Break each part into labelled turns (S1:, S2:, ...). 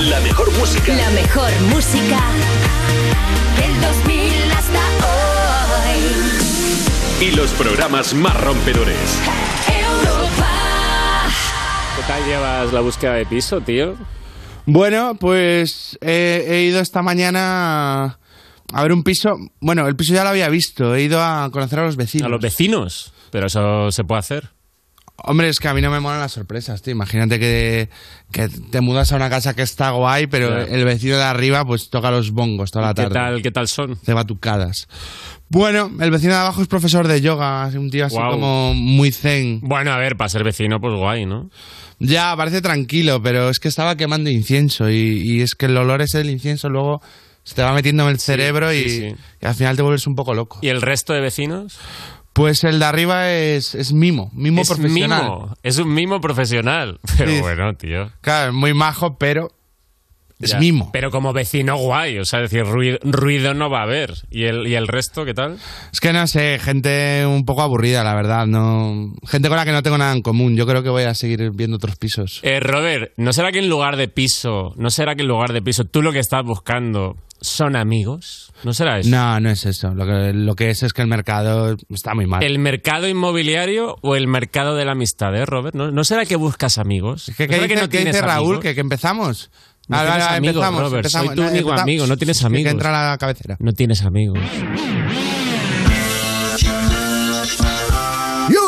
S1: La mejor música.
S2: La mejor música del 2000 hasta
S1: hoy. Y los programas más rompedores.
S2: Europa.
S3: ¿Qué tal llevas la búsqueda de piso, tío?
S4: Bueno, pues eh, he ido esta mañana a ver un piso. Bueno, el piso ya lo había visto. He ido a conocer a los vecinos.
S3: ¿A los vecinos? Pero eso se puede hacer.
S4: Hombre, es que a mí no me molan las sorpresas, tío. Imagínate que, que te mudas a una casa que está guay, pero
S3: Claro.
S4: el vecino de arriba pues toca los bongos toda la
S3: ¿Qué
S4: tarde.
S3: tal, ¿Qué tal son?
S4: De batucadas. Bueno, el vecino de abajo es profesor de yoga, es un tío así
S3: Guau.
S4: como muy zen.
S3: Bueno, a ver, para ser vecino, pues guay, ¿no?
S4: Ya, parece tranquilo, pero es que estaba quemando incienso y, y es que el olor ese del incienso luego se te va metiendo en el cerebro y,
S3: sí.
S4: y al final te vuelves un poco loco.
S3: ¿Y el resto de vecinos?
S4: Pues el de arriba es, es mimo, mimo
S3: es
S4: profesional.
S3: mimo, es un mimo profesional. Pero
S4: Sí.
S3: bueno, tío.
S4: Claro, es muy majo, pero es
S3: Ya.
S4: mimo.
S3: Pero como vecino guay, o sea, es decir, ruido, ruido no va a haber. ¿Y el, ¿Y el resto qué tal?
S4: Es que no sé, gente un poco aburrida, la verdad. No, gente con la que no tengo nada en común. Yo creo que voy a seguir viendo otros pisos.
S3: Eh, Robert, ¿no será que en lugar de piso, no será que en lugar de piso, tú lo que estás buscando son amigos? ¿No será eso?
S4: No, no es eso. Lo que, lo que es es que el mercado está muy mal.
S3: ¿El mercado inmobiliario o el mercado de la amistad, eh, Robert? ¿No, no será que buscas amigos?
S4: Es que,
S3: ¿No
S4: ¿qué
S3: será
S4: dice,
S3: no
S4: qué dice
S3: tienes
S4: Raúl?
S3: amigos?
S4: Que, que empezamos.
S3: No
S4: Vale, vale,
S3: tienes
S4: vale,
S3: amigos,
S4: empezamos,
S3: Robert. Soy
S4: empezamos.
S3: tu único
S4: empezamos.
S3: amigo, no tienes
S4: Es que
S3: amigos.
S4: entra la cabecera.
S3: No tienes amigos.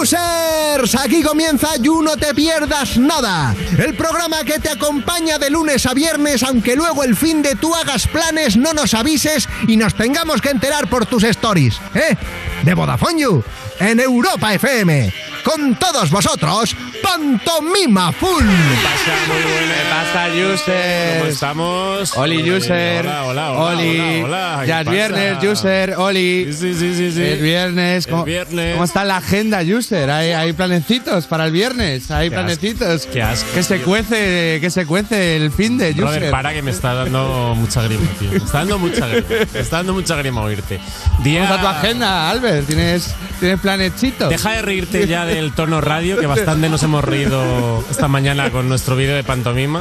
S5: Users, aquí comienza You No Te Pierdas Nada, el programa que te acompaña de lunes a viernes, aunque luego el fin de tú hagas planes, no nos avises y nos tengamos que enterar por tus stories, ¿eh? De Vodafone You, en Europa FM. Con todos vosotros, Pantomima Full.
S3: ¿Qué pasa,
S4: users?
S3: ¿Cómo estamos?
S4: Oli,
S3: Eh,
S4: user.
S3: Hola, hola, hola.
S4: Oli.
S3: hola, hola, ¿qué
S4: Ya es
S3: pasa?
S4: viernes, user. Oli.
S3: Sí, sí, sí, sí, sí.
S4: El viernes.
S3: El
S4: ¿Cómo,
S3: viernes.
S4: ¿Cómo está la agenda, User? Hay, hay planecitos para el viernes. Hay
S3: Qué
S4: planecitos.
S3: asco, qué asco,
S4: que se
S3: tío.
S4: cuece, que se cuece el fin de User.
S3: Robert, para que me está dando mucha grima, tío. Me está dando mucha grima. Me está dando mucha grima oírte. Día...
S4: ¿Cómo está tu agenda, Albert? ¿Tienes, tienes planecitos?
S3: Deja de reírte ya del tono radio, que bastante nos hemos reído esta mañana con nuestro vídeo de pantomima,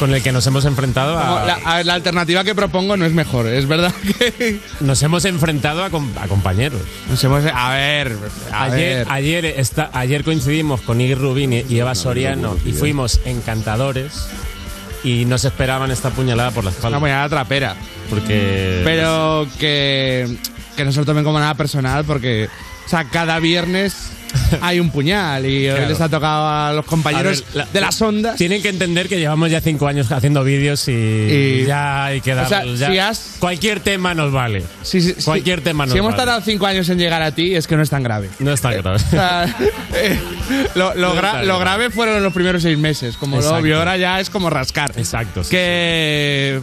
S3: con el que nos hemos enfrentado
S4: Como
S3: a.
S4: La, a ver, la alternativa que propongo no es mejor, es verdad que
S3: Nos hemos enfrentado a, com- a compañeros.
S4: nos hemos- a ver, a
S3: Ayer,
S4: ver.
S3: ayer, esta- ayer coincidimos con Iggy Rubín y- y Eva Soriano
S4: eh.
S3: y fuimos encantadores y nos esperaban esta puñalada por la
S4: una
S3: espalda.
S4: mañana trapera,
S3: Porque.
S4: pero que que no se lo tomen como nada personal porque o sea, cada viernes hay un puñal y hoy
S3: Claro.
S4: les ha tocado a los compañeros
S3: A ver, la-
S4: de las ondas.
S3: Tienen que entender que llevamos ya cinco años haciendo vídeos y,
S4: Y-
S3: ya hay que
S4: o
S3: dar.
S4: sea,
S3: ya-
S4: si has-
S3: Cualquier tema nos vale.
S4: Sí, sí, sí.
S3: Cualquier tema nos
S4: Si hemos
S3: vale.
S4: tardado cinco años en llegar a ti es que no es tan grave.
S3: No está grave.
S4: O sea, eh, lo, lo
S3: No
S4: gra-
S3: es tan
S4: lo
S3: grave.
S4: grave fueron los primeros seis meses, como lo
S3: Exacto.
S4: obvio, ahora ya es como rascar.
S3: Exacto, sí,
S4: que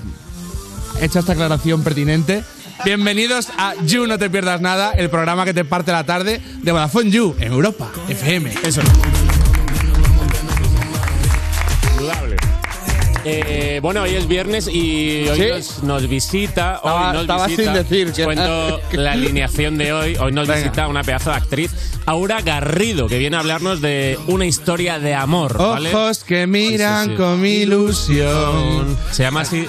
S4: hecha esta aclaración pertinente. Bienvenidos a You No Te Pierdas Nada, el programa que te parte la tarde de Vodafone You en Europa, FM.
S3: Eso. Indudable. Eh, bueno, hoy es viernes y hoy
S4: ¿Sí?
S3: nos, nos visita.
S4: Estaba-
S3: hoy nos
S4: estaba
S3: visita-
S4: sin decir
S3: os
S4: que-
S3: cuento la alineación de hoy. Hoy nos
S4: Venga.
S3: visita una pedazo de actriz, Aura Garrido, que viene a hablarnos de una historia de amor. ¿vale?
S4: Ojos que miran
S3: Sí, sí, sí.
S4: con ilusión.
S3: Se llama así.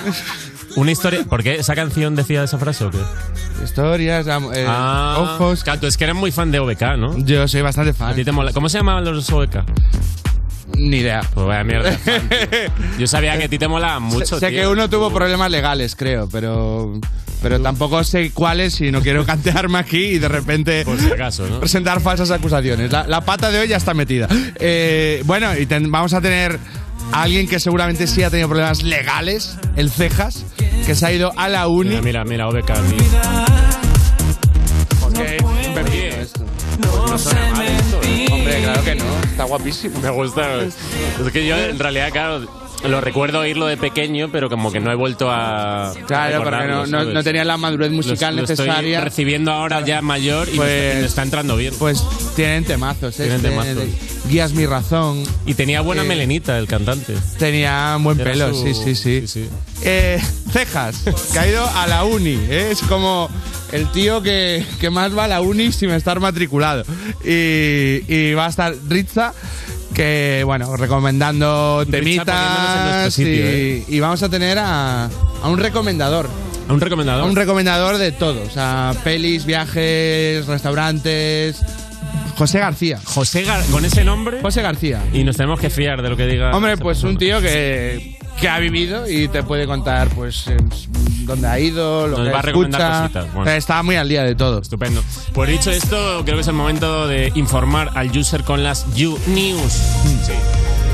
S3: Una historia. ¿Por qué esa canción decía esa frase o qué?
S4: Historias, de am- eh,
S3: Ah,
S4: ojos.
S3: Claro, tú es que eres muy fan de OBK, ¿no?
S4: Yo soy bastante
S3: A ti
S4: fan.
S3: te mola. ¿Cómo se llamaban los OBK?
S4: Ni idea.
S3: Pues vaya mierda. de fan, tío. Yo sabía que a ti te molaban mucho.
S4: sé sé
S3: tío.
S4: que uno tuvo problemas legales, creo, pero pero tampoco sé cuáles y no quiero cantearme aquí y de repente
S3: Por si acaso, ¿no?
S4: presentar falsas acusaciones. La, la pata de hoy ya está metida. Eh, bueno, y ten- vamos a tener a alguien que seguramente sí ha tenido problemas legales, el Cejas, que se ha ido a la uni. Eh,
S3: Mira, mira, mira, OBK. tío. Oye,
S4: ¿eh? Hombre, claro que no, está guapísimo.
S3: Me gusta. Es que yo, en realidad, claro, lo recuerdo oírlo de pequeño, pero como que no he vuelto a. a
S4: Claro, porque
S3: recordarlo,
S4: no, no,
S3: ¿sabes?
S4: no tenía la madurez
S3: Lo-
S4: musical
S3: lo estoy
S4: necesaria.
S3: recibiendo ahora ya mayor y me está- y me
S4: Pues-
S3: está entrando bien.
S4: Pues tienen temazos,
S3: Tienen
S4: este,
S3: temazos.
S4: de Guías mi razón.
S3: Y tenía buena
S4: Eh,
S3: melenita el cantante.
S4: Tenía Ah, buen
S3: Era
S4: pelo,
S3: su-
S4: sí, sí, sí.
S3: sí, sí.
S4: Eh, cejas, caído a la uni. ¿eh? Es como el tío que, que más va a la uni sin estar matriculado. Y, y va a estar Ritza, que bueno, recomendando
S3: Richa, poniéndonos en nuestro
S4: temitas
S3: sitio,
S4: y,
S3: ¿eh?
S4: y vamos a tener a, a un recomendador.
S3: A un recomendador.
S4: A un recomendador de todo, o sea, pelis, viajes, restaurantes. José García.
S3: José Gar- con ese nombre.
S4: José García.
S3: Y nos tenemos que fiar de lo que diga.
S4: Hombre,
S3: esa
S4: pues un
S3: persona.
S4: tío que, que ha vivido y te puede contar, pues, eh, dónde ha ido, lo
S3: Nos
S4: que
S3: va a recomendar
S4: escucha.
S3: cositas, bueno.
S4: O sea, Está muy al día de todo.
S3: Estupendo. Pues dicho esto, creo que es el momento de informar al user con las You News. Sí.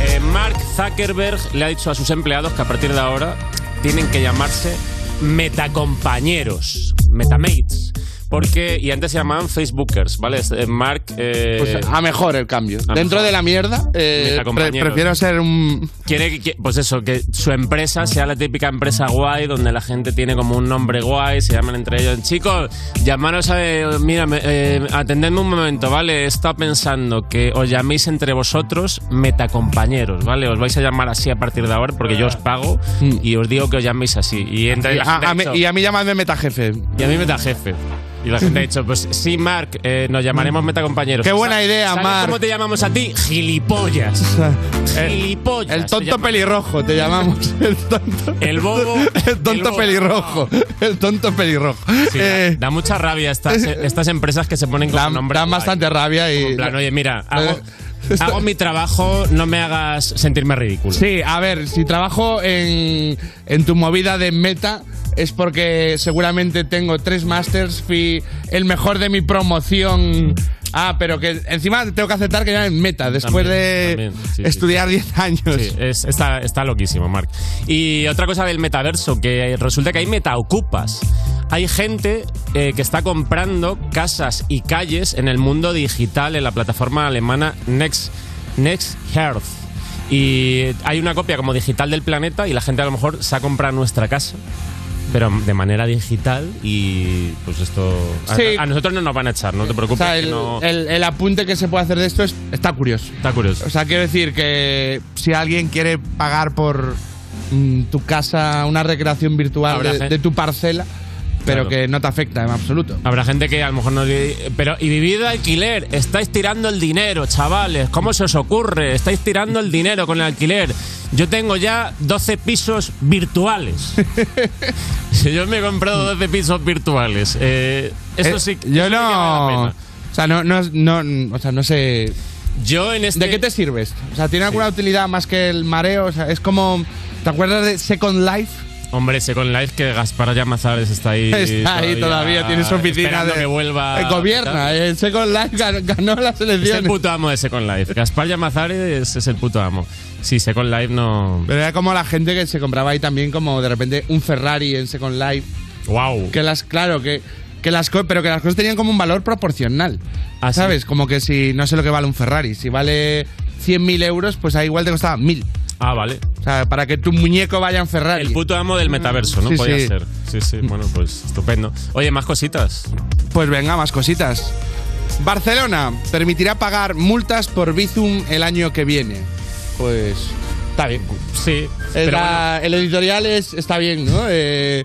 S3: Eh, Mark Zuckerberg le ha dicho a sus empleados que a partir de ahora tienen que llamarse metacompañeros, metamates. Porque, y antes se llamaban Facebookers, ¿vale? Es, eh, Mark. eh,
S4: Pues a mejor el cambio.
S3: a
S4: Dentro
S3: mejor.
S4: de la mierda, eh,
S3: Mis
S4: pre-
S3: compañeros.
S4: prefiero ser un.
S3: quiere que, que- pues eso, que su empresa sea la típica empresa guay, donde la gente tiene como un nombre guay, se llaman entre ellos, chicos, llamaros a, eh, mira, me- eh, atendedme un momento, ¿vale? He estado pensando que os llaméis entre vosotros metacompañeros, ¿vale? Os vais a llamar así a partir de ahora porque yo os pago y os digo que os llaméis así. Y entre
S4: Y
S3: la
S4: Mm. a,
S3: gente ha
S4: a mí-
S3: dicho-
S4: y a mí llamadme metajefe.
S3: y a mí meta jefe. Y la gente ha dicho, pues sí, Mark, eh, nos llamaremos metacompañeros.
S4: Mm. Qué buena
S3: ¿Sabes-
S4: idea,
S3: sabes
S4: Mark.
S3: ¿Cómo te llamamos a ti? Gilipollas. Gilipollas.
S4: El
S3: te
S4: tonto
S3: llaman.
S4: pelirrojo, te llamamos. El tonto.
S3: El bobo.
S4: El tonto
S3: el bobo.
S4: pelirrojo. El tonto pelirrojo.
S3: Sí,
S4: Eh,
S3: da, da mucha rabia estas, estas empresas que se ponen con
S4: dan,
S3: nombres.
S4: dan
S3: guay.
S4: bastante rabia y.
S3: En plan, oye, mira, hago,
S4: Eh,
S3: hago mi trabajo, no me hagas sentirme ridículo.
S4: Sí, a ver, si trabajo en, en tu movida de meta es porque seguramente tengo tres masters, fui el mejor de mi promoción. Ah, pero que encima tengo que aceptar que ya en meta, después
S3: También,
S4: de
S3: también, sí, sí,
S4: estudiar 10 años.
S3: Sí, es- está, está loquísimo, Mark. Y otra cosa del metaverso, que resulta que hay metaocupas. Hay gente eh, que está comprando casas y calles en el mundo digital en la plataforma alemana Next, Next Earth. Y hay una copia como digital del planeta y la gente a lo mejor se ha comprado nuestra casa. Pero de manera digital y pues esto... a-
S4: Sí.
S3: A, nosotros no nos van a echar, no te
S4: O
S3: preocupes.
S4: sea,
S3: que
S4: el,
S3: no-
S4: el- el apunte que se puede hacer de esto es, está curioso.
S3: Está curioso.
S4: O sea, quiero decir que si alguien quiere pagar por mm, tu casa, una recreación virtual
S3: Habrá
S4: de,
S3: gente-
S4: de tu parcela,
S3: Claro.
S4: pero que no te afecta en absoluto.
S3: Habrá gente que a lo mejor no. Pero, y vivid de alquiler. Estáis tirando el dinero, chavales. ¿Cómo se os ocurre? Estáis tirando el dinero con el alquiler. Yo tengo ya 12 pisos virtuales. si yo me he comprado 12 pisos virtuales. eh, eso
S4: Eh,
S3: sí. eso
S4: Yo
S3: sí que vale la
S4: no.
S3: pena.
S4: O sea, no, no, no, o sea, no sé.
S3: Yo en este.
S4: ¿De qué te sirve esto? O sea, ¿tiene alguna utilidad más que el mareo? O sea, es como. ¿Te acuerdas de Second Life?
S3: Hombre, Second Life que Gaspar Llamazares está ahí.
S4: Está ahí todavía, tiene su oficina
S3: esperando
S4: de.
S3: que vuelva.
S4: eh, Gobierna. El Second Life gan- ganó las
S3: Es el
S4: elecciones.
S3: puto amo de Second Life. Gaspar Llamazares es el puto amo. Sí, Second Life no.
S4: Pero era como la gente que se compraba ahí también, como de repente un Ferrari en Second Life.
S3: ¡Wow!
S4: Que las, claro, que, que las co- pero que las cosas tenían como un valor proporcional.
S3: Ah, sí.
S4: ¿Sabes? Como que si no sé lo que vale un Ferrari, si vale 100.000 euros, pues ahí igual te costaba 1.000.
S3: Ah, vale.
S4: O sea, para que tu muñeco vaya en Ferrari.
S3: El puto amo del metaverso, ¿no?
S4: Sí,
S3: Podía
S4: sí. Mm.
S3: ser. Sí, sí, bueno, pues estupendo. Oye, más cositas.
S4: Pues venga, más cositas. Barcelona permitirá pagar multas por Bizum el año que viene. Pues está bien.
S3: Sí,
S4: El,
S3: pero bueno,
S4: la- el editorial es, está bien, ¿no? Eh,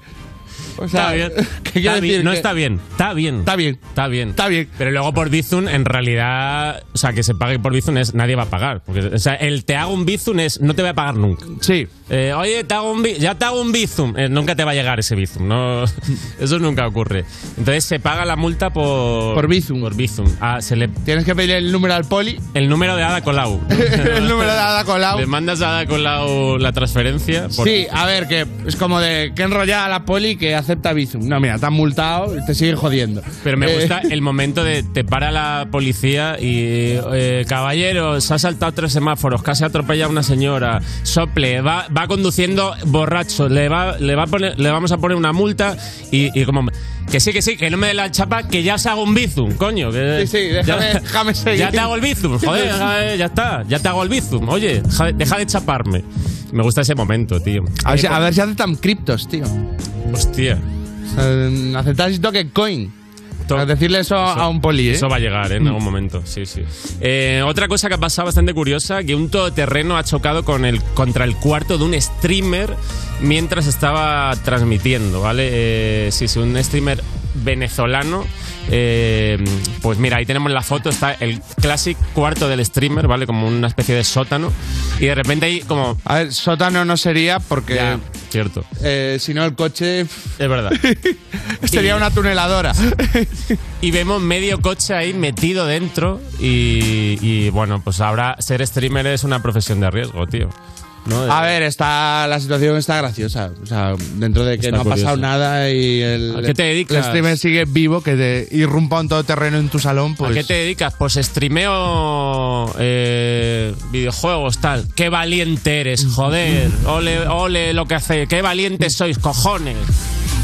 S4: o
S3: está
S4: sea,
S3: bien.
S4: ¿qué quiero
S3: Está bien,
S4: decir?
S3: No
S4: Que-
S3: está bien, está bien.
S4: Está bien.
S3: Está bien.
S4: Está bien.
S3: Pero luego por Bizun, en realidad, o sea, que se pague por Bizun es nadie va a pagar. Porque, o sea, el te hago un Bizun es no te voy a pagar nunca.
S4: Sí.
S3: Eh, oye, te hago un bi- ya te hago un bizum. Eh, nunca te va a llegar ese bizum. No, eso nunca ocurre. Entonces se paga la multa por.
S4: Por bizum.
S3: Por bizum. Ah, se le,
S4: Tienes que pedir el número al poli.
S3: el número de Ada Colau.
S4: el número de Ada Colau.
S3: Le mandas a Ada Colau la transferencia. por-
S4: Sí, a ver, que es como de que enrolla a la poli que acepta Bizum. No, mira, te han multado y te siguen jodiendo.
S3: Pero me
S4: Eh,
S3: gusta el momento de te para la policía y eh, caballero, se ha saltado tres semáforos, casi atropella a una señora, sople, va, va conduciendo borracho, le va, le va a poner, le vamos a poner una multa y, y como que sí, que sí, que no me dé la chapa, que ya os hago un bizum, coño. que-
S4: Sí, sí, déjame-
S3: ya,
S4: déjame seguir.
S3: Ya te hago el bizum, joder, déjame- ya está, ya te hago el bizum. Oye, deja, de- deja de chaparme. Me gusta ese momento, tío. Eh, pues
S4: A ver, si, a ver si aceptan criptos, tío.
S3: Hostia.
S4: Eh, aceptar Dogecoin.
S3: To-
S4: Para decirle eso, a un poli, ¿eh?
S3: Eso va a llegar ¿eh? en algún momento, sí, sí. Eh, otra cosa que ha pasado bastante curiosa, que un todoterreno ha chocado con el, contra el cuarto de un streamer mientras estaba transmitiendo, ¿vale? Eh, sí, sí, un streamer venezolano Eh, pues mira, ahí tenemos la foto, está el classic cuarto del streamer, ¿vale? Como una especie de sótano. Y de repente hay como...
S4: A ver, sótano no sería porque...
S3: Ya, cierto.
S4: eh, si no, el coche pff,
S3: Es verdad.
S4: sería una tuneladora.
S3: Y vemos medio coche ahí metido dentro y, y, bueno, pues ahora ser streamer es una profesión de riesgo, tío. ¿No?
S4: A ver, está la situación está graciosa. O sea, dentro de que
S3: Está
S4: no ha pasado
S3: curioso.
S4: nada y el,
S3: ¿A qué te dedicas?
S4: el streamer sigue vivo, que te irrumpa un todoterreno en tu salón,
S3: ¿A
S4: pues.
S3: qué te dedicas? Pues streameo eh, videojuegos, tal. Qué valiente eres, joder. Ole, ole lo que hace. Qué valientes sois, cojones.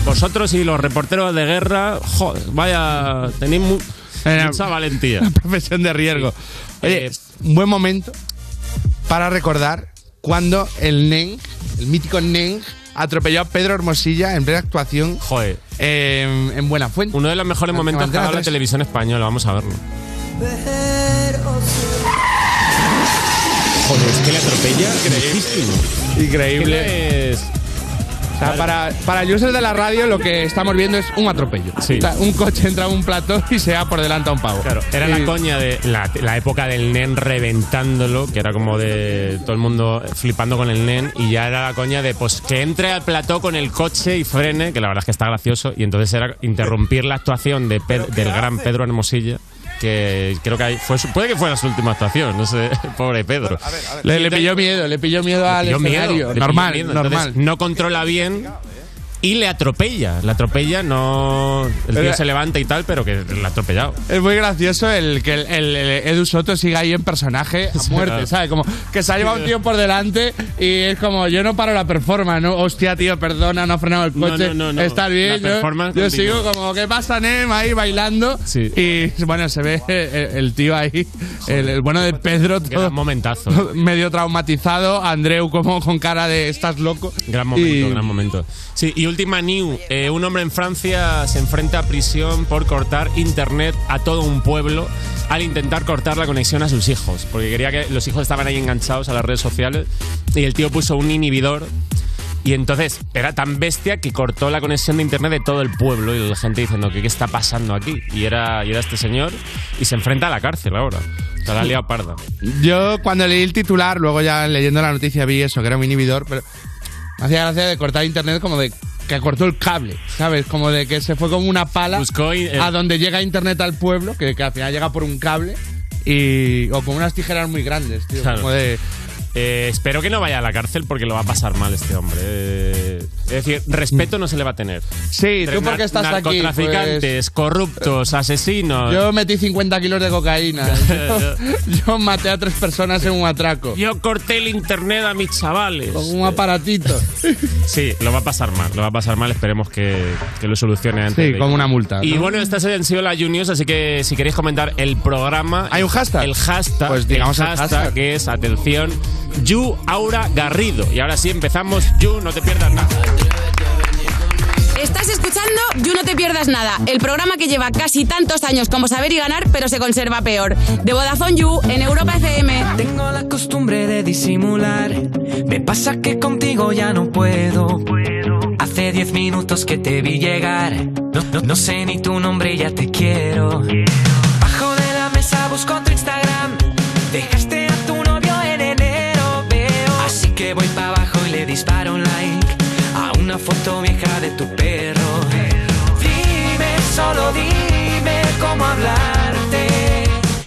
S3: Vosotros y los reporteros de guerra, joder, vaya, tenéis mu-
S4: Eh,
S3: mucha valentía.
S4: profesión de riesgo. Oye,
S3: Eh,
S4: un buen momento para recordar cuando el Neng, el mítico Neng, atropelló a Pedro Hermosilla en plena actuación
S3: Joder,
S4: eh, en Buenafuente.
S3: uno de los mejores momentos que ha dado la televisión española, vamos a verlo. Joder,
S4: Pues
S3: es que le atropella muchísimo.
S4: Increíble.
S3: Es-
S4: O sea, para, para el user de la radio lo que estamos viendo es un atropello.
S3: Sí.
S4: O sea, un coche entra a un plató y se va por delante a un pavo.
S3: Claro, era
S4: Y-
S3: la coña de la, la época del NEN reventándolo, que era como de todo el mundo flipando con el NEN, y ya era la coña de pues que entre al plató con el coche y frene, que la verdad es que está gracioso, y entonces era interrumpir la actuación de Pe- del gran Pedro Hermosilla, que creo que ahí fue su- puede que fuera su última actuación, no sé, pobre Pedro.
S4: Le, le pilló miedo, le pilló miedo al
S3: Yo miedo,
S4: escenario.
S3: le pilló
S4: normal,
S3: miedo. Entonces,
S4: normal.
S3: no controla bien y le atropella. Le atropella, no. El tío
S4: Era-
S3: se levanta y tal, pero que le ha atropellado.
S4: Es muy gracioso el que el, el- el Edu Soto siga ahí en personaje a muerte,
S3: claro.
S4: ¿sabes? Como que se ha llevado un tío por delante y es como, yo no paro la performance, ¿no? Hostia, tío, perdona, no ha frenado el
S3: No,
S4: coche.
S3: no, no, no.
S4: Estás bien,
S3: La
S4: yo-
S3: performance
S4: yo,
S3: continúa.
S4: sigo como, ¿qué pasa, Nem? Ahí bailando.
S3: Sí.
S4: Y bueno, se ve el, el tío ahí, el, el bueno de Pedro, todo
S3: Gran momentazo.
S4: medio traumatizado. Andreu como con cara de, estás loco.
S3: Gran momento,
S4: Y-
S3: gran momento. Sí, y última new. Eh, un hombre en Francia se enfrenta a prisión por cortar internet a todo un pueblo al intentar cortar la conexión a sus hijos. Porque quería que los hijos estaban ahí enganchados a las redes sociales y el tío puso un inhibidor. Y entonces era tan bestia que cortó la conexión de internet de todo el pueblo y la gente diciendo que qué está pasando aquí. Y era, y era este señor y se enfrenta a la cárcel ahora. Se la ha liado parda.
S4: Yo cuando leí el titular, luego ya leyendo la noticia vi eso, que era un inhibidor, pero me hacía gracia de cortar internet como de que cortó el cable, ¿sabes? Como de que se fue como una pala
S3: Buscó y-
S4: a donde llega internet al pueblo, que, que al final llega por un cable y o con unas tijeras muy grandes, tío,
S3: Claro.
S4: como de
S3: Eh, espero que no vaya a la cárcel porque lo va a pasar mal este hombre. Eh, es decir, respeto no se le va a tener.
S4: Sí, tú
S3: Entre
S4: porque estás
S3: nar-
S4: aquí. Pues,
S3: Narcotraficantes, corruptos, asesinos.
S4: yo metí 50 kilos de cocaína. yo, yo maté a tres personas en un atraco.
S3: Yo corté el internet a mis chavales.
S4: Con un aparatito.
S3: Sí, lo va a pasar mal, lo va a pasar mal. Esperemos que, que lo solucione antes.
S4: Sí,
S3: de-
S4: como una multa.
S3: Y
S4: ¿no?
S3: bueno, estas han sido las juniors, así que si queréis comentar el programa.
S4: ¿Hay un hashtag?
S3: El hashtag.
S4: Pues digamos el hashtag.
S3: que es, atención, You Aura Garrido. Y ahora sí empezamos, You, no te pierdas nada.
S6: Estás escuchando You No Te Pierdas Nada, el programa que lleva casi tantos años como saber y ganar, pero se conserva peor. De Vodafone You en Europa FM.
S7: Tengo la costumbre de disimular. Me pasa que contigo ya no puedo. Hace diez minutos que te vi llegar. No, no- no sé ni tu nombre, y ya te quiero. Bajo de la mesa busco tu Instagram. Dejaste a tu novio en enero, veo. Así que voy para abajo y le disparo un like a una foto vieja de tu perro. Dime, solo dime cómo hablarte.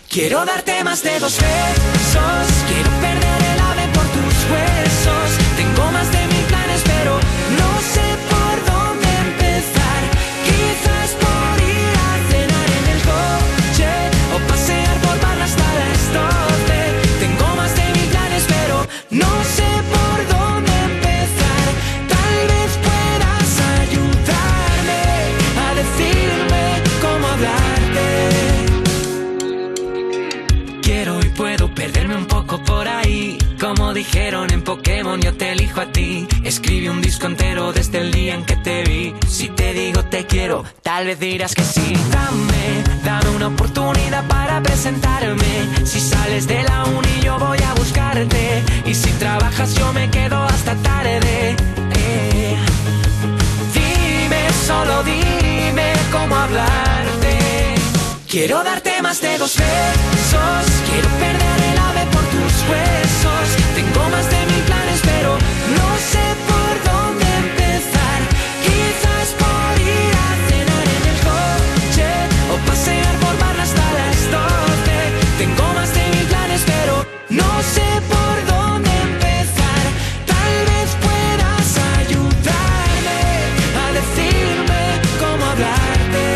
S7: Quiero darte más de dos besos. Quiero perder el ave por tus huesos. Tengo más de mil planes, pero no sé por dónde empezar. Quizás por ir a cenar en el coche o pasear por barra hasta las 12. Tengo más de mil planes, pero no sé por dónde empezar. Tal vez puedas ayudarme a decirme cómo hablarte. Quiero y puedo perderme un poco por ahí. Como dijeron en Pokémon, yo te elijo a ti. Escribí un disco entero desde el día en que te vi. Si te digo te quiero, tal vez dirás que sí. Dame, dame una oportunidad para presentarme. Si sales de la uni, yo voy a buscarte. Y si trabajas, yo me quedo hasta tarde. Eh. Dime, solo dime cómo hablarte. Quiero darte más de dos besos. Quiero perder el ave por tus huesos. Tengo más de mil planes, pero no sé por dónde empezar. Quizás por ir a cenar en el coche o pasear por barra hasta las 12. Tengo más de mil planes, pero no sé por dónde empezar. Tal vez puedas ayudarme a decirme cómo hablarte.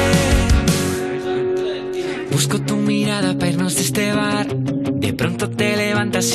S7: Busco tu mirada para irnos de este bar. De pronto te levantas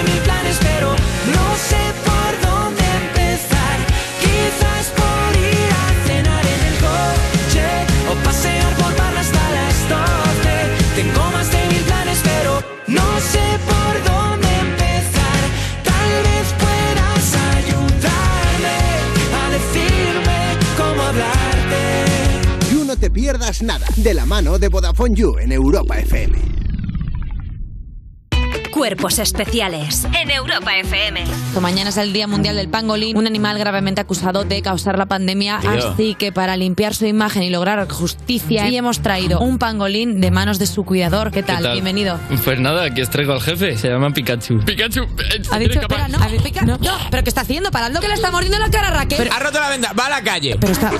S7: mil planes, pero no sé por dónde empezar. Quizás por ir a cenar en el coche o pasear por barra hasta las 12. Tengo más de mil planes, pero no sé por dónde empezar. Tal vez puedas ayudarme a decirme cómo hablarte.
S5: You No Te Pierdas Nada, de la mano de Vodafone You en Europa FM.
S8: Cuerpos especiales en Europa FM.
S9: Que mañana es el Día Mundial del Pangolín, un animal gravemente acusado de causar la pandemia.
S10: Tío.
S9: Así que para limpiar su imagen y lograr justicia, y hemos traído un pangolín de manos de su cuidador. ¿Qué tal?
S11: tal?
S9: Bienvenido.
S11: Pues nada, aquí os traigo al jefe. Se llama Pikachu.
S12: eh,
S11: Pikachu.
S9: Ha dicho, espera, no, a ver, pica- no, ¿pero qué está haciendo? Parando que le está mordiendo la cara a Raquel.
S12: Pero- ha roto la venda, va a la calle.
S9: Pero está.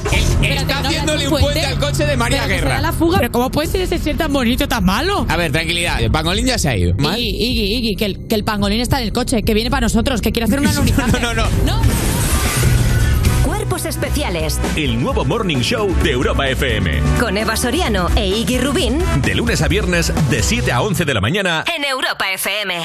S12: Está haciéndole un puente al coche de María Guerra.
S9: fuga.
S6: Pero ¿cómo puede ser ese ser tan bonito, tan malo?
S12: A ver, tranquilidad. El pangolín ya se ha ido. ¿Mal?
S6: Iggy, Iggy, Iggy, que el, que el pangolín está en el coche, que viene para nosotros, que quiere hacer una unidad.
S12: No, no, no.
S8: Cuerpos especiales
S13: El nuevo Morning Show de Europa FM.
S8: con Eva Soriano e Iggy Rubín
S13: De lunes a viernes, de 7 a 11 de la mañana.
S8: en Europa FM.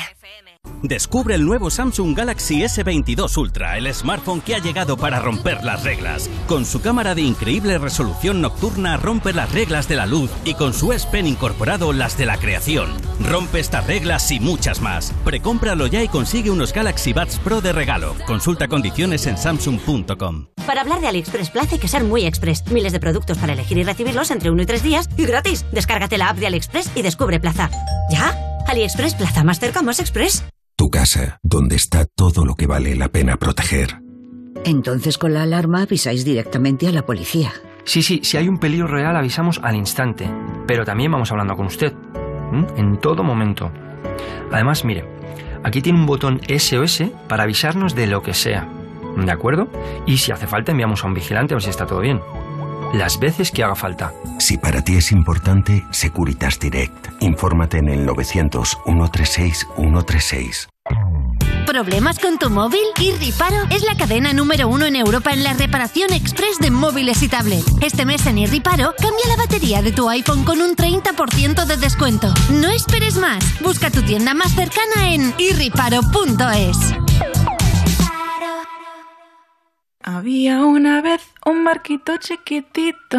S14: Descubre el nuevo Samsung Galaxy S22 Ultra, el smartphone que ha llegado para romper las reglas. Con su cámara de increíble resolución nocturna rompe las reglas de la luz y con su S Pen incorporado las de la creación. Rompe estas reglas y muchas más. Precómpralo ya y consigue unos Galaxy Buds Pro de regalo. Consulta condiciones en samsung.com.
S15: Para hablar de AliExpress Plaza hay que ser muy express. Miles de productos para elegir y recibirlos entre uno y tres días y gratis. Descárgate la app de AliExpress y descubre Plaza. ¿Ya? AliExpress Plaza, más cerca, más express.
S16: Tu casa, donde está todo lo que vale la pena proteger.
S17: Entonces con la alarma avisáis directamente a la policía.
S18: Sí, sí, si hay un peligro real avisamos al instante, pero también vamos hablando con usted, ¿m? en todo momento. Además, mire, aquí tiene un botón SOS para avisarnos de lo que sea, ¿de acuerdo? Y si hace falta enviamos a un vigilante a ver si está todo bien. Las veces que haga falta.
S16: Si para ti es importante, Securitas Direct. Infórmate en el 900 136 136.
S19: ¿Problemas con tu móvil? Irriparo es la cadena número uno en Europa en la reparación express de móviles y tablet. Este mes en Irriparo, cambia la batería de tu iPhone con un 30% de descuento. No esperes más. Busca tu tienda más cercana en irriparo.es.
S20: Había una vez un barquito chiquitito.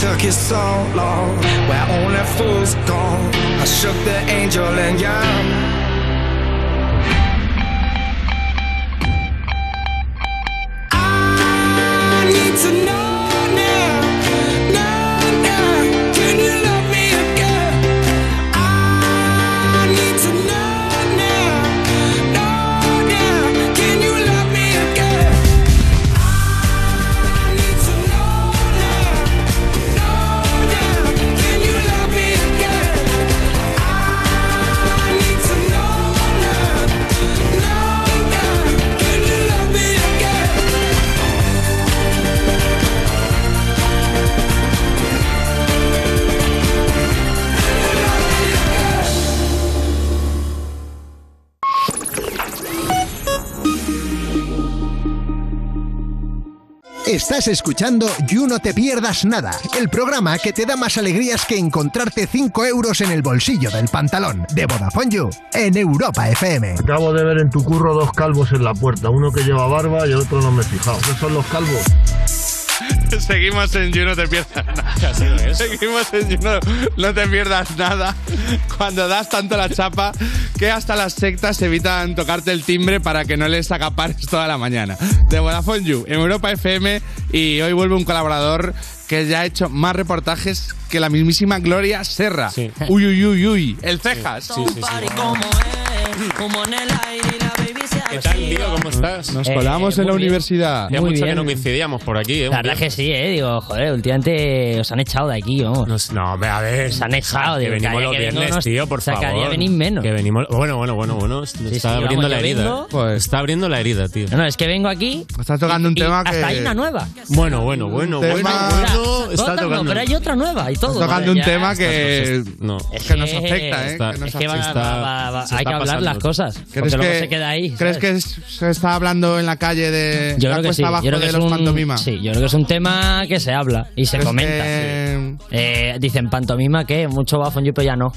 S21: Took you so long, where only fools go. I shook the angel and young. I need to know now, now, now. Can you love me again? I need to know now. Can you love me again? I need to know now, know now. Can you love me again? I
S5: Estás escuchando You No Te Pierdas Nada, el programa que te da más alegrías que encontrarte 5 euros en el bolsillo del pantalón de Vodafone You en Europa FM.
S22: Acabo de ver en tu curro dos calvos en la puerta, uno que lleva barba y otro no me he fijado. ¿Qué son los calvos?
S4: Seguimos en You, no te pierdas nada. Seguimos en You, no, no te pierdas nada. Cuando das tanto la chapa que hasta las sectas evitan tocarte el timbre para que no les acapares toda la mañana. De Vodafone You, en Europa FM. Y hoy vuelve un colaborador que ya ha hecho más reportajes que la mismísima Gloria Serra. Uy, uy, uy, uy. El Cejas.
S13: ¿Qué tal, tío? ¿Cómo estás?
S4: Nos
S13: eh,
S4: colamos en la universidad.
S13: Ya mucho que no coincidíamos por aquí, ¿eh?
S11: La verdad es que sí, eh. Digo, joder, últimamente os han echado de aquí, vamos.
S13: No, hombre, a ver.
S11: Os han echado.
S13: Que
S11: digo, cada
S13: venimos
S11: día
S13: los
S11: que vengo
S13: viernes,
S11: nos-
S13: tío, por
S11: o sea, cada día
S13: favor.
S11: venís menos.
S13: Que venimos. Bueno, bueno, bueno, bueno. Está
S11: sí, vamos,
S13: abriendo la
S11: yo
S13: herida. ¿eh?
S11: vengo-
S13: Está abriendo la herida, tío.
S11: No, es que vengo aquí.
S4: Está tocando
S11: y-
S4: un
S11: y
S4: tema que-
S11: Hasta hay una nueva.
S13: Bueno, bueno, bueno, bueno,
S11: Tema-
S13: bueno. Está
S11: Otra no,
S13: tocando.
S11: Pero hay otra nueva y todo.
S4: Estás tocando
S11: Joder,
S4: un
S11: ya
S4: tema
S11: está.
S4: que,
S13: no.
S4: que nos afecta, ¿eh?
S11: Está-
S4: que nos
S11: es que va-
S4: afecta.
S11: va- va- va- hay que hablar las cosas. Porque
S4: ¿Crees
S11: luego
S4: que,
S11: se queda ahí.
S4: ¿Crees
S11: ¿sabes?
S4: que es- se está hablando en la calle de
S11: Yo
S4: la
S11: creo que
S4: cuesta
S11: sí.
S4: abajo
S11: Yo creo que
S4: de
S11: es
S4: los
S11: un,
S4: pantomimas?
S11: Sí, yo creo que es un tema que se habla y se
S4: ¿Crees
S11: comenta.
S4: que-
S11: Eh, dicen pantomima que mucho va yo, pero ya no.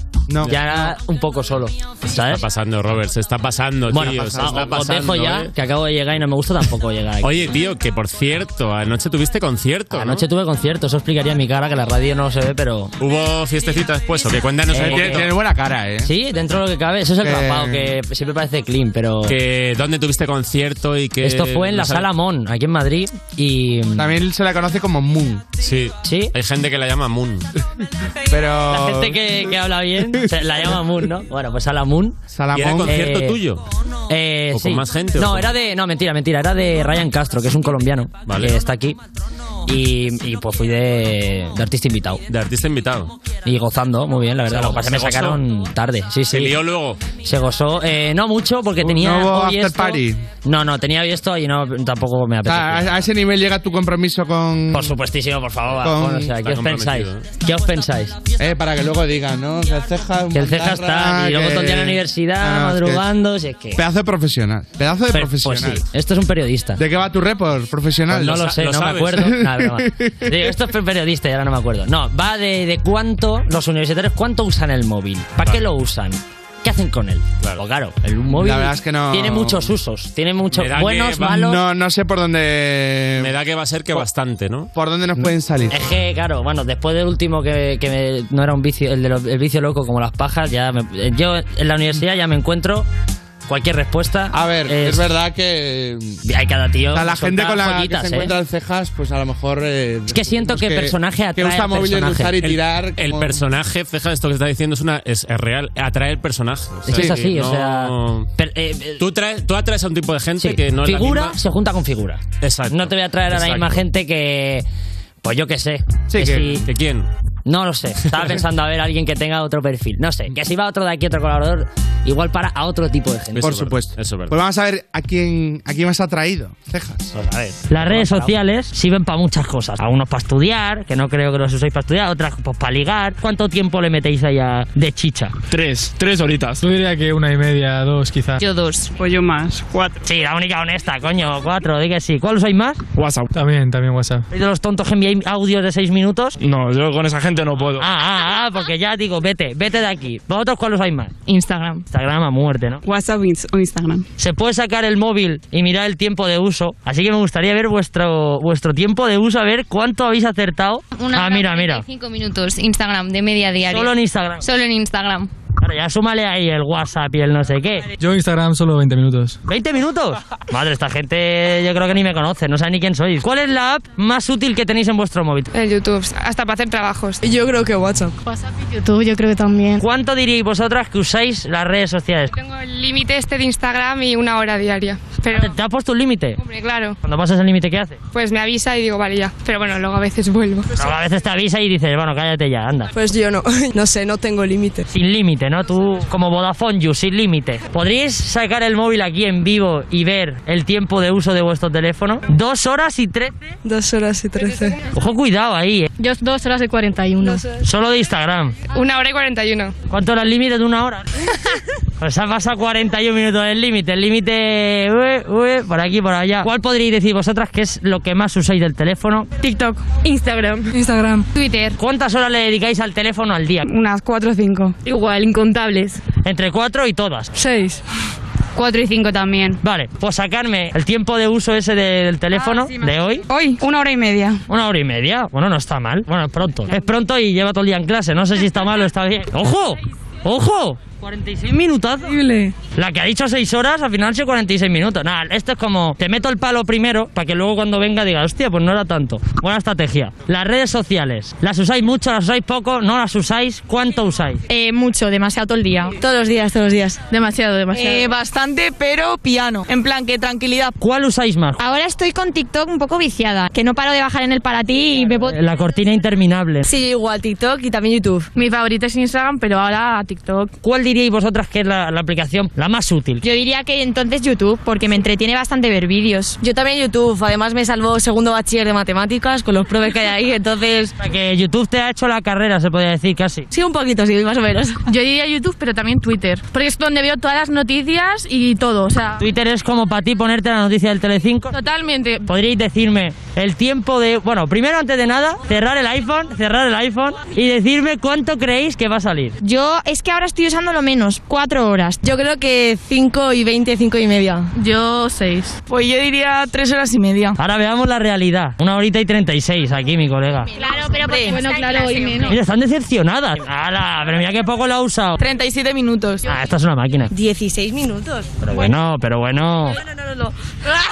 S11: Ya un poco solo.
S13: Se está pasando, Robert. Se está pasando,
S11: Bueno,
S13: tío.
S11: pues,
S13: se está
S11: os- os dejo
S13: pasando.
S11: ya,
S13: ¿eh?
S11: que acabo de llegar y no me gusta tampoco llegar aquí.
S13: Oye, tío, que por cierto, anoche tuviste concierto. ¿no?
S11: Anoche tuve concierto, eso explicaría mi cara, que la radio no se ve, pero...
S13: Hubo fiestecita después, o que cuéntanos
S11: Eh,
S13: un poquito.
S11: tiene
S4: buena cara, ¿eh?
S11: Sí, dentro de lo que cabe, eso es el
S13: Que-
S11: rapado, que siempre parece clean, pero...
S13: Que dónde tuviste concierto y que
S11: Esto fue en la sala Mon, aquí en Madrid, y...
S4: También se la conoce como Moon.
S13: Sí.
S11: ¿Sí?
S13: Hay gente que la llama Moon.
S4: Pero...
S11: La gente que, que habla bien se la llama Moon, ¿no? Bueno, pues Sala Moon.
S13: ¿Y era concierto tuyo?
S11: Eh,
S13: ¿O
S11: sí.
S13: con más gente, o
S11: No,
S13: con-
S11: era de. No, mentira, mentira. Era de Ryan Castro, que es un colombiano que está aquí. Y, y, pues fui de, de artista invitado.
S13: De artista invitado.
S11: Y gozando, muy bien, la verdad.
S13: Se-
S11: Lo que pasa es que
S13: se
S11: me
S13: gozó.
S11: sacaron tarde. Sí, sí.
S13: Se lió luego.
S11: Se gozó. Eh, no mucho, porque tenía.
S4: ¿no hubo
S11: hoy
S4: after
S11: esto.
S4: party?
S11: No, no, tenía hoy esto y no, tampoco me
S4: O sea,
S11: apetecía.
S4: a, a ese nivel llega tu compromiso con...
S11: Por supuestísimo, por favor.
S4: Con-
S11: Bueno, o sea, ¿qué
S4: Está
S11: os pensáis?
S4: comprometido,
S11: ¿Qué os pensáis?
S4: Eh, para que luego digan, ¿no? Que el ceja...
S11: Que el ceja está. Y luego todo el día en la
S4: Ah,
S11: universidad, madrugando. si es que.
S4: Pedazo de profesional. Pedazo de
S11: Pero, pues
S4: profesional.
S11: sí, esto es un periodista.
S4: ¿De qué va tu report profesional?
S11: Pues no lo sé, no me acuerdo. No, broma. Digo, esto es periodista y ahora no me acuerdo. No, va de, de cuánto los universitarios, cuánto usan el móvil. ¿Para qué lo usan? ¿Qué hacen con él? Pues claro, el móvil
S4: La verdad es que no-
S11: tiene muchos usos. Tiene muchos
S4: Me da que
S11: buenos,
S4: va-
S11: malos.
S4: No, no sé por dónde...
S13: Me da que va a ser que bastante, ¿no?
S4: ¿Por dónde nos pueden salir?
S11: Es que, claro, bueno, después del último que, que me- no era un vicio, el, de lo- el vicio loco como las pajas, ya me- yo en la universidad ya me encuentro cualquier respuesta. A ver,
S4: es verdad que...
S11: Hay cada tío.
S4: O sea, la
S11: son
S4: gente
S11: tan
S4: con la
S11: joyitas,
S4: que se
S11: ¿eh?
S4: encuentra el cejas, pues a lo mejor... es
S11: que siento que personaje atrae
S4: Que usa
S11: al
S4: móviles de
S11: personaje.
S4: usar y
S11: El-
S4: tirar...
S13: El
S4: como-
S13: personaje, ceja, esto que está diciendo es, una, es, es real. Atrae el personaje. O
S11: Es que es así, o
S13: no- tú, traes, tú atraes a un tipo de gente
S11: Sí,
S13: que no
S11: figura
S13: es
S11: se junta con figura.
S13: Exacto.
S11: No te voy a traer a la
S13: Exacto.
S11: misma gente que. Pues yo qué sé.
S13: Sí,
S11: que,
S13: que-
S11: si-
S13: ¿que quién?
S11: No lo sé. Estaba pensando a ver a alguien que tenga otro perfil. No sé. Que si va otro de aquí, otro colaborador, igual para a otro tipo de gente.
S4: Por supuesto.
S13: Eso es verdad.
S4: Pues vamos a ver a quién, a quién más ha traído. Cejas.
S11: a ver. Las redes sociales sirven para muchas cosas. A unos para estudiar, que no creo que los uséis para estudiar, otras pues para ligar. ¿Cuánto tiempo le metéis allá de chicha?
S16: Tres, tres horitas. Yo diría que una y media, dos quizás.
S11: dos. Pues yo más. Cuatro. Sí, la única honesta, coño. Cuatro, di que sí. ¿Cuál usáis más?
S16: WhatsApp. También, también WhatsApp.
S11: ¿Sois de los tontos que enviáis audios de seis minutos?
S16: No, yo con esa gente no puedo.
S11: Ah, ah, ah, porque ya digo, vete, vete de aquí. ¿Vosotros cuál usáis más? Instagram. Instagram a muerte, ¿no? WhatsApp o Instagram. Se puede sacar el móvil y mirar el tiempo de uso. Así que me gustaría ver vuestro, vuestro tiempo de uso, a ver cuánto habéis acertado.
S9: Una
S11: ah,
S9: hora
S11: mira, mira.
S9: 45 minutos, Instagram, de media diaria.
S11: Solo en Instagram.
S9: Solo en Instagram.
S11: Claro, ya súmale ahí el WhatsApp y el no sé qué.
S16: Yo Instagram solo 20 minutos.
S11: ¿20 minutos? Madre, esta gente yo creo que ni me conoce, no sabe ni quién sois. ¿Cuál es la app más útil que tenéis en vuestro móvil?
S9: En YouTube, hasta para hacer trabajos.
S23: Yo creo que WhatsApp.
S9: WhatsApp y YouTube, yo creo que también.
S11: ¿Cuánto diríais vosotras que usáis las redes sociales?
S9: Tengo el límite este de Instagram y una hora diaria. Pero,
S11: ¿Te has puesto un límite?
S9: hombre, claro,
S11: Cuando pasas el límite, ¿qué haces?
S9: pues me avisa y digo, vale, ya. Pero bueno, luego a veces vuelvo.
S11: Pues Pero a veces te avisa y dices, bueno, cállate ya, anda.
S23: Pues yo no, no sé, no tengo límite.
S11: Sin límite, ¿no? ¿no? Tú, como Vodafone You, sin límite. ¿Podríais sacar el móvil aquí en vivo y ver el tiempo de uso de vuestro teléfono? Dos horas y trece. Dos horas y trece. Ojo, cuidado ahí, ¿eh?
S21: Yo dos horas y 41.
S11: Solo de Instagram.
S9: Una hora y 41.
S11: ¿Cuánto era el límite de una hora? Pues has pasado 41 minutos del límite, el límite ue, ue, por aquí, por allá. ¿Cuál podríais decir vosotras que es lo que más usáis del teléfono? TikTok, Instagram, Instagram, Twitter. ¿Cuántas horas le dedicáis al teléfono al día?
S21: Unas 4 o 5. Igual, incontables.
S11: Entre cuatro y todas.
S21: 6. 4 y 5 también.
S11: Vale, pues sacarme el tiempo de uso ese de- del teléfono de hoy.
S21: Ah, Hoy, una hora y media.
S11: Una hora y media. Bueno, no está mal. Bueno, es pronto. Es pronto y lleva todo el día en clase. No sé si está mal o está bien. ¡Ojo! ¡Ojo! 46 minutos. La que ha dicho 6 horas, al final han sido 46 minutos. Nada, esto es como, te meto el palo primero para que luego cuando venga diga, hostia, pues no era tanto. Buena estrategia. Las redes sociales, ¿las usáis mucho, las usáis poco, no las usáis? ¿Cuánto usáis?
S7: Eh,
S21: mucho, demasiado todo el día. Todos los días, todos los días. Demasiado, demasiado.
S7: Eh, bastante, pero piano. En plan, que tranquilidad.
S11: ¿Cuál usáis más?
S7: Ahora estoy con TikTok un poco viciada, que no paro de bajar en el para ti y me puedo...
S11: La cortina interminable.
S7: Sí, igual TikTok y también YouTube.
S21: Mi favorito es Instagram, pero ahora TikTok.
S11: ¿Cuál diríais vosotras que es la, la aplicación la más útil?
S7: Yo diría que entonces YouTube, porque me entretiene bastante ver vídeos. Yo también YouTube, además me salvó segundo bachiller de matemáticas con los probes que hay ahí, entonces...
S11: O sea, que YouTube te ha hecho la carrera, se podría decir casi.
S7: Sí, un poquito, sí, más o menos.
S21: Yo diría YouTube, pero también Twitter. Porque es donde veo todas las noticias y todo, o sea.
S11: Twitter es como para ti ponerte la noticia del Telecinco.
S21: Totalmente.
S11: ¿Podríais decirme el tiempo de... Bueno, primero, antes de nada, cerrar el iPhone, cerrar el iPhone y decirme cuánto creéis que va a salir.
S7: Yo es que ahora estoy usando lo menos, cuatro horas. Yo creo que 5 y 20, 5 y media.
S21: Yo seis.
S7: Pues yo diría tres horas y media.
S11: Ahora veamos la realidad. Una horita y 36 aquí, mi colega.
S7: Claro, pero
S21: Bueno, claro, hoy menos.
S11: Mira, están decepcionadas. ¡Hala! Pero mira qué poco lo ha usado.
S7: 37 minutos.
S11: Ah, esta es una máquina.
S7: 16 minutos.
S11: Pero bueno, pero bueno.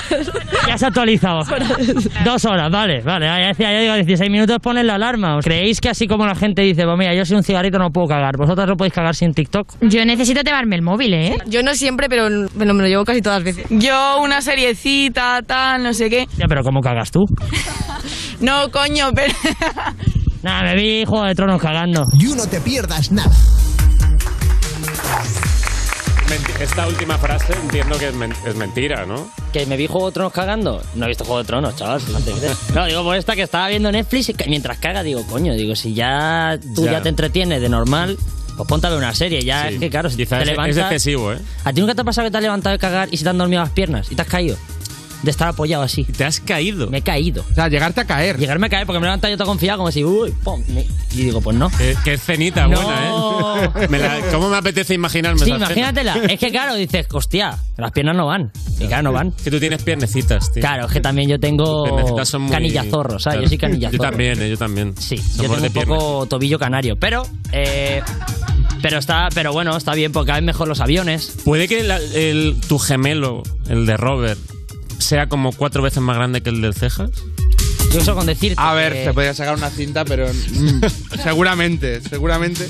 S11: Ya se ha actualizado. Dos horas, vale, vale. Ah, Ya decía, yo digo, 16 minutos ponen la alarma. ¿Os ¿Creéis que así como la gente dice, pues mira, yo sin un cigarrito no puedo cagar, vosotros no podéis cagar sin TikTok?
S7: Yo necesito llevarme el móvil, ¿eh? Yo no siempre, pero me lo llevo casi todas las veces. Yo una seriecita, tal, no sé qué.
S11: Ya, pero ¿cómo cagas tú?
S7: No, coño, pero...
S11: Nada, me vi Juego de Tronos cagando.
S5: You no te pierdas nada.
S3: Menti- Esta última frase entiendo que es, men- es mentira, ¿no?
S11: ¿Que me vi Juego de Tronos cagando? No he visto Juego de Tronos, chaval. no te creas. No, digo, por esta que estaba viendo Netflix y que mientras caga, digo, coño, digo, si ya tú
S3: Ya.
S11: ya, te entretienes de normal, pues ponte a ver una serie. Ya
S3: Sí.
S11: es que, claro, si
S3: Quizás
S11: te
S3: es-
S11: levantas...
S3: es excesivo, ¿eh?
S11: ¿A ti nunca te ha pasado que te has levantado de cagar y se te han dormido las piernas y te has caído? De estar apoyado así.
S3: ¿Te has caído?
S11: Me he caído. O
S4: sea, llegarte a caer.
S11: Llegarme a caer porque me he levantado yo todo confiado, como si, uy, pum. me- Y digo, pues no.
S3: Qué, qué cenita
S11: No.
S3: buena, ¿eh? Me la- ¿Cómo me apetece imaginarme
S11: Sí,
S3: esa cena?
S11: imagínatela. Es que, claro, dices, hostia, las piernas no van. Y claro, no van.
S3: Que tú tienes piernecitas, tío.
S11: Claro, es que también yo tengo
S3: Tus piernecitas son muy-
S11: canilla zorro, ¿sabes?
S3: Claro.
S11: Yo soy canilla
S3: Yo
S11: zorro.
S3: también, ¿eh? Yo también.
S11: Sí,
S3: Somos
S11: yo tengo
S3: de
S11: un
S3: piernas.
S11: poco tobillo canario, pero... eh, pero está, pero bueno, está bien porque cada vez mejor los aviones.
S3: Puede que la- el- tu gemelo, el de Robert, sea como cuatro veces más grande que el del Cejas.
S11: Yo eso con decir.
S4: A ver, te podría sacar una cinta, pero. mm, seguramente, seguramente.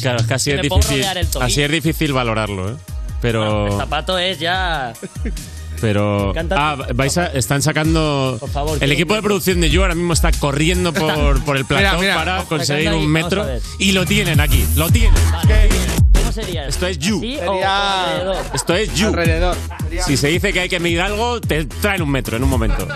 S3: Claro, es que así
S11: que
S3: es
S11: me puedo
S3: difícil.
S11: rodear el tobillo.
S3: Así es difícil valorarlo, ¿eh?
S11: El
S3: Pero.
S11: zapato es ya.
S3: Pero.
S11: encanta
S3: Ah, vais a- están sacando.
S11: Por favor,
S3: el
S11: quiero
S3: equipo de producción de You ahora mismo está corriendo por, por el platón
S11: Mira, mira.
S3: para
S11: Sacando
S3: conseguir
S11: ahí,
S3: un
S11: vamos
S3: metro.
S11: a ver.
S3: Y lo tienen aquí, lo tienen.
S11: ¿Cómo sería?
S3: Esto es You.
S11: Sería- alrededor?
S3: Esto es You. Si se dice que hay que medir algo, te traen un metro en un momento.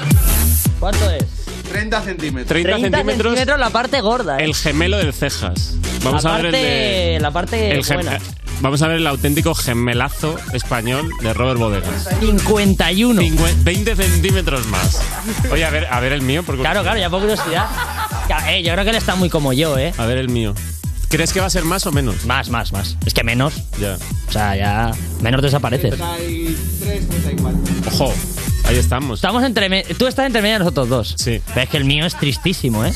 S11: ¿Cuánto es?
S4: 30 centímetros.
S3: 30, centímetros.
S11: la parte gorda. ¿eh?
S3: El gemelo del cejas. Vamos
S11: La
S3: a ver el
S11: parte-
S3: de.
S11: la parte
S3: gem-
S11: buena.
S3: Vamos a ver el auténtico gemelazo español de Robert Bodegas.
S11: 51.
S3: 20 centímetros más. Oye, a ver, a ver el mío. Porque
S11: Claro, claro, ya por curiosidad. Ya, eh, yo creo que él está muy como yo, ¿eh?
S3: A ver el mío. ¿Crees que va a ser más o menos?
S11: Más, más, más. Es que menos.
S3: Ya.
S11: O sea, ya. Menos desapareces.
S4: 33, 34.
S3: Ojo, ahí estamos.
S11: Estamos entre. me- Tú estás entre medio de nosotros dos.
S3: Sí.
S11: Pero es que el mío es tristísimo, ¿eh?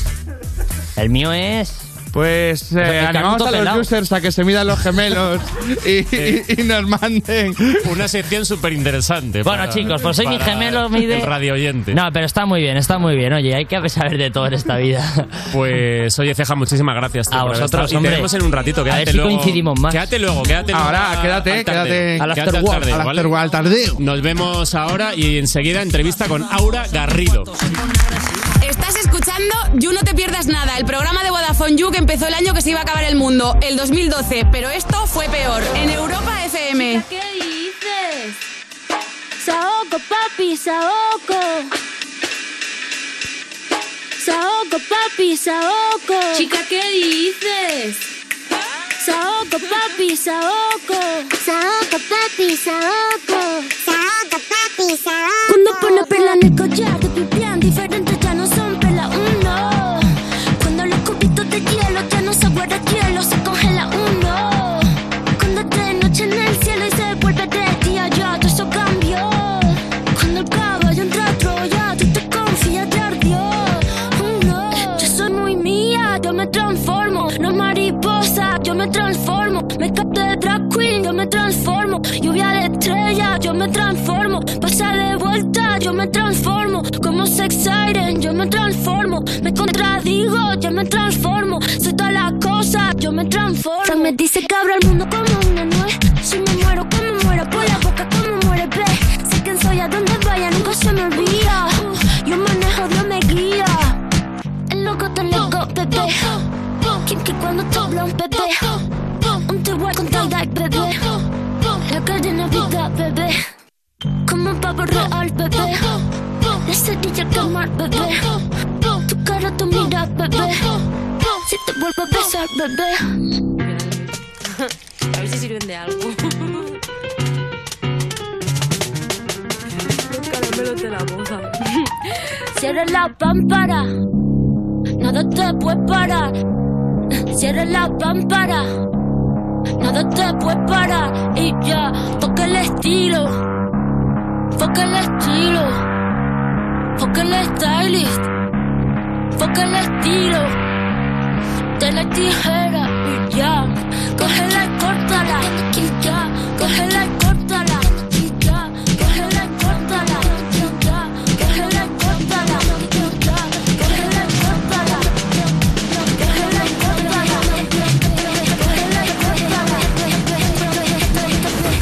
S11: El mío es.
S4: Pues eh,
S11: el
S4: animamos
S11: canuto
S4: a los
S11: pelao.
S4: users a que se midan los gemelos y, y- y nos manden.
S3: Una sección súper interesante.
S11: Bueno, chicos, pues soy mi gemelo, mide-
S3: Eh, El radio oyente.
S11: No, pero está muy bien, está muy bien. Oye, hay que saber de todo en esta vida.
S3: Pues, oye, Ceja, muchísimas gracias. tío,
S11: A
S3: por haber
S11: vosotros,
S3: estado. Y
S11: hombre.
S3: te vemos en un ratito.
S11: A
S3: Quédate
S11: ver si
S3: luego.
S11: coincidimos más.
S3: Quédate luego, quédate
S4: Ahora,
S3: luego
S4: quédate,
S3: al tarde.
S4: quédate. Al
S3: Quédate
S4: after work, al
S3: ¿vale?
S4: after work, al tardeo.
S3: Nos vemos ahora y enseguida entrevista con Aura Garrido.
S24: Estás escuchando
S25: escuchando You No Te Pierdas Nada, el programa de Vodafone You que empezó el año que se iba a acabar el mundo, el 2012, pero esto fue peor, en Europa FM.
S26: ¿Qué dices? Saoco, papi, saoco. Saoco, papi, saoco. Chica, ¿qué dices? Saoco, papi, saoco. Saoco, papi, saoco. Saoco, papi, saoco.
S27: Cuando pone perla en el collar, te pipián diferente, ya no son perla uno. Cuando los cubitos de hielo ya no se guarda hielo, se congela uno. Cuando te de noche en el cielo y se vuelve de día, ya todo eso cambió. Cuando el caballo entra a Troya, tú te confías, te ardió. Uno, yo soy muy mía, yo me transformo. No mariposa, yo me transformo. Me capté de drag queen, yo me transformo. Lluvia de estrella, yo me transformo. Pasa de vuelta, yo me transformo. Como sex siren, yo me transformo. Me contradigo, yo me transformo. Soy todas las cosas, yo me transformo. Fran me dice que abro el mundo como una nuez. Si me muero, como muero, por la boca, como muere, ve. Sé quién soy, a donde vaya, nunca se me olvida. Yo manejo, Dios me guía. El loco te loco, bebé. Quien que cuando te habla un bebé. Un te voy con todo, bebé. La cadena vida, bebé. Como un pavo real, bebé. La cerilla tomar, bebé. Tu cara, tu mira, bebé. Si te vuelvo a besar, bebé.
S25: A ver si sirven de algo.
S27: Cierra la pámpara, nada te puede parar. Cierra la pámpara, nada te puede parar. Y ya, foca el estilo, foca el estilo, foca el stylist, foca el estilo. De la tijera y ya, cógela y córtala. Y ya, cógela y córtala. Y ya, cógela y córtala. Y ya, cógela y córtala. Y ya, cógela y córtala.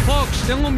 S12: Fox, tengo un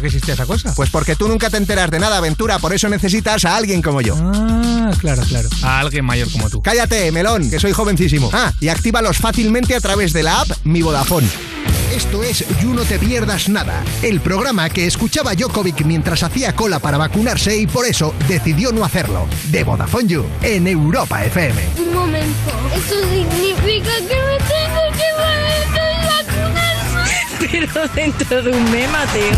S12: que existía esa cosa?
S5: Pues porque tú nunca te enteras de nada, Aventura, por eso necesitas a alguien como yo.
S12: Ah, claro, claro. A alguien mayor como tú.
S5: Cállate, melón, que soy jovencísimo. Ah, y actívalos fácilmente a través de la app Mi Vodafone. Esto es You No Te Pierdas Nada, el programa que escuchaba Jokovic mientras hacía cola para vacunarse y por eso decidió no hacerlo. De Vodafone You, en Europa FM.
S26: Un momento. Eso significa que me tengo que poner
S28: Pero dentro de un mes, Mateo.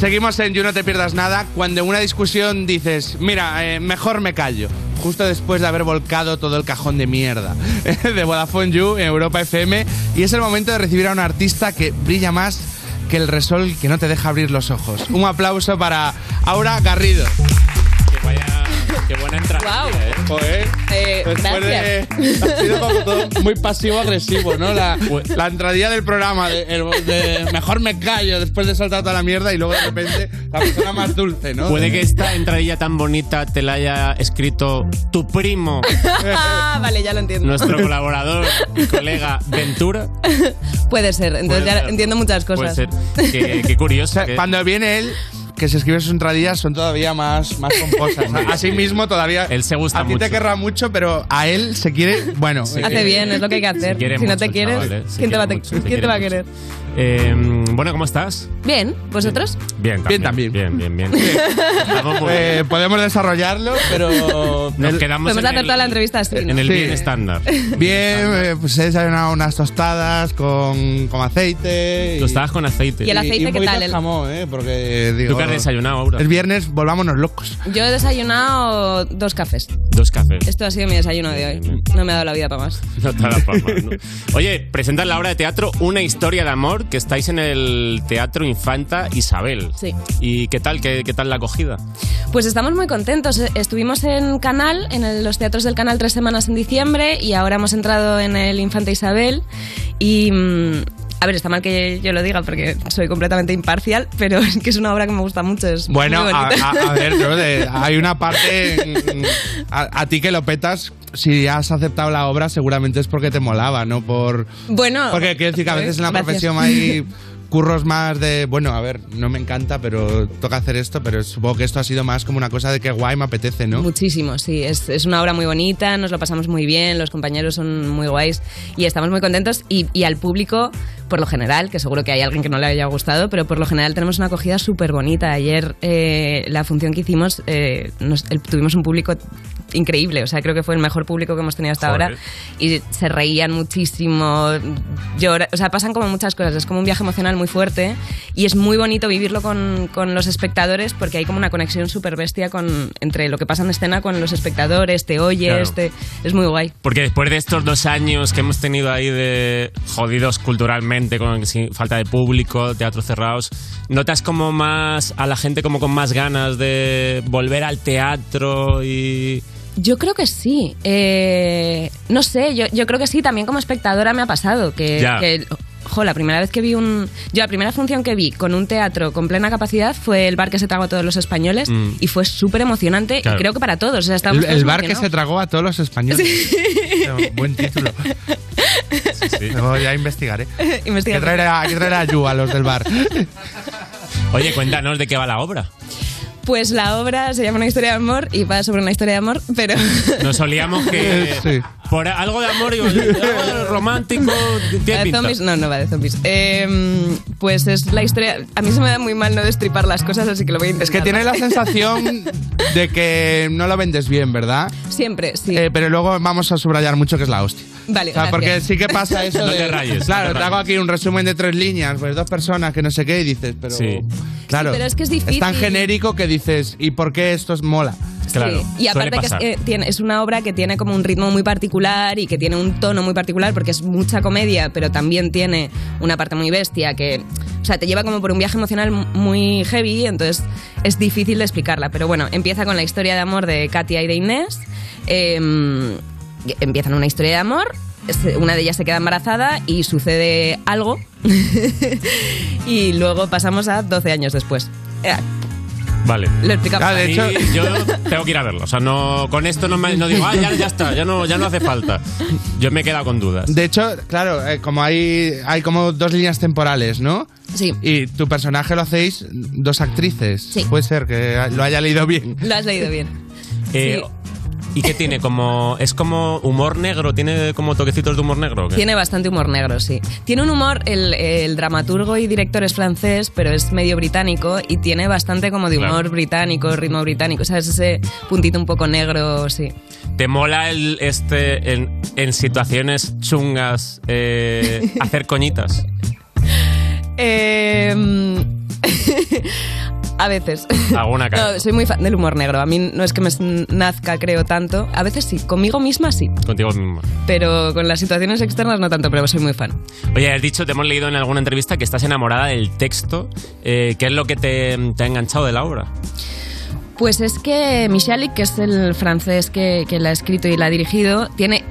S4: Seguimos en You No Te Pierdas Nada. Cuando en una discusión dices, mira, eh, mejor me callo. Justo después de haber volcado todo el cajón de mierda de Vodafone You en Europa FM. Y es el momento de recibir a un artista que brilla más que el resol que no te deja abrir los ojos. Un aplauso para Aura Garrido.
S3: Qué buena entrada.
S25: Guau.
S3: ¿eh?
S4: Joder.
S25: Eh,
S4: Después Pues de- ha sido como todo muy pasivo-agresivo, ¿no? La, la entradilla del programa, de, el- de mejor me callo después de soltar toda la mierda y luego de repente la persona más dulce, ¿no?
S3: Puede que esta entradilla tan bonita te la haya escrito tu primo,
S25: vale, ya lo entiendo.
S3: nuestro colaborador y colega Ventura.
S25: Puede ser, entonces
S3: Puede
S25: ya
S3: ser.
S25: entiendo muchas
S3: Puede
S25: cosas.
S3: ser. Qué, qué curioso. que-
S4: Cuando viene él, que se escribe sus entradillas son todavía más, más pomposas. Así mismo todavía... Él se gusta a ti te
S3: mucho.
S4: querrá mucho, pero a él se quiere... Bueno...
S25: Hace bien, es lo que hay que hacer.
S3: quiere
S25: si no te
S3: mucho,
S25: quieres,
S3: chaval, eh. Se
S25: ¿quién, te
S3: quiere
S25: va, a te-
S3: mucho, se
S25: ¿quién
S3: quiere
S25: te va a
S3: mucho.
S25: querer?
S3: Eh, bueno, ¿cómo estás?
S25: Bien, ¿vosotros?
S3: Bien, también. Bien, bien, bien. Estamos muy
S4: Eh, podemos desarrollarlo, pero...
S3: Nos quedamos
S25: Podemos
S3: en
S25: hacer
S3: el,
S25: toda la entrevista así. ¿no?
S3: en el
S4: Sí.
S3: bien estándar.
S4: Bien, eh, pues he desayunado unas tostadas con, con aceite.
S3: Tostadas con aceite.
S25: ¿Y el aceite
S4: un
S25: qué
S4: poquito
S25: tal?
S4: de
S25: El-
S4: jamón, ¿eh? Porque digo,
S3: ¿Tú qué has desayunado, Aura?
S4: El viernes volvámonos locos.
S25: Yo he desayunado dos cafés.
S3: Dos cafés.
S25: Esto ha sido mi desayuno de hoy. No me ha dado la vida para más.
S3: No te da pa' más, ¿no? Oye, presentas la obra de teatro Una historia de amor Twitter que estáis en el Teatro Infanta Isabel.
S25: Sí.
S3: ¿Y qué tal? ¿Qué, qué tal la acogida?
S25: Pues estamos muy contentos. Estuvimos en Canal, en el- los teatros del Canal tres semanas en diciembre y ahora hemos entrado en el Infante Isabel y... mm, a ver, está mal que yo lo diga porque soy completamente imparcial, pero es que es una obra que me gusta mucho. es
S4: Bueno,
S25: muy
S4: a,
S25: bonita.
S4: a- a ver, yo de- hay una parte. mm, A, a ti que lo petas, si has aceptado la obra, seguramente es porque te molaba, no por.
S25: Bueno, pues,
S4: Porque quiero decir que a veces en la
S25: gracias.
S4: profesión hay curros más de. Bueno, a ver, no me encanta, pero toca hacer esto, pero supongo que esto ha sido más como una cosa de que guay me apetece, ¿no?
S25: Muchísimo, sí. Es, es una obra muy bonita, nos lo pasamos muy bien, los compañeros son muy guays y estamos muy contentos. Y, y al público, por lo general, que seguro que hay alguien que no le haya gustado, pero por lo general tenemos una acogida súper bonita. Ayer eh, la función que hicimos, eh, nos- el- tuvimos un público increíble, o sea, creo que fue el mejor público que hemos tenido hasta
S2: Joder.
S25: ahora y se reían muchísimo, llora, o sea, pasan como muchas cosas, es como un viaje emocional muy fuerte y es muy bonito vivirlo con, con los espectadores porque hay como una conexión súper bestia con, entre lo que pasa en escena con los espectadores, te oyes,
S3: Claro.
S25: te- es muy guay.
S3: Porque después de estos dos años que hemos tenido ahí de jodidos culturalmente, con sin- falta de público, teatros cerrados, ¿notas como más a la gente como con más ganas de volver al teatro y...
S25: Yo creo que sí. Eh, no sé, yo, yo creo que sí. También como espectadora me ha pasado que,
S2: Ya.
S25: que- jo, la primera vez que vi un... Yo la primera función que vi con un teatro con plena capacidad fue el bar que se tragó a todos los españoles
S4: Mm.
S25: y fue súper emocionante
S4: Claro.
S25: y creo que para todos. O sea, estábamos
S4: El, el
S25: todos
S4: bar que se
S25: emocionados.
S4: tragó a todos los españoles. Buen título. Luego ya investigaré. Hay que
S25: Investigación.
S4: traer a, hay que traer a Yu, a los del bar.
S3: Oye, cuéntanos de qué va la obra.
S25: Pues la obra se llama Una historia de amor y va sobre una historia de amor, pero...
S3: Nos olíamos que... Por algo de amor y algo romántico...
S25: ¿Va
S3: tiene
S25: de
S3: pinta.
S25: zombies? No, no va de zombies. Eh, pues es la historia... A mí se me da muy mal no destripar las cosas, así que lo voy a intentar.
S4: Es que tiene la sensación de que no lo vendes bien, ¿verdad?
S25: Siempre, sí.
S4: Eh, pero luego vamos a subrayar mucho que es la hostia.
S25: Vale,
S4: O sea,
S25: gracias.
S4: porque sí que pasa eso.
S3: No
S4: de-
S3: te rayes, no te
S4: Claro, te
S3: rayes.
S4: hago aquí un resumen de tres líneas, pues dos personas que no sé qué, y dices, pero. Claro,
S25: Sí, pero es que es difícil.
S4: tan genérico que dices, ¿y por qué esto es mola?
S25: Sí, Y aparte que es, eh, tiene- es una obra que tiene como un ritmo muy particular y que tiene un tono muy particular porque es mucha comedia, pero también tiene una parte muy bestia que, o sea, te lleva como por un viaje emocional muy heavy, entonces es difícil de explicarla. Pero bueno, empieza con la historia de amor de Katia y de Inés. eh, empiezan una historia de amor. se- Una de ellas se queda embarazada y sucede algo. y luego pasamos a 12 años después. Eh,
S3: Vale.
S25: Lo explicamos.
S3: Ah, de
S25: Y-
S3: hecho, yo tengo que ir a verlo. O sea, no, con esto no, me, no digo, ah, ya, ya está, ya no, ya no hace falta. Yo me he quedado con dudas.
S4: De hecho, claro, eh, como hay, hay como dos líneas temporales, ¿no?
S25: Sí.
S4: Y tu personaje lo hacéis dos actrices.
S25: Sí.
S4: Puede ser que lo haya leído bien.
S25: Lo has leído bien.
S3: Eh, ¿Y qué tiene? Como, ¿Es como humor negro? ¿Tiene como toquecitos de humor negro? o qué?
S25: Tiene bastante humor negro, sí. Tiene un humor, el, el dramaturgo y director es francés, pero es medio británico y tiene bastante como de humor
S3: Claro.
S25: británico, ritmo británico, ¿sabes? Ese puntito un poco negro, sí.
S3: ¿Te mola el, este, en, en situaciones chungas eh, hacer coñitas?
S25: Eh, a veces.
S3: Alguna cara.
S25: No, soy muy fan del humor negro. A mí no es que me nazca, creo, tanto. A veces sí, conmigo misma sí,
S3: Contigo mismo.
S25: pero con las situaciones externas no tanto, pero soy muy fan.
S3: Oye, has dicho, te hemos leído en alguna entrevista que estás enamorada del texto. Eh, ¿Qué es lo que te, te ha enganchado de la obra?
S25: Pues es que Michalik, que es el francés que, que la ha escrito y la ha dirigido, tiene.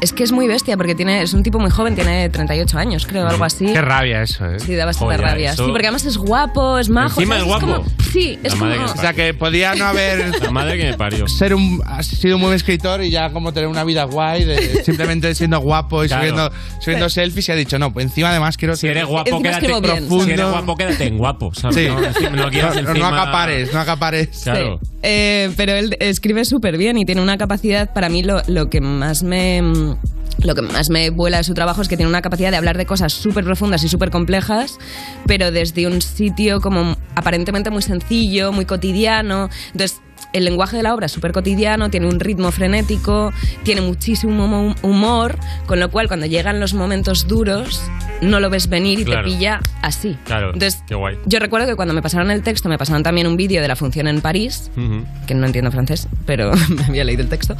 S25: Es que es muy bestia porque tiene, es un tipo muy joven, tiene 38 años, creo, algo así.
S4: Qué rabia eso, ¿eh?
S25: Sí, da bastante
S4: Joder,
S25: rabia.
S4: eso-
S25: Sí, porque además es guapo, es majo.
S4: Encima es
S25: ¿sabes?
S4: guapo.
S25: como- sí, es como.
S4: O sea, que podía no haber.
S3: La madre que me parió.
S4: Ser un, has sido un buen escritor y ya como tener una vida guay, de simplemente siendo guapo y
S3: Claro.
S4: subiendo, subiendo selfies y ha dicho, no, pues encima además quiero
S3: Si eres guapo, quédate profundo. Si eres guapo, quédate en guapo. ¿sabes?
S4: Sí.
S3: No, encima- no quieras
S4: No- no
S3: encima-
S4: acapares, no acapares.
S3: Claro.
S25: Eh, pero él escribe súper bien y tiene una capacidad, para mí lo, lo que más me... mm, Lo que más me vuela de su trabajo es que tiene una capacidad de hablar de cosas súper profundas y súper complejas, pero desde un sitio como aparentemente muy sencillo, muy cotidiano. Entonces, el lenguaje de la obra es súper cotidiano, tiene un ritmo frenético, tiene muchísimo humo- humor, con lo cual cuando llegan los momentos duros no lo ves venir y
S3: Claro.
S25: te pilla así.
S3: Claro,
S25: Entonces,
S3: qué guay.
S25: Yo recuerdo que cuando me pasaron el texto, me pasaron también un vídeo de la función en París,
S3: Ujú.
S25: que no entiendo francés, pero me había leído el texto.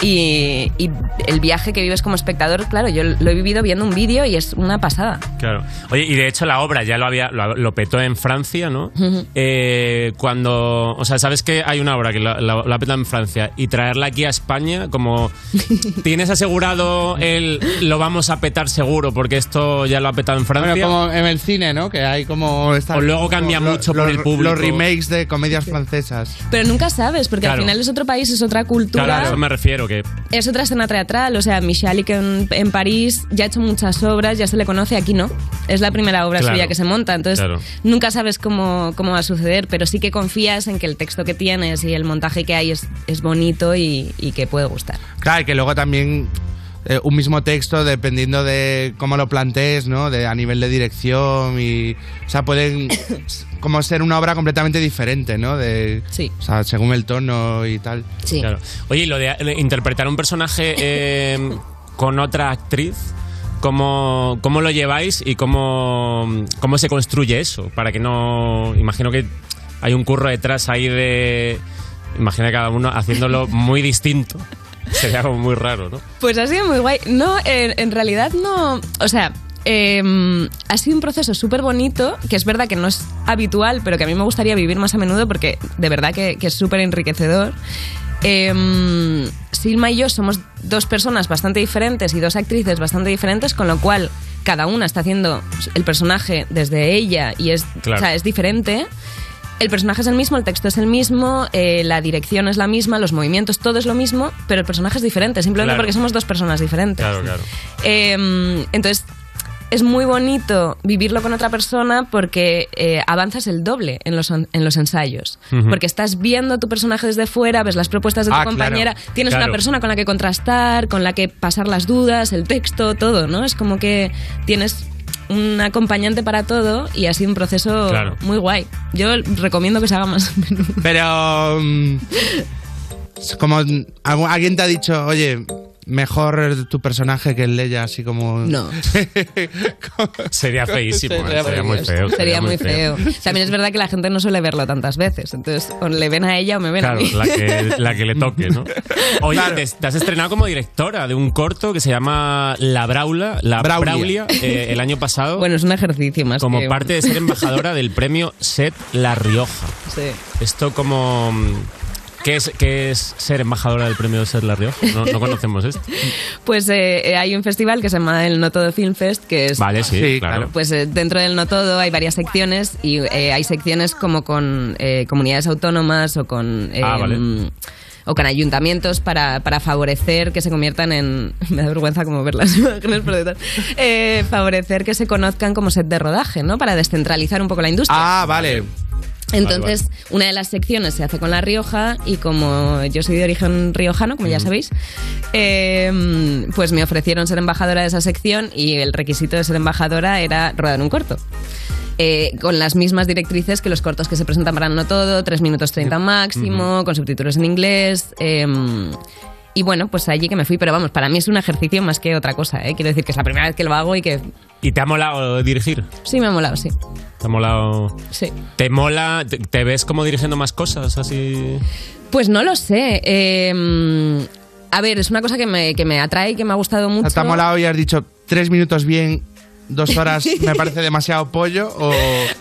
S25: Y, y el viaje que vives como espectador, claro, yo lo he vivido viendo un vídeo y es una pasada.
S3: Claro. Oye, y de hecho la obra ya lo había lo, lo petó en Francia, ¿no? Eh, cuando, o sea, sabes que hay una obra que la, la- la ha petado en Francia y traerla aquí a España como tienes asegurado el lo vamos a petar seguro porque esto ya lo ha petado en Francia.
S4: Bueno, como en el cine, ¿no? Que hay como...
S3: o luego cambia
S4: como lo-
S3: mucho por
S4: los-
S3: el público.
S4: Los remakes de comedias francesas.
S25: Pero nunca sabes, porque
S4: Claro.
S25: al final es otro país, es otra cultura.
S3: Claro, a eso me refiero que
S25: Es otra escena teatral, o sea, Michalik en, en París ya ha hecho muchas obras, ya se le conoce, aquí no. Es la primera obra
S3: Claro.
S25: suya que se monta, entonces
S3: Claro.
S25: nunca sabes cómo, cómo va a suceder, pero sí que confías en que el texto que tienes y el montaje que hay es, es bonito y, y que puede gustar.
S4: Claro, y que luego también eh, un mismo texto, dependiendo de cómo lo plantees, ¿no? De, a nivel de dirección y... O sea, pueden s- como ser una obra completamente diferente, ¿no? De,
S25: sí.
S4: O sea, según el tono y tal.
S25: Sí.
S3: Claro. Oye, y lo de eh, interpretar un personaje eh, con otra actriz, ¿cómo, cómo lo lleváis y cómo, cómo se construye eso? Para que no. Imagino que hay un curro detrás ahí de. Imagina cada uno haciéndolo muy distinto. Sería como muy raro, ¿no?
S25: Pues ha sido muy guay. No, en, en realidad no. O sea. em, ha sido un proceso súper bonito, que es verdad que no es habitual, pero que a mí me gustaría vivir más a menudo porque de verdad que, que es súper enriquecedor. Em, Silma y yo somos dos personas bastante diferentes y dos actrices bastante diferentes, con lo cual cada una está haciendo el personaje desde ella y es,
S2: Claro.
S25: o sea, es diferente. El personaje es el mismo, el texto es el mismo, eh, la dirección es la misma, los movimientos, todo es lo mismo, pero el personaje es diferente, simplemente
S2: Claro.
S25: porque somos dos personas diferentes.
S2: Claro, claro.
S25: Eh, entonces, es muy bonito vivirlo con otra persona porque eh, avanzas el doble en los, en los ensayos.
S2: Ujú.
S25: Porque estás viendo a tu personaje desde fuera, ves las propuestas de tu
S2: Ah, claro,
S25: compañera, tienes
S2: claro.
S25: una persona con la que contrastar, con la que pasar las dudas, el texto, todo, ¿no? Es como que tienes un acompañante para todo y ha sido un proceso
S4: Claro.
S25: muy guay. Yo recomiendo que se haga más.
S4: Pero. mm, es como. algu- Alguien te ha dicho, oye. Mejor tu personaje que el Leia, así como.
S25: No.
S3: Sería feísimo,
S4: Sería
S3: eh, sería muy feo.
S4: precioso.
S25: Sería muy feo. También es verdad que la gente no suele verlo tantas veces, entonces o le ven a ella o me ven
S3: Claro,
S25: a mí.
S3: la que, la que le toque, ¿no? Oye, te, te has estrenado como directora de un corto que se llama La Braula, La
S25: Braulia.
S3: Braulia, eh, el año pasado.
S25: Bueno, es un ejercicio más
S3: como
S25: que-
S3: parte de ser embajadora del premio Set La Rioja.
S25: Sí.
S3: Esto como... mm, ¿Qué es, qué es ser embajadora del premio Set La Rioja? No, no conocemos esto.
S25: Pues eh, eh, hay un festival que se llama el No Todo Film Fest, que es...
S3: Vale, sí, Sí, claro. claro.
S25: Pues eh, dentro del No Todo hay varias secciones y eh, hay secciones como con eh, comunidades autónomas o con... eh,
S2: Ah, vale.
S25: O con ayuntamientos para, para favorecer que se conviertan en... Me da vergüenza como ver las imágenes, pero de tal. Eh, favorecer que se conozcan como set de rodaje, ¿no? Para descentralizar un poco la industria.
S4: Ah, vale.
S25: Entonces, una de las secciones se hace con La Rioja y como yo soy de origen riojano, como ya sabéis, eh, pues me ofrecieron ser embajadora de esa sección y el requisito de ser embajadora era rodar un corto. Eh, con las mismas directrices que los cortos que se presentan para No Todo, 3 minutos 30 máximo, con subtítulos en inglés. eh, y bueno, pues allí que me fui, pero vamos, para mí es un ejercicio más que otra cosa. ¿eh? Quiero decir que es la primera vez que lo hago y que
S3: ¿Y te ha molado dirigir?
S25: sí me ha molado, sí.
S3: ¿Te ha molado...?
S25: sí.
S3: ¿Te mola? ¿Te, te ves como dirigiendo más cosas así...?
S25: Pues no lo sé. eh, a ver, es una cosa que me, que me atrae y que me ha gustado mucho.
S4: ¿Te ha molado y has dicho tres minutos bien, dos horas me parece demasiado pollo? O.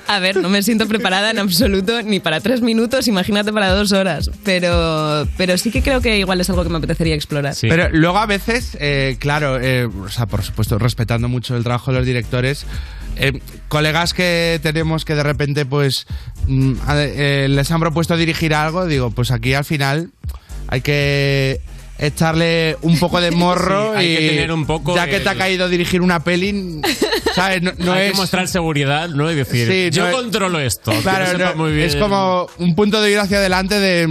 S25: A ver, no me siento preparada en absoluto ni para tres minutos, imagínate para dos horas. Pero, pero sí que creo que igual es algo que me apetecería explorar.
S4: Pero luego a veces, eh, claro, eh, o sea, por supuesto, respetando mucho el trabajo de los directores, eh, colegas que tenemos que de repente, pues, mm, a- eh, les han propuesto dirigir algo, digo, pues aquí al final hay que echarle un poco de morro
S3: Sí, hay
S4: y
S3: que tener un poco
S4: ya que te ha
S3: el-
S4: caído dirigir una peli, ¿sabes? No, no
S3: Hay
S4: es
S3: que mostrar seguridad, ¿no? Y decir,
S4: Sí,
S3: yo
S4: no es-
S3: controlo esto. que
S4: Claro,
S3: lo sepa
S4: no,
S3: muy bien.
S4: es como un punto de ir hacia adelante de,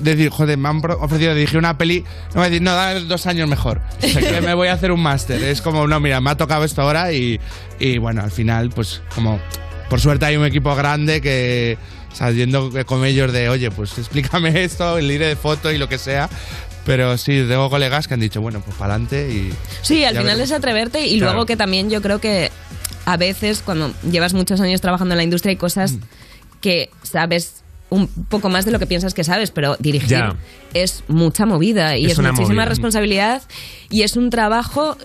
S4: de decir, joder, me han pro- ofrecido dirigir una peli. No voy a decir, no, dame dos años mejor. O sea, que me voy a hacer un máster. Es como, no, mira, me ha tocado esto ahora y, y bueno, al final, pues como Por suerte hay un equipo grande que saliendo con ellos de, oye, pues explícame esto, el iré de foto y lo que sea. Pero sí, tengo colegas que han dicho, bueno, pues para adelante y...
S25: Sí, al
S4: ya
S25: final
S4: veremos".
S25: es atreverte y
S4: Claro.
S25: luego que también yo creo que a veces cuando llevas muchos años trabajando en la industria hay cosas que sabes un poco más de lo que piensas que sabes, pero dirigir
S9: Ya.
S25: es mucha movida y
S9: Es
S25: es,
S9: una
S25: muchísima
S9: movida.
S25: responsabilidad y es un trabajo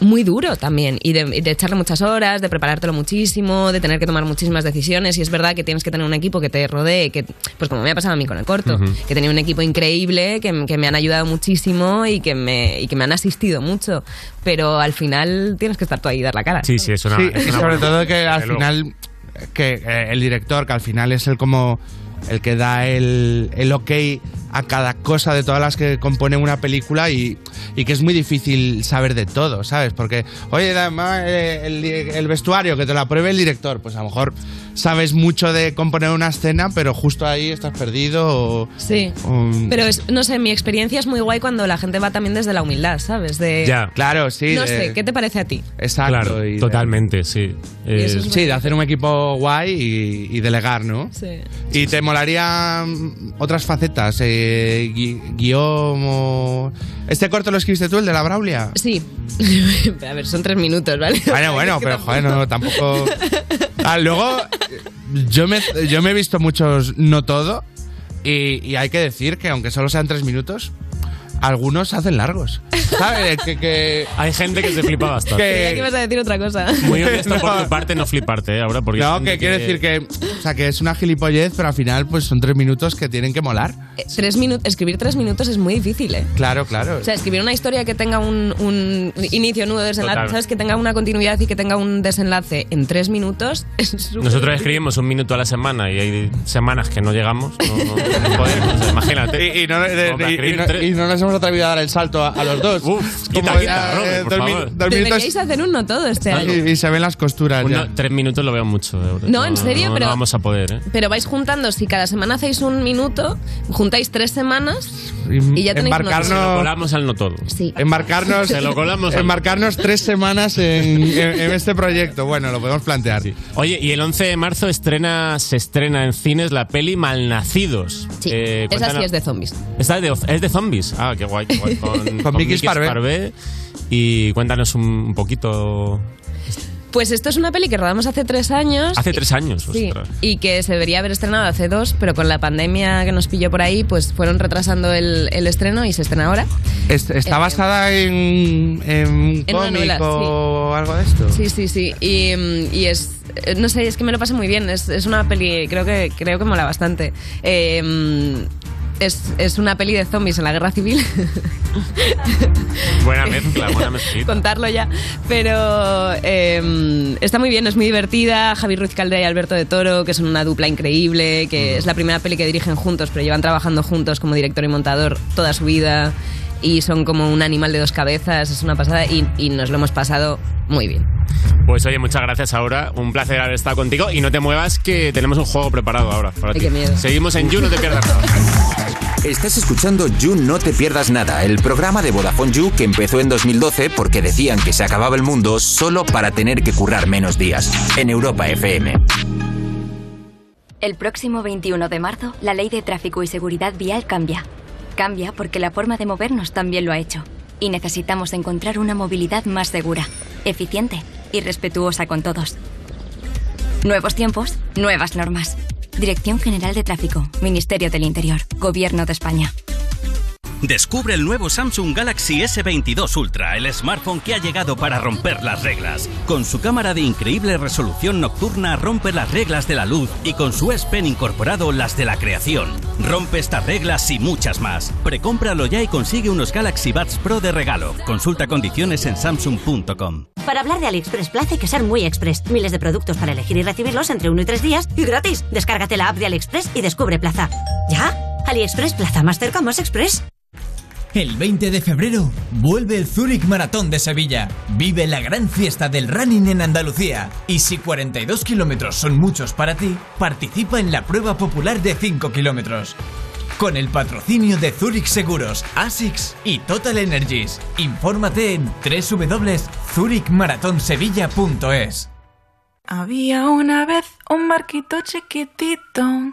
S25: muy duro también y de, y de echarle muchas horas, de preparártelo muchísimo, de tener que tomar muchísimas decisiones y es verdad que tienes que tener un equipo que te rodee, que pues como me ha pasado a mí con el corto,
S29: Ujú.
S25: que tenía un equipo increíble, que, que me han ayudado muchísimo y que, me, y que me han asistido mucho, pero al final tienes que estar tú ahí y dar la cara.
S3: Sí, sí, es una.
S4: Sí,
S3: es
S4: y
S3: una-
S4: sobre todo que al
S3: Desde luego.
S4: final que eh, el director, que al final es el como el que da el, el ok a cada cosa de todas las que componen una película y, y que es muy difícil saber de todo, ¿sabes? Porque, oye, dama, eh, el, el vestuario, que te lo apruebe el director, pues a lo mejor sabes mucho de componer una escena, pero justo ahí estás perdido o...
S25: Sí.
S4: o-
S25: Pero es, no sé, mi experiencia es muy guay cuando la gente va también desde la humildad, ¿sabes? De,
S4: Claro, sí.
S25: no
S4: de-
S25: sé, ¿qué te parece a ti?
S4: Exacto.
S3: Claro, totalmente, sí. Eh,
S25: eso es
S4: sí, de hacer un equipo guay y, y delegar, ¿no?
S25: Sí.
S4: ¿Y te molaría mm, otras facetas? Eh, gui- guión o- ¿Este corto lo escribiste tú, el de la Braulia?
S25: Sí. a ver, son tres minutos, ¿vale?
S4: Bueno, bueno, pero joder, no, tampoco... Ah, luego, eh, yo me, yo me he visto muchos No Todo y, y hay que decir que aunque solo sean tres minutos, algunos se hacen largos. ¿Sabes? Que, eh, que-
S3: Hay gente que se flipa bastante.
S25: Creía que ibas a decir otra cosa.
S3: Muy honesto por tu parte no fliparte, ¿eh? Ahora, porque. hay
S4: No,
S3: gente
S4: que quiere decir que, o sea, que es una gilipollez, pero al final pues son tres minutos que tienen que molar.
S25: Eh, Tres minutos, escribir tres minutos es muy difícil, ¿eh?
S4: Claro, claro.
S25: O sea, escribir una historia que tenga un, un inicio, nudo, desenlace,
S3: Total.
S25: ¿sabes? Que tenga una continuidad y que tenga un desenlace en tres minutos es súper
S3: Nosotros escribimos un minuto a la semana y hay semanas que no llegamos. No, no- no podemos, o sea, imagínate.
S4: Y, no,
S3: Como para
S4: y- y
S3: escribir
S4: no-
S3: tres-
S4: y no nos hemos atrevido a dar el salto a, a los dos. Uf,
S3: quita, quita, Robert, por favor.
S25: Deberíais hacer un no todo este año.
S4: y, se ven las costuras.
S3: Uno- tres minutos lo veo mucho. de verdad.
S25: No, en serio, pero-
S3: No vamos a poder, ¿eh?
S25: Pero vais juntando, si cada semana hacéis un minuto, juntáis tres semanas y ya tenéis uno.
S3: Se lo colamos al no todo.
S4: Embarcarnos,
S3: Se lo colamos al-
S4: embarcarnos tres semanas en, en- en este proyecto. Bueno, lo podemos plantear.
S3: Oye, y el 11 de marzo estrena, se estrena en cines la peli Malnacidos.
S25: Sí,
S3: Eh,
S25: es así,
S3: cuéntanos-
S25: es de zombies.
S3: Esta es de, es de zombies. Ah, qué guay, qué guay. Con,
S4: Con Vicky Sparvé.
S3: Y cuéntanos un poquito.
S25: Pues esto es una peli que rodamos hace tres años.
S3: Hace tres años,
S25: Sí,
S3: ostras.
S25: y que se debería haber estrenado hace dos, pero con la pandemia que nos pilló por ahí, pues fueron retrasando el, el estreno y se estrena ahora.
S4: Es- está
S25: Eh,
S4: basada en, en un
S25: en una
S4: cómic
S25: novela,
S4: o algo de esto.
S25: Sí, sí, sí. Y, mm, y es. eh, No sé, es que me lo pasé muy bien. Es, es una peli, creo que, creo que mola bastante. Eh, mm, es, es una peli de zombies en la guerra civil.
S3: Buena mezcla, buena mezclita.
S25: contarlo ya. Pero eh, está muy bien, es muy divertida. Javier Ruiz Caldera y Alberto de Toro, que son una dupla increíble, que es la primera peli que dirigen juntos, pero llevan trabajando juntos como director y montador toda su vida. Y son como un animal de dos cabezas, es una pasada y, y nos lo hemos pasado muy bien.
S3: Pues oye, muchas gracias ahora. Un placer haber estado contigo. Y no te muevas que tenemos un juego preparado ahora para
S25: Ay,
S3: ti.
S25: qué miedo.
S3: Seguimos en You, no te pierdas nada.
S30: Estás escuchando You No Te Pierdas Nada, el programa de Vodafone You que empezó en 2012 porque decían que se acababa el mundo solo para tener que currar menos días. En Europa FM.
S31: El próximo 21 de marzo, la ley de tráfico y seguridad vial cambia. Cambia porque la forma de movernos también lo ha hecho. Y necesitamos encontrar una movilidad más segura, eficiente y respetuosa con todos. Nuevos tiempos, nuevas normas. Dirección General de Tráfico, Ministerio del Interior, Gobierno de España.
S14: Descubre el nuevo Samsung Galaxy S22 Ultra, el smartphone que ha llegado para romper las reglas. Con su cámara de increíble resolución nocturna rompe las reglas de la luz y con su S Pen incorporado las de la creación. Rompe estas reglas y muchas más. Precómpralo ya y consigue unos Galaxy Buds Pro de regalo. Consulta condiciones en samsung.com.
S2: Para hablar de AliExpress Plaza hay que ser muy express. Miles de productos para elegir y recibirlos entre uno y tres días y gratis. Descárgate la app de AliExpress y descubre Plaza. ¿Ya? AliExpress Plaza, más cerca, más express.
S13: El 20 de febrero vuelve el Zurich Maratón de Sevilla. Vive la gran fiesta del running en Andalucía. Y si 42 kilómetros son muchos para ti, participa en la prueba popular de 5 kilómetros. Con el patrocinio de Zurich Seguros, ASICS y Total Energies. Infórmate en www.zurichmaratonsevilla.es.
S32: Había una vez un barquito chiquitito.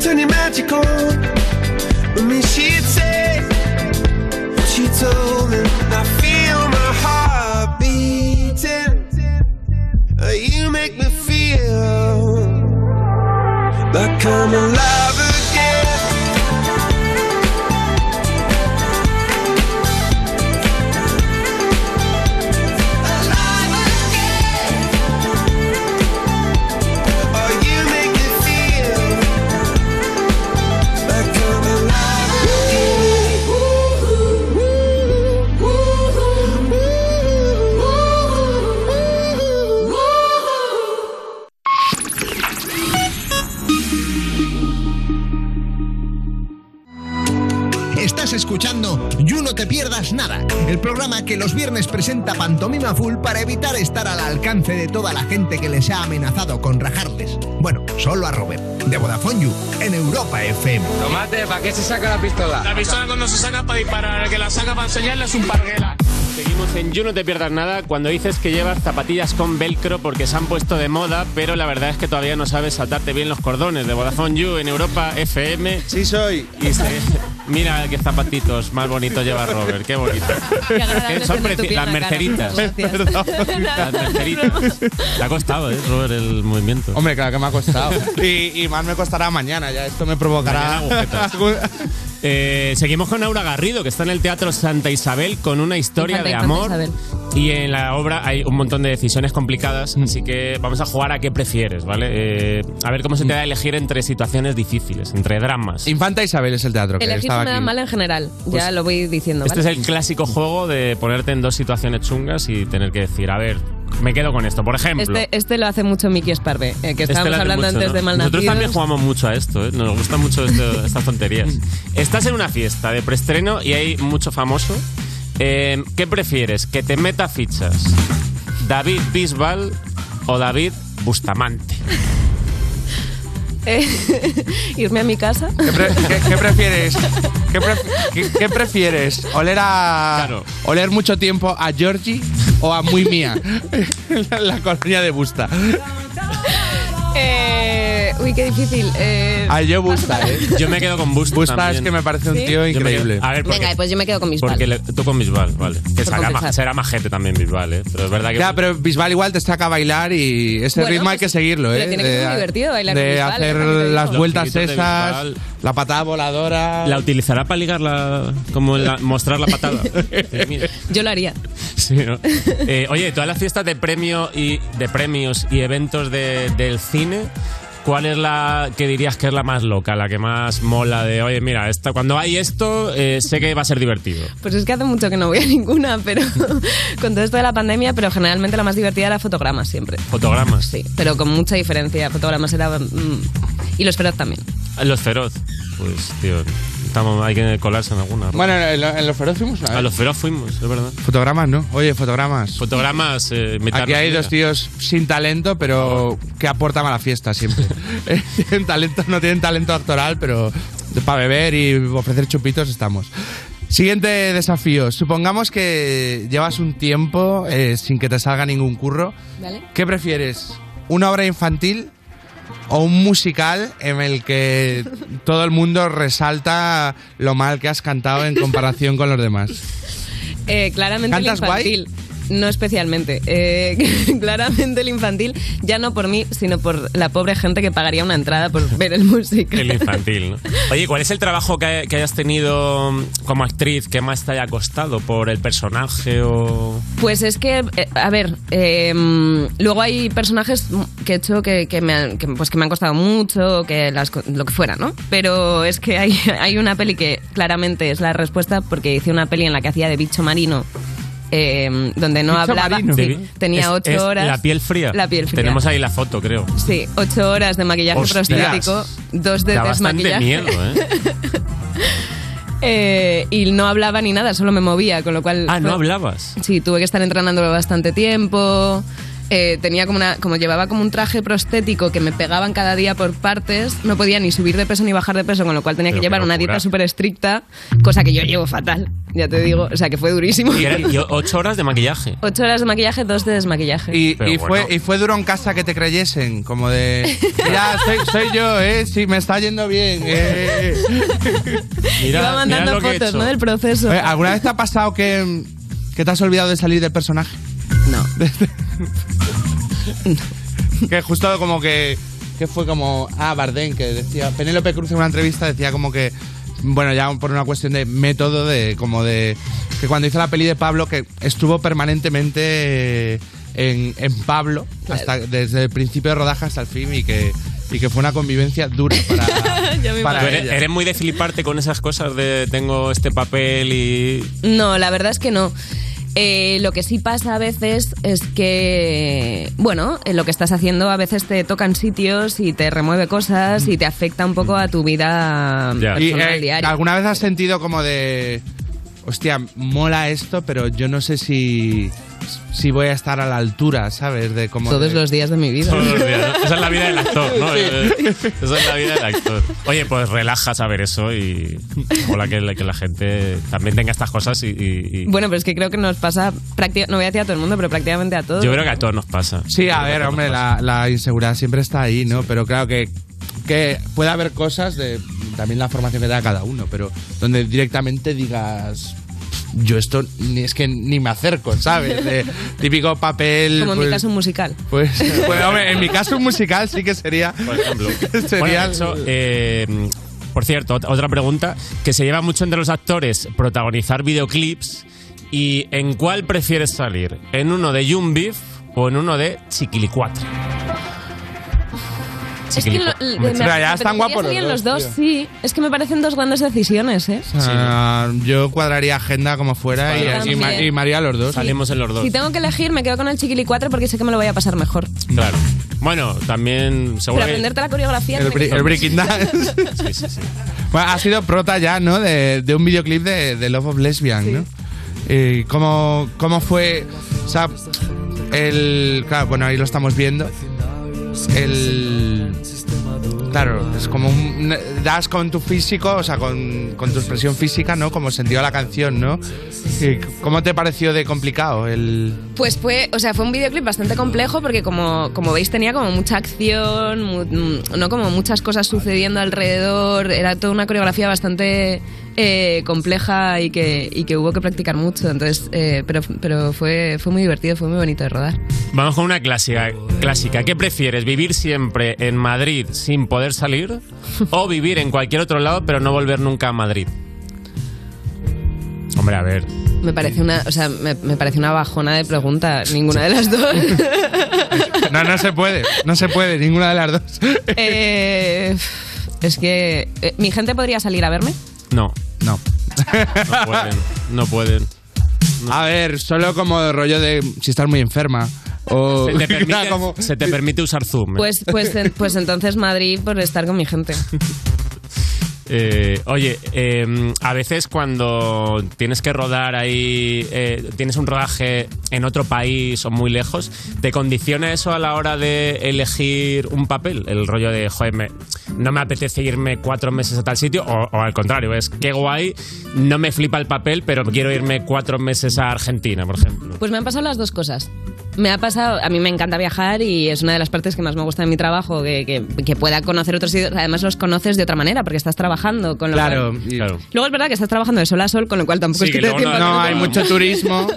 S29: turn your magic on. I mean, she'd say what she told me. I feel my heart beating. Uh, You make me feel like I'm alive again. Oh, you make me feel like I'm alive again.
S5: Estás escuchando You No Te Pierdas Nada, el programa que los viernes presenta Pantomima Full para evitar estar al alcance de toda la gente que les ha amenazado con rajarles. Bueno, solo a Robert, de Vodafone You, en Europa FM.
S33: Tomate, ¿para qué se saca la pistola?
S3: La pistola cuando se saca para disparar, el que la saca para enseñarle es un parguela. Seguimos en You, no te pierdas nada cuando dices que llevas zapatillas con velcro porque se han puesto de moda, pero la verdad es que todavía no sabes saltarte bien los cordones de Vodafone You en Europa FM. Sí soy. Y se- mira qué zapatitos más bonitos lleva Robert, qué bonito.
S4: agradable
S3: son
S4: tener tu
S3: preci-
S4: piel
S3: las
S4: en la cara,
S3: merceritas.
S4: muchas gracias. Perdón.
S3: Las merceritas. Te ha costado, ¿eh, Robert, el movimiento?
S4: Hombre, claro que me ha costado. Y, y más me costará mañana, ya esto me provocará.
S3: Mañana agujetas. Eh, seguimos con Aura Garrido, que está en el Teatro Santa Isabel con una historia
S25: Infanta
S3: de
S25: Infanta
S3: amor.
S25: Isabel.
S3: Y en la obra hay un montón de decisiones
S4: Mm.
S3: complicadas, así que vamos a jugar a qué prefieres, ¿vale? Eh, a ver cómo se te da a elegir entre situaciones difíciles, entre dramas.
S4: Infanta Isabel es el teatro
S25: Elegir se me da mal en general, ya
S3: Pues-
S25: lo voy diciendo.
S3: Este es
S25: ¿vale?
S3: el clásico juego de ponerte en dos situaciones chungas y tener que decir, a ver, me quedo con esto. Por ejemplo,
S25: Este, este lo hace mucho Miki Esparve, eh, que
S3: Este
S25: estábamos
S3: lo hace
S25: hablando
S3: mucho,
S25: antes
S3: ¿no?
S25: de
S3: Nosotros también
S25: Malnacidos.
S3: jugamos mucho a esto, ¿eh? nos gustan mucho esto- estas tonterías. Estás en una fiesta de preestreno y hay mucho famoso. Eh, ¿Qué prefieres? ¿Que te meta fichas David Bisbal o David Bustamante?
S25: Eh, irme a mi casa.
S4: ¿Qué, qué prefieres? ¿Qué, pref- qué- qué prefieres? ¿Oler a. ¿Oler mucho tiempo a Georgie o a Muy Mía? la, la colonia de Busta.
S25: Eh, uy, qué difícil. Eh,
S4: A yo Busta, ¿eh?
S3: Yo me quedo con Busta.
S4: Busta
S3: también.
S4: es que me parece un
S25: ¿Sí?
S3: Yo
S4: tío
S3: me quedo-
S4: increíble.
S3: a ver, porque,
S25: Venga, pues yo me quedo con Pues mis
S3: porque
S25: padres.
S3: le- tú con Bisbal, vale. Que
S25: Por
S3: saca ma-
S25: compensar.
S3: será majete también Bisbal, ¿eh? Pero es verdad que.
S4: Ya, pero Bisbal igual te saca a bailar y ese
S25: Bueno,
S4: ritmo hay
S25: pues,
S4: que seguirlo, ¿eh?
S25: pero tiene que ser muy divertido bailar con
S4: de
S25: Bisbal,
S4: hacer
S25: es lo que te
S4: las
S25: digo.
S4: vueltas
S3: Los giritos de
S4: esas,
S3: Bisbal.
S4: la patada voladora.
S3: ¿La utilizará para ligar la. como la- mostrar la patada? Eh, mira.
S25: Yo lo haría.
S3: Sí, ¿no? Eh, oye, todas las fiestas de premio y de premios y eventos de- del cine. ¿Cuál es la que dirías que es la más loca, la que más mola de, oye, mira, esta, cuando hay esto, eh, sé que va a ser divertido?
S25: Pues es que hace mucho que no voy a ninguna, pero con todo esto de la pandemia, pero generalmente la más divertida era fotogramas siempre.
S3: Fotogramas.
S25: Sí, pero con mucha diferencia. Fotogramas era. mm, y los feroz también.
S3: Los feroz. Pues, tío, estamos, hay que colarse en alguna.
S4: Bueno, en, lo- en los feroz fuimos una
S3: A
S4: vez.
S3: los feroz fuimos, es verdad.
S4: Fotogramas, ¿no? Oye, fotogramas.
S3: Fotogramas, eh, mitad
S4: Aquí hay
S3: rutina.
S4: dos tíos sin talento, pero que aportan a la fiesta siempre. Eh, tienen talento, no tienen talento actoral, pero para beber y ofrecer chupitos estamos. Siguiente desafío. Supongamos que llevas un tiempo eh, sin que te salga ningún curro.
S25: ¿Vale?
S4: ¿Qué prefieres? ¿Una obra infantil o un musical en el que todo el mundo resalta lo mal que has cantado en comparación con los demás?
S25: Eh, claramente el
S4: ¿Cantas guay?
S25: infantil. No especialmente. Eh, claramente el infantil, ya no por mí, sino por la pobre gente que pagaría una entrada por ver el músico.
S3: El infantil, ¿no? Oye, ¿cuál es el trabajo que, que hayas tenido como actriz que más te haya costado por el personaje o...?
S25: Pues es que, eh, a ver, eh, luego hay personajes que he hecho que, que me, han, que, pues que me han costado mucho, que las, co- lo que fuera, ¿no? Pero es que hay, hay una peli que claramente es la respuesta porque hice una peli en la que hacía de bicho marino. eh, donde no
S3: Bicho
S25: hablaba
S3: marino.
S25: sí,
S3: De-
S25: tenía
S3: es-
S25: ocho
S3: es
S25: horas
S3: La piel fría.
S25: la piel fría
S3: Tenemos ahí la foto, creo.
S25: sí ocho horas de maquillaje
S3: Hostias.
S25: prostético dos de
S3: Da bastante
S25: desmaquillaje
S3: miedo, ¿eh?
S25: Eh, y no hablaba ni nada solo me movía con lo cual
S3: Ah, no
S25: fue-
S3: hablabas.
S25: Sí, tuve que estar entrenándolo bastante tiempo. Eh, tenía como una, como llevaba como un traje prostético que me pegaban cada día por partes. No podía ni subir de peso ni bajar de peso, con lo cual tenía
S3: Pero
S25: que
S3: qué
S25: llevar una
S3: locura.
S25: dieta súper estricta, cosa que yo llevo fatal, ya te digo. O sea, que fue durísimo.
S3: Y eran y ocho horas de maquillaje.
S25: Ocho horas de maquillaje, dos de desmaquillaje.
S4: Y, y fue, y fue duro en casa que te creyesen, como de. Ya, soy, soy yo, ¿eh? Sí, me está yendo bien. eh".
S25: Iba mandando fotos, ¿no? Del proceso.
S4: Oye, ¿Alguna vez te ha pasado que, que te has olvidado de salir del personaje? No. que justo como que, que fue como. Ah, Bardem, que decía. Penélope Cruz en una entrevista decía como que. Bueno, ya por una cuestión de método, de como de. Que cuando hizo la peli de Pablo, que estuvo permanentemente en, en Pablo,
S25: Claro.
S4: hasta, desde el principio de rodaje hasta el fin, y que, y que fue una convivencia dura para, para
S3: Tú eres,
S4: ella.
S3: eres muy de fliparte con esas cosas de tengo este papel y...
S25: No, la verdad es que no. Eh, lo que sí pasa a veces es que, bueno, en lo que estás haciendo a veces te tocan sitios y te remueve cosas y te afecta un poco a tu vida
S4: Y,
S25: personal
S4: eh,
S25: diaria.
S4: ¿Alguna vez has sentido como de. Hostia, mola esto, pero yo no sé si. Si voy a estar a la altura, ¿sabes? De como
S25: Todos los días de mi vida.
S3: Todos los días, ¿no? Esa es la vida del actor, ¿no? Eh, Esa es la vida del actor. Oye, pues relaja saber eso y mola que, la- que la gente también tenga estas cosas y... y- y-
S25: Bueno, pero es que creo que nos pasa, prácti- no voy a decir a todo el mundo, pero prácticamente a todos.
S3: Yo creo que a todos nos pasa.
S4: Sí, a ver, hombre, la, la inseguridad siempre está ahí, ¿no? Pero claro que, que puede haber cosas de también la formación que da cada uno, pero donde directamente digas, yo esto ni es que ni me acerco, ¿sabes? De típico papel.
S25: Como en mi
S4: pues-
S25: caso un musical.
S4: Pues, pues, hombre, en mi caso un musical sí que sería.
S3: Por ejemplo. Bueno,
S4: Sería-
S3: de hecho, eh, por cierto, ot- otra pregunta que se lleva mucho entre los actores protagonizar videoclips y ¿en cuál prefieres salir? ¿En uno de Young Beef o en uno de Chiquilicuatre?
S25: Es que lo- me- me- me apetecería salir en los dos, sí. Es que me parecen dos grandes decisiones, ¿eh?
S4: Ah, yo cuadraría agenda como fuera
S25: Yo
S4: y, y,
S25: también.
S4: Ma- y María los dos.
S3: Salimos en los dos.
S25: Si tengo que elegir, me quedo con el Chiquili 4 porque sé que me lo voy a pasar mejor.
S3: Claro. Bueno, también
S25: Pero
S3: seguro que...
S25: aprenderte la coreografía...
S4: El,
S25: tiene
S4: bri-
S25: que ser-
S4: el Breaking Dance.
S3: Sí, sí, sí.
S4: Bueno, ha sido prota ya, ¿no? De, de un videoclip de, de Love of Lesbian, ¿no? Eh, ¿cómo, ¿Cómo fue? O sea, el. Claro, bueno, ahí lo estamos viendo. El. Claro, es como un. Das con tu físico, o sea, con, con tu expresión física, ¿no? Como sentido a la canción, ¿no? Eh, ¿Cómo te pareció de complicado el.
S25: Pues fue, o sea, fue un videoclip bastante complejo porque como, como veis tenía como mucha acción, mu- mm, no como muchas cosas sucediendo alrededor, era toda una coreografía bastante eh, compleja y que, y que hubo que practicar mucho, entonces, eh, pero, pero fue, fue muy divertido, fue muy bonito de rodar.
S3: Vamos con una clásica, clásica. ¿Qué prefieres? ¿Vivir siempre en Madrid sin poder salir? ¿O vivir en cualquier otro lado pero no volver nunca a Madrid? Hombre, a ver.
S25: Me parece una, o sea, me, me parece una bajona de pregunta, ninguna de las dos.
S4: No, no se puede, no se puede, ninguna de las dos.
S25: Eh, es que eh, mi gente podría salir a verme.
S3: No.
S4: No.
S3: No pueden. No pueden.
S4: A ver, solo como de rollo de si estás muy enferma. O
S3: Se te permite,
S4: Claro, como-
S3: se te permite usar Zoom. ¿eh?
S25: Pues, pues, en- pues entonces Madrid por estar con mi gente.
S3: Eh, oye, eh, a veces cuando tienes que rodar ahí, eh, tienes un rodaje en otro país o muy lejos, ¿te condiciona eso a la hora de elegir un papel? El rollo de, joder, me- no me apetece irme cuatro meses a tal sitio, o, o al contrario, es qué guay, no me flipa el papel, pero quiero irme cuatro meses a Argentina, por ejemplo.
S25: Pues me han pasado las dos cosas. me ha pasado, a mí me encanta viajar y es una de las partes que más me gusta de mi trabajo, que, que- que pueda conocer otros sitios. Además los conoces de otra manera porque estás trabajando. Con lo
S4: Claro,
S25: cual-
S4: claro.
S25: luego es verdad que estás trabajando de sol a sol, con lo cual tampoco
S4: Sí,
S25: es que,
S4: que
S25: te dé
S4: luego
S25: tiempo
S4: no-
S25: a
S4: no
S25: hacer
S4: hay
S25: todo.
S4: mucho turismo.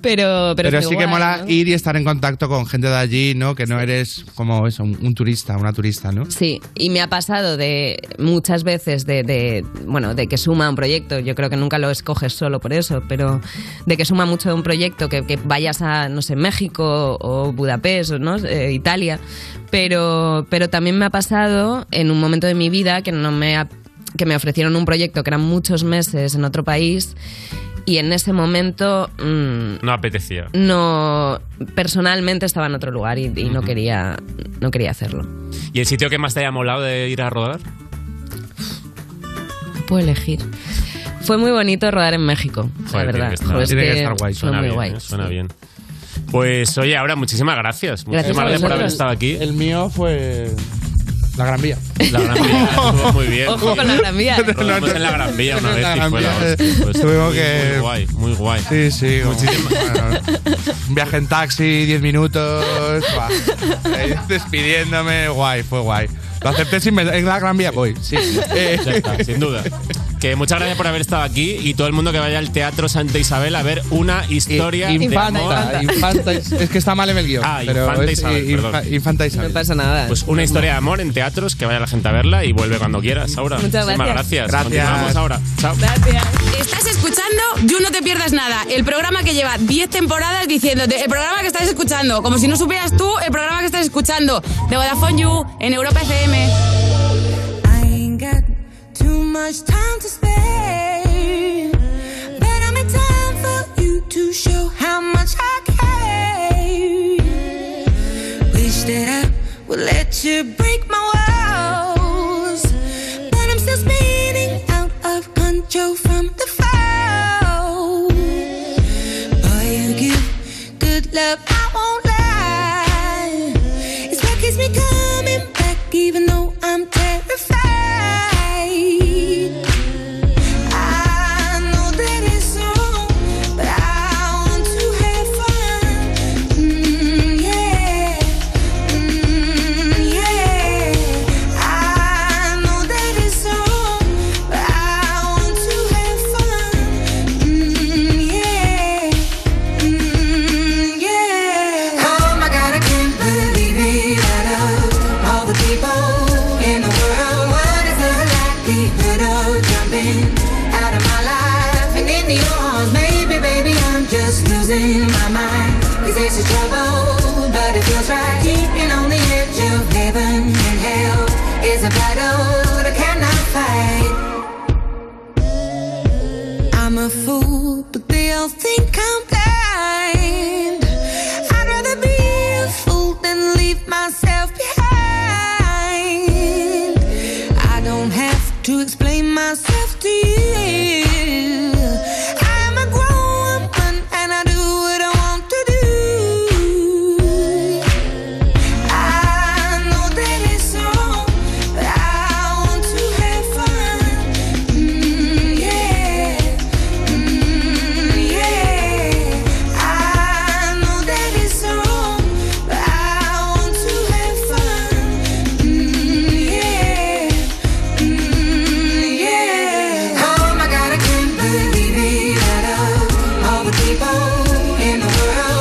S25: pero, pero,
S4: Pero,
S25: es
S4: sí que
S25: guay,
S4: mola
S25: ¿no?
S4: ir y estar en contacto con gente de allí, ¿no? Que no eres como eso, un, un turista, una turista, ¿no?
S25: Sí, y me ha pasado de muchas veces de, de, bueno, de que suma un proyecto, yo creo que nunca lo escoges solo por eso, pero de que suma mucho un proyecto, que, que vayas a, no sé, México o Budapest, ¿no? Eh, Italia, pero, pero también me ha pasado en un momento de mi vida que no me ha- que me ofrecieron un proyecto que eran muchos meses en otro país y en ese momento mm,
S3: No apetecía.
S25: no personalmente estaba en otro lugar y, y no quería no quería hacerlo.
S3: ¿Y el sitio que más te haya molado de ir a rodar?
S25: puedo elegir. Fue muy bonito rodar en México,
S3: Joder,
S25: la
S3: tiene
S25: verdad.
S3: que estar-
S25: Pues
S3: tiene que
S25: que
S3: estar guay.
S25: fue
S3: Suena
S25: muy
S3: bien,
S25: guay.
S3: ¿eh? Suena bien. Pues oye, ahora muchísimas gracias.
S4: Gracias
S3: Muchísimas
S4: a
S3: gracias por haber
S4: vosotros.
S3: estado aquí.
S4: El mío fue la Gran Vía.
S3: La Gran Vía estuvo muy bien.
S25: Ojo con la Gran Vía.
S3: Rodamos
S4: No, no,
S3: en la Gran Vía una
S4: no,
S3: vez
S4: la
S3: y
S4: Gran
S3: fue la
S4: Vía,
S3: hostia, pues,
S4: tuvimos
S3: muy,
S4: que-
S3: muy guay, muy guay.
S4: Sí, sí. como- bueno, un viaje en taxi, 10 minutos. buah. Ahí Despidiéndome, guay, fue guay. Lo acepté sin... ver- En la Gran Vía pues, voy, sí. Eh,
S3: Ya está, sin duda. Que muchas gracias por haber estado aquí y todo el mundo que vaya al Teatro Santa Isabel a ver una historia de
S4: Infanta,
S3: amor.
S4: infanta, es que está mal en el guión.
S3: Ah,
S4: pero
S3: Infanta
S4: es
S3: Isabel,
S4: infa-
S3: perdón.
S4: Infanta Isabel.
S25: No pasa nada.
S3: Pues una historia de amor en teatros, que vaya la gente a verla y vuelve cuando quieras, Ahora.
S6: Muchas
S3: Muchísimas
S6: gracias.
S3: gracias.
S4: Gracias.
S3: Continuamos ahora. Chao.
S6: Estás escuchando You No Te Pierdas Nada, el programa que lleva 10 temporadas diciéndote, el programa que estás escuchando, como si no supieras tú el programa que estás escuchando, de Vodafone You en Europa FM.
S22: I ain't got too much time to spare. Better make time for you to show how much I care. Wish that I would let you break my walls, but I'm still spinning out of control from the fall. Boy, you give good love, I won't lie. It's what keeps me coming back, even though I'm terrified. I know that it's wrong, but I want to have fun. Mm, yeah, mm, yeah. I know that it's wrong, but I want to have fun. Mm, yeah. Mm, yeah. Oh my God, I can't believe it. Out of all the people in the world, what is there like people are jumping out of my life and into your arms? Maybe, baby, I'm just losing my mind. Cause it's a trouble, but it feels right. Keeping on the edge of heaven and hell is a battle that I cannot fight. I'm a fool, but they'll think I'm blind. I'd rather be a fool than leave myself behind. I don't have to explain myself to you. I'm a grown woman and I do what I want to do. I know that it's wrong, but I want to have fun. Mm, yeah. Mm, Oh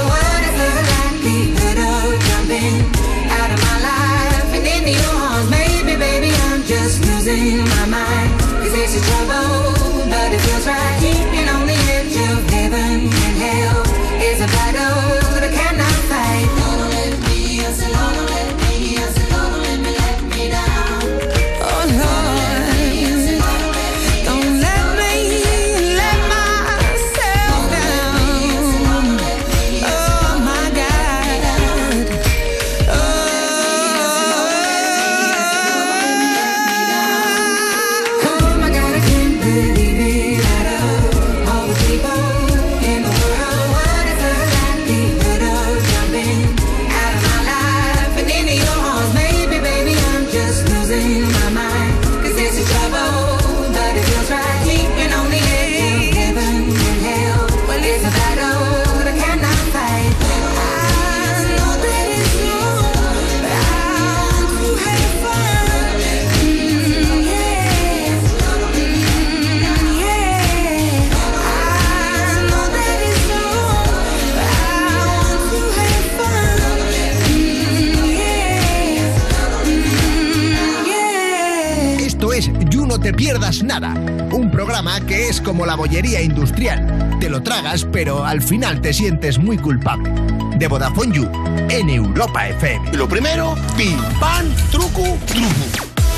S5: te pierdas nada. Un programa que es como la bollería industrial. Te lo tragas, pero al final te sientes muy culpable. De Vodafone You, en Europa FM.
S21: Lo primero, pim, pan, truco, truco.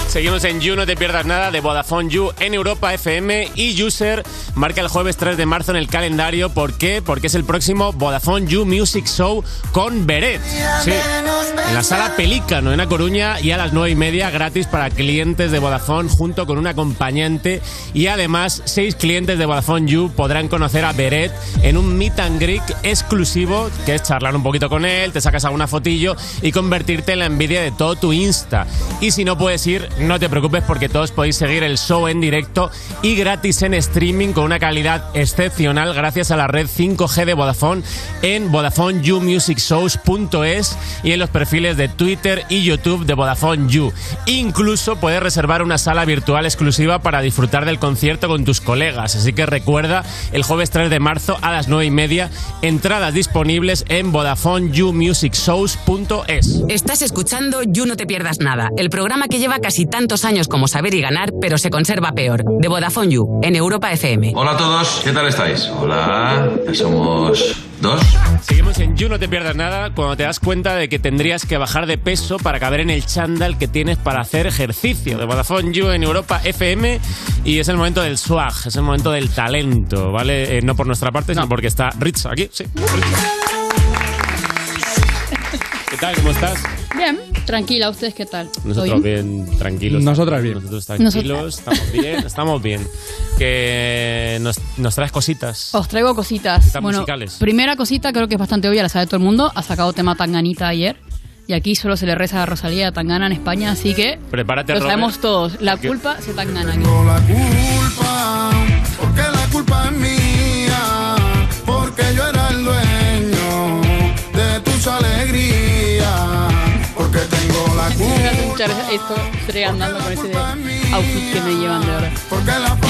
S3: Seguimos en You, no te pierdas nada de Vodafone You en Europa FM y User marca el jueves 3 de marzo en el calendario. ¿Por qué? Porque es el próximo Vodafone You Music Show con Beret. Sí, en la sala Pelícano en A Coruña y a las 9 y media gratis para clientes de Vodafone junto con un acompañante y además seis clientes de Vodafone You podrán conocer a Beret en un meet and greet exclusivo que es charlar un poquito con él, te sacas alguna fotillo y convertirte en la envidia de todo tu Insta. Y si no puedes ir, no te preocupes porque todos podéis seguir el show en directo y gratis en streaming con una calidad excepcional gracias a la red 5G de Vodafone en VodafoneYouMusicShows.es y en los perfiles de Twitter y YouTube de Vodafone You. Incluso puedes reservar una sala virtual exclusiva para disfrutar del concierto con tus colegas. Así que recuerda, el jueves 3 de marzo a las 9 y media, entradas disponibles en VodafoneYouMusicShows.es.
S6: Estás escuchando You No Te Pierdas Nada, el programa que lleva casi tantos años como saber y ganar, pero se conserva peor. De Vodafone You, en Europa FM.
S16: Hola a todos, ¿qué tal estáis? Hola, somos dos.
S3: Seguimos en You, no te pierdas nada cuando te das cuenta de que tendrías que bajar de peso para caber en el chándal que tienes para hacer ejercicio. De Vodafone You en Europa FM y es el momento del swag, es el momento del talento, ¿vale? Eh, no por nuestra parte, sino porque está Ritz aquí, sí. ¿Qué tal? ¿Cómo estás?
S24: Bien, tranquila, ¿ustedes qué tal?
S3: Nosotros
S24: ¿Todo
S3: bien, tranquilos.
S4: Nosotras bien.
S3: Nosotros tranquilos, estamos bien, estamos bien. Que nos, nos traes cositas.
S24: Os traigo cositas.
S3: Cositas
S24: bueno,
S3: musicales.
S24: primera cosita creo que es bastante obvia, la sabe todo el mundo. Ha sacado tema Tanganita ayer. Y aquí solo se le reza a Rosalía Tangana en España, así que
S3: Prepárate,
S24: lo
S3: Robert.
S24: sabemos todos. La
S3: Porque-
S24: culpa se Tangana.
S12: Tengo la culpa, porque la culpa es mía, porque yo era el dueño de tus alegrías, porque tengo la
S24: Voy a
S12: culpa,
S24: escuchar esto, estaré andando con ese outfit que me llevan de ahora.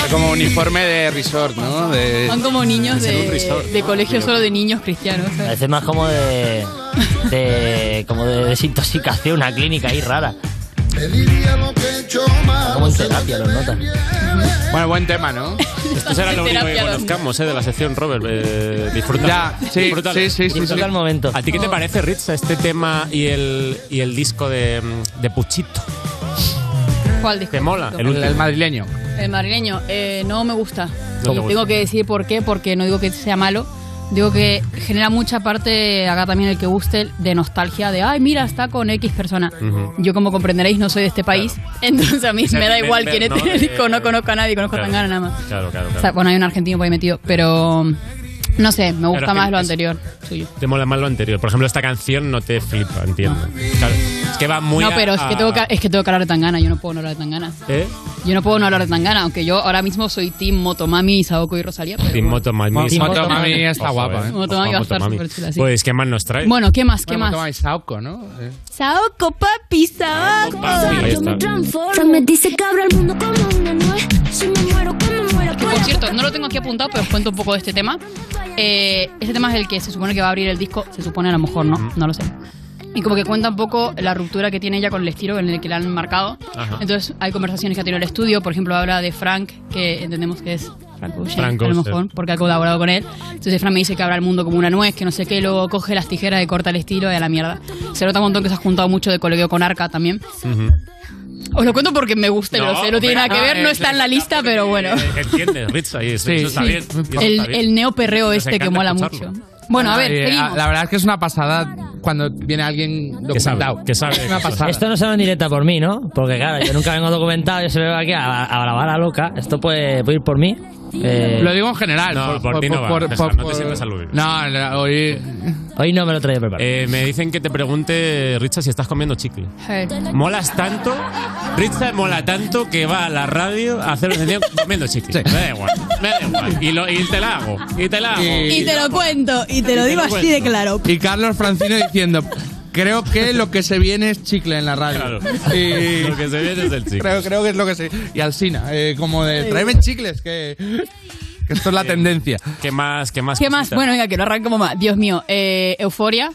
S4: Es como uniforme de resort, ¿no? De-
S24: Son como niños
S4: Es en un
S24: de,
S4: resort,
S24: de
S4: ¿no?
S24: colegio
S4: Creo.
S24: solo de niños cristianos. ¿sabes?
S20: Parece más como de, de. como de desintoxicación, una clínica ahí rara.
S12: te diría lo que he hecho mal.
S20: Como en terapia los notan.
S4: Bueno, buen tema, ¿no?
S3: Esto será lo único que
S20: Terapia
S3: conozcamos eh, de la sección, Robert. Eh, disfruta.
S4: Ya, sí, sí, sí, sí, Disfruta sí. el
S20: momento.
S3: ¿A ti qué te parece, Ritz, este tema y el, y el disco de, de Puchito?
S24: ¿Cuál disco?
S3: ¿Te mola?
S24: El último.
S3: madrileño.
S24: El madrileño, eh, no me gusta.
S3: No
S24: Y
S3: te gusta.
S24: tengo que decir por qué, porque no digo que sea malo. Digo que genera mucha parte, acá también el que guste, de nostalgia, de, ay, mira, está con X persona.
S11: Ujú.
S24: Yo, como comprenderéis, no soy de este país, entonces a mí
S11: Ese
S24: me da
S11: ver-
S24: igual
S11: ver,
S24: quién
S11: ¿no?
S24: esté en el
S11: Eh,
S24: disco, no conozco a nadie, conozco a
S11: claro.
S24: Tangana nada más.
S3: Claro, claro,
S24: O sea,
S3: claro.
S24: bueno, hay un argentino por ahí metido, pero no sé, me
S3: Pero
S24: gusta
S3: es que
S24: más lo
S3: es-
S24: anterior. suyo.
S3: Te mola más lo anterior. Por ejemplo, esta canción no te flipa, entiendo. Claro. Es que va muy
S24: no,
S3: a-
S24: pero es que,
S3: a-
S24: tengo que, es que tengo que hablar de Tangana, yo no puedo no hablar de Tangana.
S3: ¿Eh?
S24: Yo no puedo no hablar de Tangana, aunque yo ahora mismo soy Team Motomami, Saoko y Rosalía. pero-
S3: Team Motomami.
S24: Team Motomami
S4: está guapa, ¿eh?
S24: Motomami va a estar
S3: Motomami.
S24: súper chula, sí.
S3: Pues, ¿qué más nos trae?
S24: Bueno, ¿qué más? ¿Qué
S4: Bueno,
S24: más?
S4: Motomami Saoko, ¿no? Eh.
S24: Saoko, papi, Saoko.
S3: Ahí está.
S24: Transforma, me dice que el mundo como una nuez. Si me muero, muero? Por cierto, no lo tengo aquí apuntado, pero os cuento un poco de este tema. Eh, este tema es el que se supone que va a abrir el disco, se supone a lo mejor, ¿no? No lo sé. Y como que cuenta un poco la ruptura que tiene ella con el estilo en el que la han marcado.
S3: Ajá.
S24: Entonces hay conversaciones que ha tenido el estudio, por ejemplo habla de Frank, que entendemos que es Frank Ocean,
S3: Frank
S24: a lo
S3: Ocean.
S24: mejor, porque ha colaborado con él. Entonces Frank me dice que habrá el mundo como una nuez, que no sé qué, luego coge las tijeras y corta el estilo y a la mierda. Se nota un montón que se ha juntado mucho de colegio con Arca también. Os lo cuento porque me gusta,
S3: No,
S24: no, lo sé, no tiene
S3: venga,
S24: nada que ver,
S3: eh,
S24: no está en la lista, pero bueno.
S3: Eh, ¿Entiendes, Ritz? Ahí, eso, eso está
S24: Sí.
S3: bien. eso
S24: El,
S3: está bien.
S24: el neoperreo
S3: Nos
S24: este que
S3: encanta
S24: mola
S3: escucharlo.
S24: mucho. Bueno, a ver,
S4: Eh,
S24: seguimos.
S4: La verdad es que es una pasada cuando viene alguien documentado.
S3: Que sabe,
S4: Es una pasada.
S20: Esto no se va en directa por mí, ¿no? Porque claro, yo nunca vengo documentado, yo se veo aquí a, la- a la vara loca. Esto puede, puede ir por mí. Eh,
S4: Lo digo en general.
S3: No, por ti no va, César, no te sientas aludido.
S4: No, no, hoy...
S20: Hoy no me lo traía preparado.
S3: Eh, me dicen que te pregunte, Richard, si estás comiendo chicle. Molas tanto, Richard mola tanto que va a la radio a hacer un sentido comiendo chicle. Me da igual, me da igual. Y, lo- y te la hago, y te la hago.
S24: Y te lo cuento, y te lo
S4: Y te
S24: digo
S4: lo
S24: así
S4: cuento.
S24: de claro.
S4: Y Carlos Francino diciendo, creo que lo que se viene es chicle en la radio. Y-
S3: Lo que se viene es el chicle.
S4: Creo, creo que es lo que se... Y Alsina, eh, como de, tráeme chicles, que, que esto es la tendencia.
S3: Eh, ¿Qué más? ¿Qué más?
S24: ¿Qué más? Bueno, venga, que lo arranco como más. Dios mío, eh, Euforia.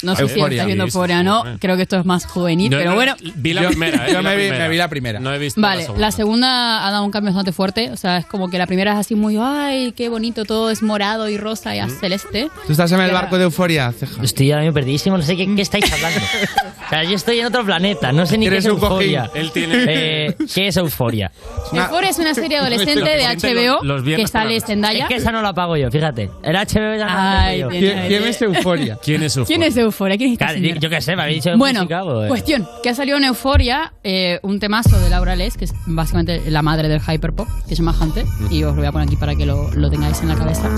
S24: No sé si estás viendo coreano, creo que esto es más juvenil, pero bueno.
S3: Vi la
S4: Yo-
S3: primera, eh,
S4: yo
S3: vi
S4: me
S3: la
S4: vi-
S3: primera.
S4: me vi la primera.
S3: No he visto la
S24: Vale,
S3: segunda.
S24: la segunda ha dado un cambio bastante fuerte. O sea, es como que la primera es así muy, ay, qué bonito, todo es morado y rosa
S3: Mm.
S24: y celeste.
S4: Tú estás en el barco de euforia, ceja.
S20: Estoy ahora mismo perdidísimo, no sé qué, qué estáis hablando. O sea, yo estoy en otro planeta, no sé ni qué
S4: Eres
S20: es
S4: un cojín.
S20: euforia.
S4: Él tiene-
S20: Eh, ¿Qué es euforia?
S24: Euphoria es una serie adolescente de HBO que sale Zendaya.
S20: Es que esa no la pago yo, fíjate. El HBO ya no la
S24: Ay,
S20: tengo yo.
S24: ¿Quién- quién es
S4: euforia?
S3: ¿Quién es euforia?
S24: ¿Quién es Euphoria? ¿Quién es esta
S20: Claro,
S24: señora?
S20: yo qué sé, me habéis dicho
S24: Bueno,
S20: música, pues.
S24: Cuestión, que ha salido en Euforia eh, un temazo de Laura Les, que es básicamente la madre del hyperpop, que se llama Hunter, y os lo voy a poner aquí para que lo, lo tengáis en la cabeza.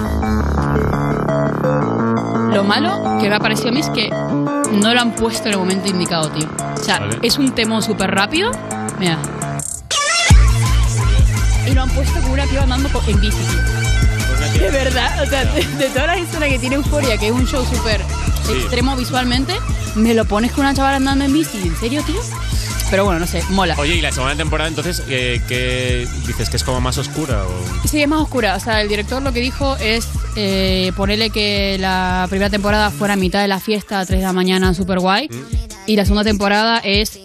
S24: Lo malo que me ha parecido a mí es que no lo han puesto en el momento indicado, tío. O sea,
S7: Vale.
S24: es un temón súper rápido. Mira. Y lo han puesto con una piba andando po- en bici,
S20: Pues
S24: tío. De verdad, o sea, de, de todas las historias que tiene Euforia, que es un show súper
S7: Sí.
S24: extremo visualmente, me lo pones con una chavala andando en bici. ¿En serio, tío? Pero bueno, no sé, mola.
S3: Oye, y la segunda temporada entonces, eh, ¿qué dices? ¿Que es como más oscura? O...
S24: Sí, es más oscura. O sea, el director lo que dijo es eh, ponerle que la primera temporada fuera a mitad de la fiesta, a 3 de la mañana, super guay. Y la segunda temporada es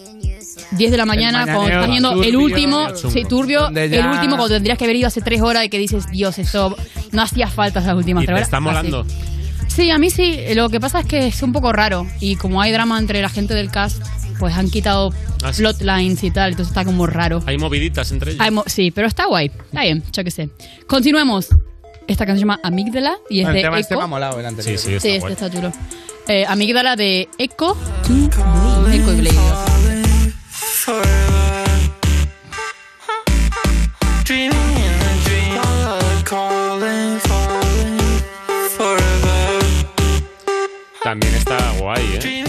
S24: 10 de la mañana,
S7: mañaneo
S24: cuando estás yendo el
S7: turbio,
S24: último,
S7: chungo.
S24: sí, turbio,
S7: Donde
S24: el
S7: ya-
S24: último, cuando tendrías que haber ido hace 3 horas y que dices, Dios, eso no hacía falta esas últimas
S3: Y te
S24: tres horas.
S3: está molando.
S24: Así. Sí, a mí sí. Lo que pasa es que es un poco raro. Y como hay drama entre la gente del cast, pues han quitado
S3: Ah, sí.
S24: plotlines y tal, entonces está como raro.
S3: Hay moviditas entre ellos.
S24: Ay, mo- sí, pero está guay. Está bien, yo qué sé. Continuemos. Esta canción se llama Amígdala y es
S4: el
S24: de
S4: tema, este
S24: Echo.
S4: me ha molado el anterior.
S24: sí, este está chulo. Eh, Amígdala de Echo. Echo y Blade.
S29: Dreaming in a dream, calling, falling forever.
S3: También está guay, ¿eh?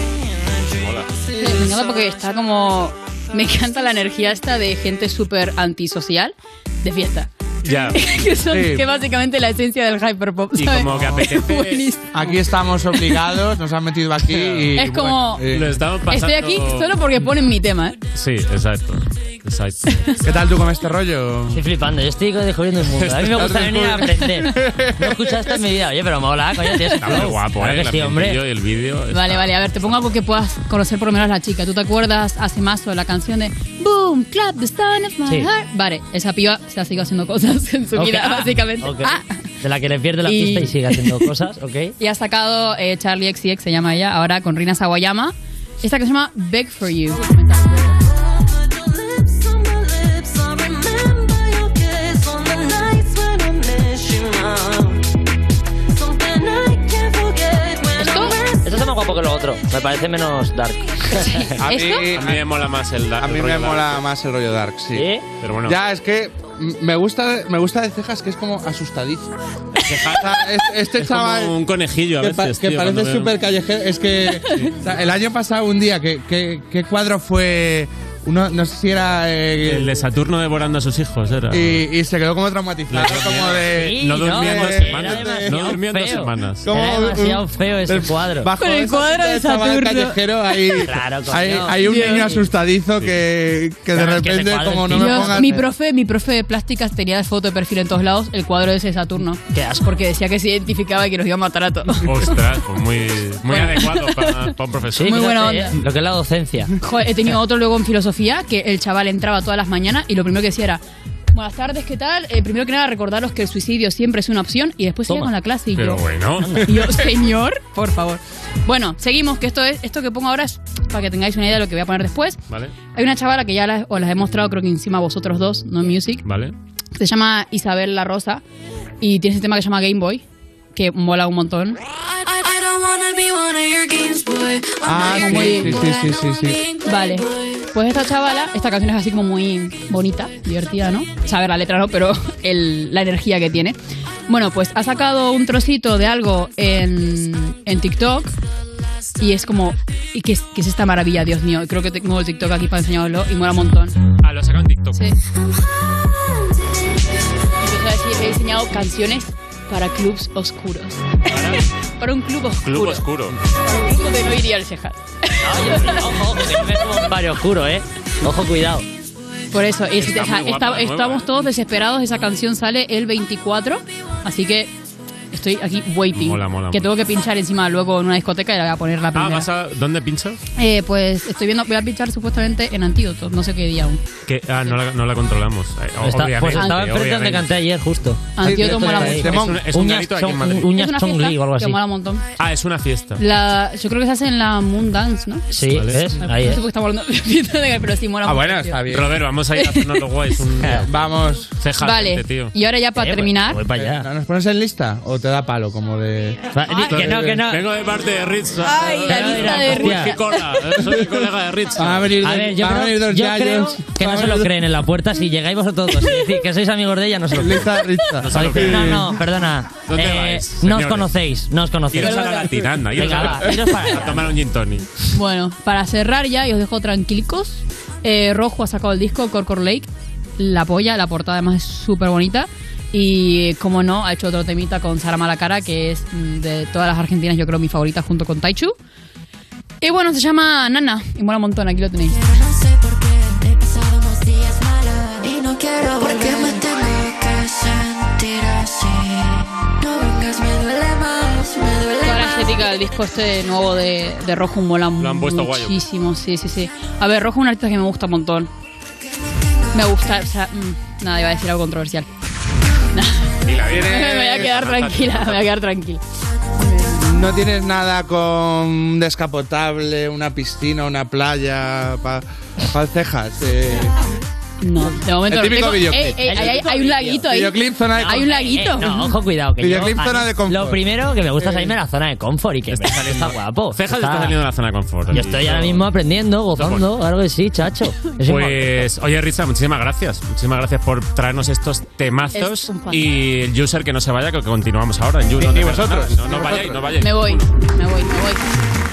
S3: Mola.
S24: Eh, Me encanta porque está como. Me encanta la energía esta de gente súper antisocial de fiesta.
S4: Ya.
S24: que son que eh. básicamente la esencia del hyperpop. ¿sabes?
S4: Aquí estamos obligados, nos han metido aquí y. eh.
S24: Es como-
S3: Lo estamos
S24: Estoy aquí solo porque ponen mi tema. ¿eh?
S3: Sí, exacto. Exacto.
S4: ¿Qué tal tú con este rollo?
S20: Estoy flipando, yo estoy descubriendo el mundo. A mí me gusta venir a aprender. No he escuchado esto en mi vida. Oye, pero mola, coño, tío.
S3: Está muy guapo,
S20: Claro
S3: ¿eh?
S20: que
S3: La
S20: sí, hombre.
S3: plantillo y el vídeo. está-
S24: Vale, vale, a ver, te pongo algo que puedas conocer por lo menos la chica. ¿Tú te acuerdas hace más o la canción de Boom, clap the sound of my
S20: Sí.
S24: heart? Vale, esa piba se ha seguido haciendo cosas en su
S20: Ok,
S24: vida,
S20: ah,
S24: básicamente.
S20: ok.
S24: Ah,
S20: De la que le pierde la
S24: Y-
S20: pista y sigue haciendo cosas, ¿ok?
S24: y ha sacado eh, Charlie XCX, se llama ella, ahora con Rina Sawayama. Esta que se llama Beg for You.
S20: Esto está más guapo que lo otro. Me parece menos dark.
S4: A mí,
S3: A mí me mola más el
S4: a mí me mola más el rollo dark, sí.
S11: ¿Eh?
S3: ¿Sí? Pero bueno.
S4: Ya, es que m- me gusta, me gusta de cejas que es como asustadizo. O sea, es- este
S3: Es
S4: chaval.
S3: como un conejillo a
S4: que, pa-
S3: veces,
S4: que
S3: tío,
S4: parece
S3: cuando me-
S4: súper callejero. Es que o sea, el año pasado, un día, ¿qué, qué, qué cuadro fue? Uno, no sé si era. eh,
S3: El de Saturno devorando a sus hijos, era.
S4: y, y se quedó como traumatizado, como de.
S3: no durmió en dos
S4: de-
S3: semanas. No durmió en dos semanas.
S4: Como
S20: Era demasiado
S4: un-
S20: feo ese
S4: el-
S20: cuadro.
S4: bajo
S20: Con el
S4: esa
S20: cuadro
S4: pinta
S20: de
S4: chaval
S20: Saturno.
S4: callejero hay,
S20: Claro, coño.
S4: hay, hay un
S20: Dios.
S4: niño asustadizo que, que de
S20: Claro, es que ese
S4: repente,
S20: cuadro
S4: como
S20: es
S4: no me
S24: Dios,
S4: pongas.
S24: mi profe, mi profe de plásticas tenía foto de perfil en todos lados, el cuadro de ese Saturno.
S20: Qué asco.
S24: Porque decía que se identificaba y que nos iba a matar a todos.
S3: Ostras, pues muy, muy adecuado para, para un profesor.
S24: Muy buena onda.
S20: Lo que es la docencia.
S24: Joder, he tenido otro luego en filosofía que el chaval entraba todas las mañanas y lo primero que decía era. Buenas tardes, ¿qué tal? Eh, primero que nada, recordaros que el suicidio siempre es una opción y después sigue
S3: Toma.
S24: con la clase. Y
S3: Pero
S24: yo,
S3: bueno.
S24: y yo, señor, por favor. Bueno, seguimos, que esto es esto que pongo ahora es para que tengáis una idea de lo que voy a poner después.
S3: Vale,
S24: Hay una chavala que ya la- os las he mostrado, creo que encima vosotros dos, no music,
S3: vale.
S24: que se llama Isabel La Rosa y tiene ese tema que se llama Game Boy, que mola un montón.
S4: Ah, sí, sí, sí, sí, sí, sí.
S24: Vale. Pues esta chavala, esta canción es así como muy bonita, divertida, ¿no? O sea, a ver, la letra no, pero el- la energía que tiene. Bueno, pues ha sacado un trocito de algo en, en TikTok y es como, ¿y qué es, qué es esta maravilla, Dios mío? Creo que tengo el TikTok aquí para enseñaroslo y mola un montón.
S3: Ah, lo ha sacado en TikTok.
S24: Sí. Empezó a decir, he diseñado canciones para clubs oscuros. ¿Para? un club oscuro.
S3: Club oscuro.
S24: Un club donde no iría al cejar.
S20: Ojo, que me como un barrio oscuro, ¿eh? Ojo, cuidado.
S24: Por eso, y si te-
S20: Está muy guapa
S24: está-
S20: la nueva,
S24: estamos todos desesperados. Esa canción sale el 24, así que Estoy aquí waiting.
S3: Mola, mola,
S24: Que
S3: mola.
S24: tengo que pinchar encima luego en una discoteca y la voy a poner la
S3: Ah,
S24: primera.
S3: ¿vas a- ¿dónde pinchas?
S24: Eh, pues estoy viendo, voy a pinchar supuestamente en Antídoto, no sé qué día aún.
S3: Que, ah, no la, no la controlamos. Eh,
S11: Está-
S3: obviamente,
S11: pues estaba enfrente donde
S3: obviamente.
S11: canté ayer, justo.
S4: Ah,
S24: Antídoto mola mucho.
S3: Es un- es un garito aquí en Madrid.
S24: Es una fiesta
S11: o algo
S24: Que
S11: así.
S24: mola un montón.
S3: Ah, es una fiesta.
S24: La, yo creo que se hace en la Moon Dance, ¿no?
S11: Sí, ¿ves?
S24: No
S11: Ahí
S24: sé
S11: es.
S24: por qué estamos hablando de fiesta de- pero sí mola
S3: Ah,
S24: mucho, tío.
S3: Robert, vamos a ir a hacernos los guays un día.
S4: Vamos.
S3: Ceja al
S24: Vale,
S3: frente, tío.
S24: y ahora ya
S11: Eh, pues,
S24: para terminar,
S3: Pues
S4: allá. Eh, ¿Nos pones en lista o te da palo como de...?
S11: Ah,
S4: Ah, eh,
S3: que no, que no. Vengo de parte de Ritz.
S24: Ay, la lista de Ritz.
S3: Whisky Cola. eh, Soy colega de Ritz.
S4: Van a venir
S11: A
S4: dos-
S11: ver, yo
S4: van a venir
S11: creo,
S4: dos
S11: yo creo
S4: Giants.
S11: que no
S4: Van a
S11: se
S4: venir
S11: lo
S4: dos-
S11: creen en la puerta si llegáis vosotros dos. Es decir, que sois amigos de ella, no se lo creen.
S4: Lista, lista.
S11: No, se lo creen. no, no, perdona.
S3: ¿Dónde
S11: Eh,
S3: vais,
S11: no os
S3: señores?
S11: conocéis, no os conocéis.
S3: Iros a la latina, anda. Iros
S11: Venga,
S3: a la
S11: va, iros para
S3: a tomar un gin tonic.
S24: bueno, para cerrar ya y os dejo tranquilicos, eh, Rojo ha sacado el disco Corcor Lake, la polla, la portada además es súper bonita y eh, como no, ha hecho otro temita con Sara Malacara que es mm, de todas las argentinas yo creo mi favorita junto con Taichu y bueno, se llama Nana y mola un montón, aquí lo tenéis.
S26: No sé por qué he pasado unos días malos y no quiero ¿Por qué me tengo que sentir así? No vengas, me duele más, me duele
S24: Toda la
S26: más.
S24: estética del disco este nuevo de, de Rojo mola
S3: Lo han puesto guayo.
S24: muchísimo. Sí, sí, sí. A ver, Rojo es un artista que me gusta un montón. Me gusta, o sea, mm, nada, iba a decir algo controversial.
S4: Y la
S24: me
S4: viene-
S24: voy a quedar tranquila, me voy a quedar tranquila.
S4: ¿No tienes nada con un descapotable, una piscina, una playa para cejas? Eh,
S24: No, de momento Eh,
S4: El típico
S24: no.
S4: videoclip.
S24: Ey,
S4: El
S24: ey, hay, hay- hay un laguito ahí.
S4: Videoclip, zona de
S24: Hay un laguito.
S11: Eh, no, ojo, cuidado. Que yo,
S3: Videoclip,
S11: a mí,
S3: zona de confort.
S11: Lo primero que me gusta es salirme de la zona de confort y que está, está guapo.
S3: Ceja está saliendo de la zona de confort. eh,
S11: Yo estoy ahora mismo aprendiendo, gozando, claro que sí, chacho. Es
S3: Pues, oye, Richa, muchísimas gracias. Muchísimas gracias por traernos estos
S24: Es
S3: temazos.
S24: un placer.
S3: y el user que no se vaya, que continuamos ahora en You. No, te pierdas nada. No, no vayáis, no vayáis.
S24: Me voy, me voy, me voy.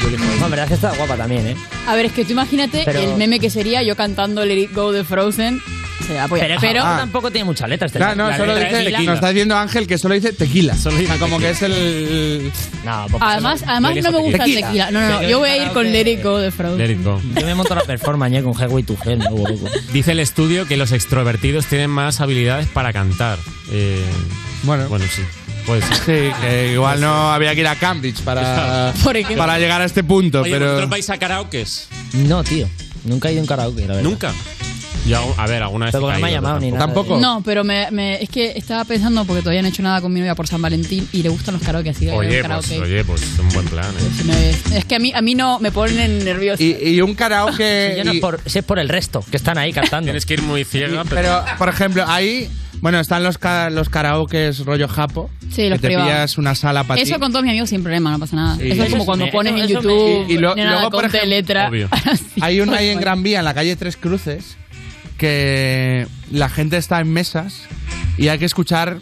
S3: Yo elijo este.
S20: No, en verdad es que está guapa también, ¿eh?
S24: A ver, es que tú imagínate
S20: Pero-
S24: el meme que sería yo cantando Let It Go de Frozen. Se da polla.
S20: Pero,
S24: Pero.
S20: Java tampoco tiene este muchas letras.
S4: Claro, Ah, no, solo dice, nos está diciendo Ángel que solo dice tequila.
S3: o sea,
S4: como que es el.
S20: No,
S24: Además, además no me gusta el tequila. No, no, no. Yo voy a ir con Let It Go de Frozen.
S3: Let it go.
S20: Yo me monto la performance ¿eh? con Highway to Hell, me vuelvo loco.
S3: Dice el estudio que los extrovertidos tienen más habilidades para cantar. Eh,
S4: bueno.
S3: Bueno, sí. Pues
S4: Sí, que igual no había que ir a Cambridge para,
S3: Por ejemplo.
S4: para llegar a este punto,
S3: Oye,
S4: pero.
S3: ¿vosotros vais a karaokes?
S20: No, tío. Nunca he ido a un karaoke, la verdad.
S3: ¿Nunca? Yo, hago- a ver, alguna vez.
S20: Pero porque
S3: he
S20: no me ha
S3: caído,
S20: llamado ni
S3: tampoco.
S20: nada. ¿Tampoco?
S24: No, pero me, me- es que estaba pensando porque todavía no he hecho nada con mi novia por San Valentín y le gustan los karaoke, así que voy a
S3: Oye,
S24: un
S3: pues,
S24: karaoke.
S3: oye, pues es un buen plan. ¿eh?
S24: Si me ves. Es que a mí, a mí no me ponen nervioso.
S4: Y, y un karaoke.
S20: Si ya no
S4: y-
S20: es por, si es por el resto, que están ahí cantando. Tienes
S3: que ir muy ciega,
S4: Pero, por ejemplo, ahí. Bueno, están los, ca- los karaokes rollo japo.
S24: Sí, los
S4: que te
S24: privados.
S4: pillas una sala para ti.
S24: Eso con todos mis amigos sin problema, no pasa nada.
S4: Sí.
S24: Eso es como
S4: Eso
S24: cuando
S4: me-
S24: pones en
S4: eso me-
S24: YouTube
S4: Y- y lo-
S24: ni nada,
S4: luego, por
S24: ponte
S4: ejemplo-
S24: letra.
S4: Obvio. Hay una ahí en
S24: Bueno.
S4: Gran Vía, en la calle Tres Cruces, que la gente está en mesas y hay que escuchar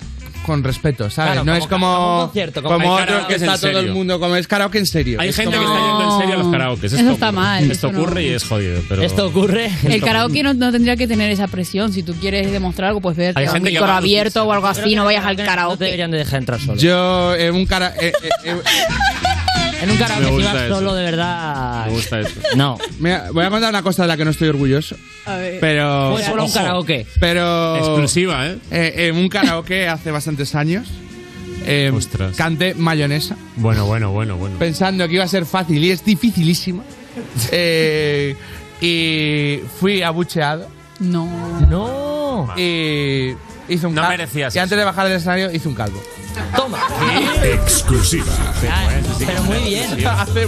S4: con respeto, ¿sabes?
S20: Claro,
S4: no
S20: como
S4: es
S20: ca- como un
S4: como,
S20: concierto, como-
S4: como,
S20: Hay
S4: otros
S20: karaoke
S4: que está
S20: en
S4: todo el
S20: serio.
S4: mundo, como es karaoke en serio.
S3: Hay
S4: Es
S3: gente
S4: como-
S3: que está yendo en serio a los karaokes.
S24: Eso
S3: esto
S24: está
S3: ocurre.
S24: mal,
S3: Esto
S24: eso no.
S3: ocurre y es jodido. Pero
S20: Esto ocurre.
S24: El karaoke no, no tendría que tener esa presión. Si tú quieres demostrar algo, pues verte
S20: Hay
S24: a un
S20: gente que
S24: micro
S20: va a
S24: abierto o algo así, no vayas al
S20: No te
S24: karaoke.
S20: deberían de dejar entrar solo.
S4: Yo, en un cara... eh, eh, eh,
S20: en un karaoke
S4: Me
S20: si
S4: gusta
S20: vas
S4: eso.
S20: solo, de verdad...
S3: Me gusta eso.
S20: No.
S4: Mira, voy a contar una cosa de la que no estoy orgulloso.
S24: A ver.
S3: Oh,
S4: Pero.
S11: Pues
S20: Fue pues solo a un Ojo. karaoke.
S4: Pero.
S3: Exclusiva, ¿eh?
S4: En un karaoke hace bastantes años. eh, Canté mayonesa.
S3: Bueno, bueno, bueno, bueno.
S4: Pensando que iba a ser fácil y es dificilísima. Eh, y fui abucheado.
S24: No.
S20: No.
S4: Y. Hizo un calvo. Y antes de bajar del escenario, hice un calvo.
S20: Toma.
S4: Exclusiva.
S20: Ah, Pero muy bien.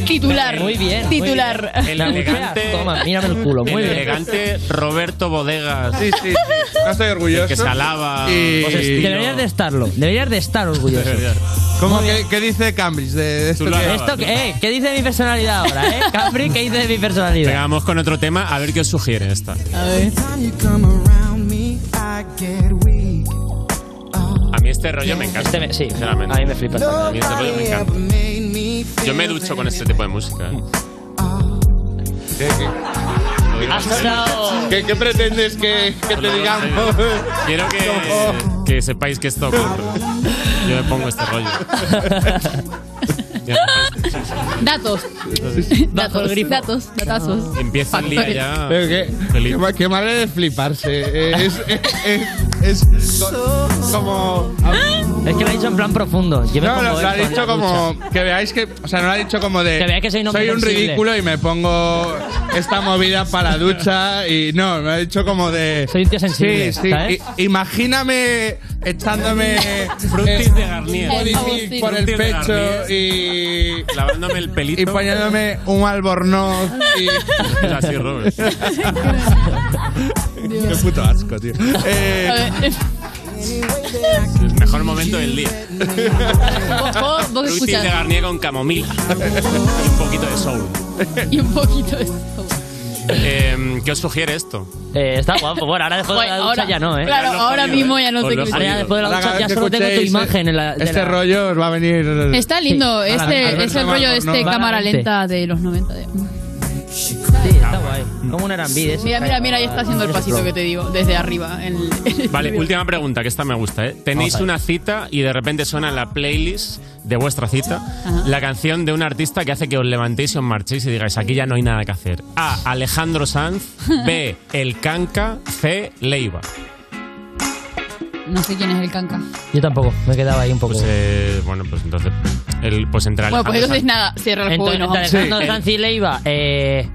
S24: Titular.
S20: Muy bien. muy
S24: Titular.
S20: bien.
S3: El elegante-
S20: Toma, mírame el culo. Muy
S3: el
S20: bien.
S3: elegante Roberto Bodegas.
S4: Sí, sí, sí. No estoy orgulloso.
S3: El que se alaba.
S4: Y-
S3: Pues estilo.
S20: Deberías de estarlo. Deberías de estar orgulloso.
S3: Deberías.
S4: ¿Cómo, ¿qué, qué dice Cambridge de, de esto?
S3: Tú lo
S4: que-
S3: alabas.
S20: Esto, que- eh, ¿Qué dice de mi personalidad ahora, eh? Capri, ¿qué dice de mi personalidad?
S3: Venga, vamos con otro tema, a ver qué os sugiere esta.
S24: A ver.
S3: A mí Este rollo me encanta. sí, sinceramente. A mí me flipa. A mí este rollo me encanta. Yo me ducho con este tipo de música. ¿eh?
S4: ¿Qué, qué?
S3: Has sonado-
S4: ¿Qué- qué pretendes que, que te digamos?
S3: Quiero que, que sepáis que esto oculto. Yo me pongo este rollo.
S24: Datos.
S3: Entonces,
S24: Datos. Datos. Datazos.
S3: empieza el día ya.
S4: Pero qué, qué, ma- qué manera de fliparse. Eh, Es, es, es co- como. ah.
S11: Es que lo ha dicho en plan profundo. Yo me
S4: No,
S11: pongo
S4: no, lo ha
S11: esto en
S4: dicho
S11: la
S4: como.
S11: ducha.
S4: Que veáis que. O sea, no lo ha dicho como de.
S11: Que veáis que soy un hombre
S4: un
S11: sensible".
S4: ridículo y me pongo esta movida para la ducha. Y no, me ha dicho como de. Soy un tío
S11: sensible,
S4: Sí, sí.
S11: ¿sabes?
S4: i- imagíname echándome.
S3: Frutis de Garnier.
S4: un eh, body por el
S3: Frutis de
S4: pecho
S3: Garnier.
S4: y.
S3: Lavándome el pelito.
S4: Y poniéndome un albornoz y.
S3: Así, Robert.
S4: Qué puto asco, tío. Eh,
S3: El mejor momento del día.
S24: Vos, vos
S3: Frutis de
S24: escuchas.
S3: Garnier con camomila. Y un poquito de soul.
S24: Y un poquito de eso.
S3: Eh, ¿Qué os sugiere esto?
S11: Eh, Está guapo. Bueno, ahora después de la
S24: Bueno,
S11: ducha
S24: ahora-
S11: ya no, ¿eh?
S24: claro,
S3: Os lo
S24: ahora
S3: jodido,
S24: mismo
S3: eh.
S24: ya no
S3: Os
S24: te
S3: lo
S24: creo.
S3: jodido.
S11: Ahora después de la
S4: Cada
S11: ducha
S4: vez
S11: ya
S4: que
S11: solo tengo tu
S4: escuchéis,
S11: imagen en la. de
S4: este
S11: la-
S4: rollo os va a venir.
S24: Está lindo,
S4: Sí.
S24: este
S4: Alberto
S24: es el
S4: Marcos,
S24: rollo de este
S4: ¿no?
S24: cámara
S4: Claramente.
S24: lenta de los 90. de-
S11: Sí, está guay. Como un arambide.
S24: Mira, mira, mira, ahí está haciendo el pasito que te digo, desde arriba. en el-
S3: Vale, última pregunta, que esta me gusta, ¿eh? Tenéis
S24: Vamos a ver.
S3: una cita y de repente suena en la playlist de vuestra cita la canción de un artista que hace que os levantéis y os marchéis y digáis, aquí ya no hay nada que hacer. A, Alejandro Sanz. B, El Canca. C, Leiva.
S24: No sé quién es el canca.
S11: Yo tampoco. Me quedaba ahí un poco.
S3: Pues, eh, bueno, pues entonces, el, pues entre
S24: Bueno,
S3: Alejandro
S24: pues entonces
S3: Sanz-
S24: nada, cierra el juego y nos vamos.
S11: Entonces, Alejandro Sanz y Leiva. Eh,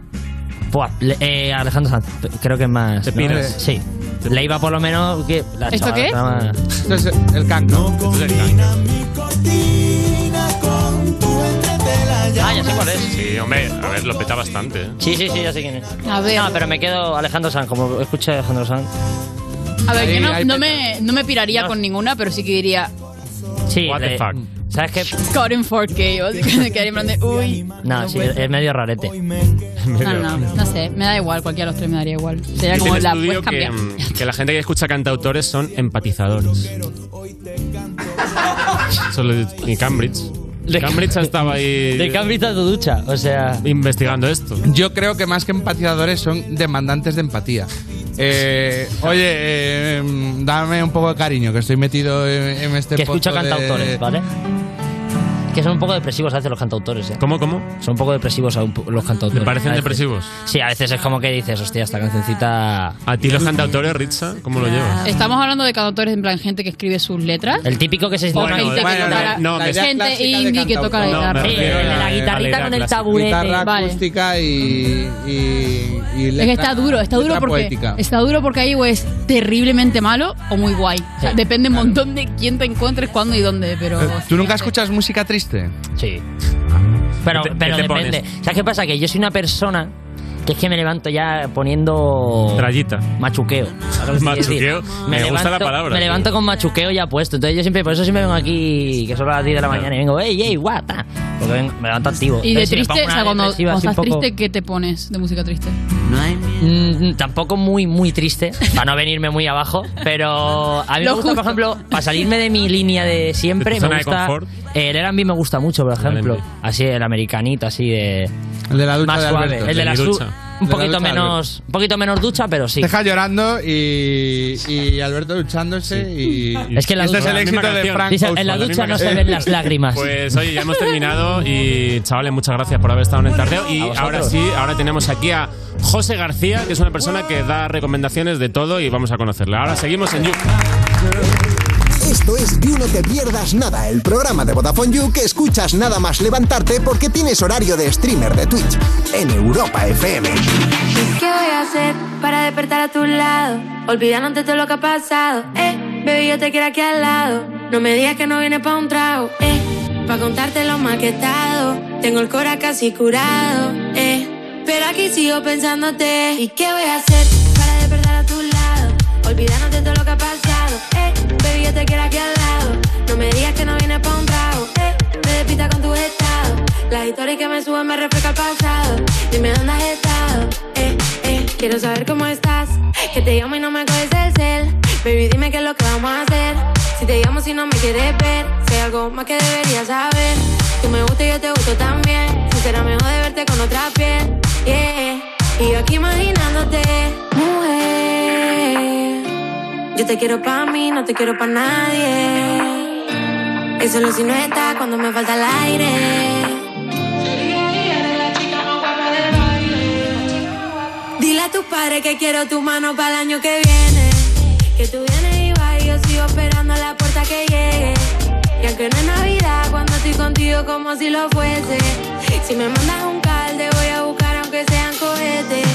S11: buah, le- eh, Alejandro Sanz, creo que es más.
S3: Te piras.
S11: Sí. Leiva, por lo menos. Que la
S3: ¿Esto
S11: chavala
S3: qué?
S11: está más-
S4: Esto es el canto.
S3: Entonces el Canca.
S11: Ah, ya sé cuál es.
S3: Sí, hombre, a ver, lo peta bastante. ¿eh?
S11: Sí, sí, sí, ya sé quién es.
S24: A ver.
S11: No, pero me quedo Alejandro Sanz, como escuché a Alejandro Sanz.
S24: A ver,
S11: Ahí
S24: yo no,
S11: hay
S24: no me, no me piraría
S11: No.
S24: con ninguna, pero sí que diría
S11: Sí. What the fuck. ¿Sabes qué?
S24: caught in 4K. O sea, que me quedaría en plan de, uy.
S11: No, sí, es medio rarete.
S24: pues- No, no, no sé, me da igual, cualquiera de los tres me daría igual. Sería
S3: Dice
S24: como
S3: el
S24: la
S3: estudio
S24: puedes
S3: que,
S24: cambiar.
S3: mm, que la gente que escucha cantautores son empatizadores. Solo en Cambridge. Cambridge estaba ahí.
S11: De Cambridge a tu ducha, o sea.
S3: Investigando esto.
S4: Yo creo que más que empatizadores son demandantes de empatía. Eh, oye, eh, em, dame un poco de cariño, que estoy metido en, en este
S11: que escucha
S4: pozo de-
S11: cantautores, ¿vale? Que son un poco depresivos a veces los cantautores, ¿eh?
S3: ¿Cómo, cómo?
S11: Son un poco depresivos a un po- los cantautores.
S3: ¿Te parecen
S11: A veces.
S3: depresivos?
S11: Sí, a veces es como que dices, hostia, esta cancioncita...
S3: ¿A ti los cantautores, Ritza? ¿Cómo lo llevas?
S24: Estamos hablando de cantautores en plan gente que escribe sus letras.
S11: El típico que se
S24: O gente que toca- gente indie que toca la guitarra.
S4: Guitarra
S24: Vale.
S4: acústica y, y, y
S24: Es que
S4: letra-
S24: está duro, está duro
S4: letra
S24: porque
S4: poética.
S24: está duro porque ahí o es terriblemente malo o muy guay. O sea, depende un montón de quién te encuentres, cuándo y dónde, pero
S4: Eh, ¿Tú nunca escuchas música triste?
S11: Sí. Pero,
S4: ¿Qué te-
S11: pero
S4: qué te
S11: depende.
S4: pones?
S11: ¿Sabes qué pasa? Que yo soy una persona que es que me levanto ya poniendo...
S3: Trayita.
S11: Machuqueo. ¿sabes lo que quiero decir?
S3: Machuqueo. Me gusta la palabra,
S11: Me
S3: tío.
S11: levanto con machuqueo ya puesto. Entonces yo siempre, por eso siempre vengo aquí, que son las 10 de la mañana, y vengo, ey, ey, guata. Porque vengo- me levanto activo.
S24: y de
S11: Entonces, si me
S24: triste,
S11: pongo
S24: o sea,
S11: una
S24: cuando,
S11: depresiva
S24: cuando
S11: así un
S24: estás
S11: poco-
S24: triste, ¿qué te pones de música triste?
S11: Mm, tampoco muy, muy triste, para no venirme muy abajo, pero a mí
S24: Lo
S11: me gusta, por ejemplo, para salirme de mi línea de siempre,
S3: ¿De tu
S11: me
S3: zona de
S11: gusta,
S3: confort?
S11: eh, el R&B me gusta mucho, por ejemplo, así el americanito, así de...
S4: El de la ducha
S11: más
S4: de
S11: suave,
S4: Alberto.
S11: el de
S4: De
S11: la
S4: mi
S11: su-
S4: ducha.
S11: Un
S4: De la
S11: poquito
S4: ducha de
S11: menos, un poquito menos ducha, pero sí.
S4: Deja llorando y, y Alberto duchándose y...
S11: Es que en la
S4: este es
S11: ducha-
S4: el
S11: la
S4: éxito
S11: misma
S4: de
S11: canción.
S4: Frank
S11: Dice, en
S4: Ocean,
S11: la ducha
S4: misma
S11: no se
S4: canción.
S11: ven las lágrimas.
S3: Pues oye, ya hemos terminado y chavales, muchas gracias por haber estado en el tardeo. Y ahora sí, ahora tenemos aquí a José García, que es una persona que da recomendaciones de todo y vamos a conocerla. Ahora seguimos en You.
S5: Esto es You No Te Pierdas Nada, el programa de Vodafone You que escuchas nada más levantarte porque tienes horario de streamer de Twitch en Europa FM.
S32: ¿Qué voy a hacer para despertar a tu lado? Olvidándote todo lo que ha pasado. Eh, baby, yo te quiero aquí al lado. No me digas que no vienes pa' un trago. Eh, pa' contarte lo mal que he estado. Tengo el cora casi curado. Eh, pero aquí sigo pensándote. ¿Y qué voy a hacer para despertar a tu lado? Olvidándote todo lo que ha pasado. Eh, baby, yo te quiero aquí al lado. No me digas que no vienes pa' un trago. Eh, me despita con tu estado. Las historias que me suben me refleja el pasado. Dime dónde has estado. Eh, eh, quiero saber cómo estás. Que te llamo y no me coges el cel. Baby, dime qué es lo que vamos a hacer. Si Si te llamo si no me quieres ver, sé algo más que deberías saber. Tú me gustas y yo te gusto también. Si será mejor de verte con otra piel, yeah. Y yo aquí imaginándote, mujer. Yo te quiero pa' mí, no te quiero pa' nadie. Es solo si no estás cuando me falta el aire. Dile a tus padres que quiero tu mano para el año que viene. Que tú vienes y vas y yo sigo esperando a la puerta que llegue. Y aunque no es Navidad, cuando estoy contigo como si lo fuese. Si me mandas un calde voy a buscar aunque sean cohetes.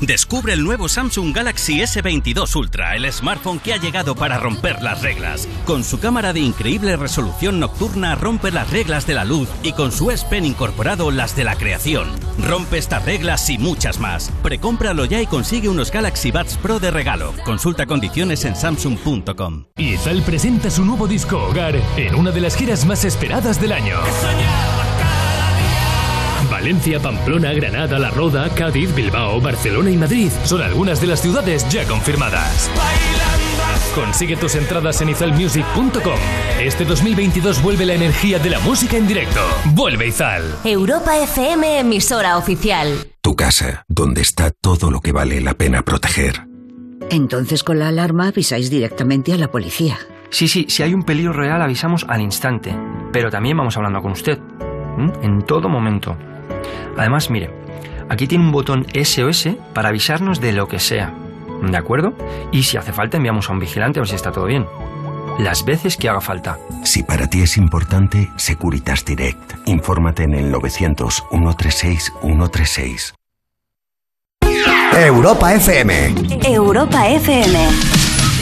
S14: Descubre el nuevo Samsung Galaxy S22 Ultra, el smartphone que ha llegado para romper las reglas. Con su cámara de increíble resolución nocturna rompe las reglas de la luz y con su S Pen incorporado las de la creación. Rompe estas reglas y muchas más. Precómpralo ya y consigue unos Galaxy Buds Pro de regalo. Consulta condiciones en samsung.com.
S1: Izal presenta su nuevo disco Hogar en una de las giras más esperadas del año. Valencia, Pamplona, Granada, La Roda, Cádiz, Bilbao, Barcelona y Madrid son algunas de las ciudades ya confirmadas. Consigue tus entradas en izalmusic.com. Este 2022 vuelve la energía de la música en directo. Vuelve Izal.
S8: Europa FM, emisora oficial.
S11: Tu casa, donde está todo lo que vale la pena proteger.
S9: Entonces con la alarma avisáis directamente a la policía.
S23: Sí, sí, si hay un peligro real avisamos al instante, pero también vamos hablando con usted, ¿m? en todo momento. Además, mire, aquí tiene un botón SOS para avisarnos de lo que sea, ¿de acuerdo? Y si hace falta enviamos a un vigilante a ver si está todo bien. Las veces que haga falta.
S11: Si para ti es importante, Securitas Direct. Infórmate en el 900 136 136.
S21: Europa FM.
S8: Europa FM.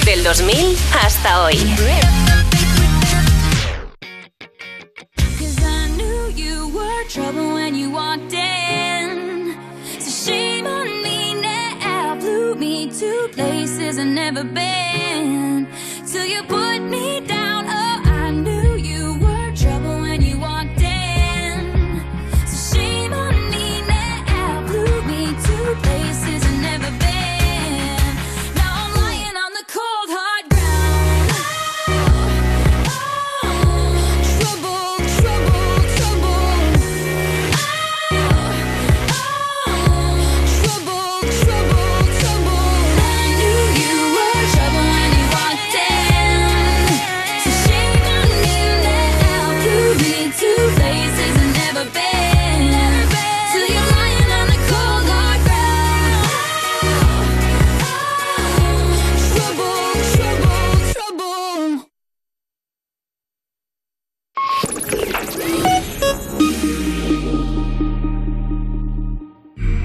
S8: Del 2000 hasta hoy.
S23: Cause I knew you were trouble when you walked in. So shame on me now. Blew me to places I've never been. Till you put me down. Oh, I knew you were trouble when you walked in. So shame on me now. Blew me to places I've never been. Now I'm lying on the cold hard ground. Oh, oh, trouble, trouble, trouble.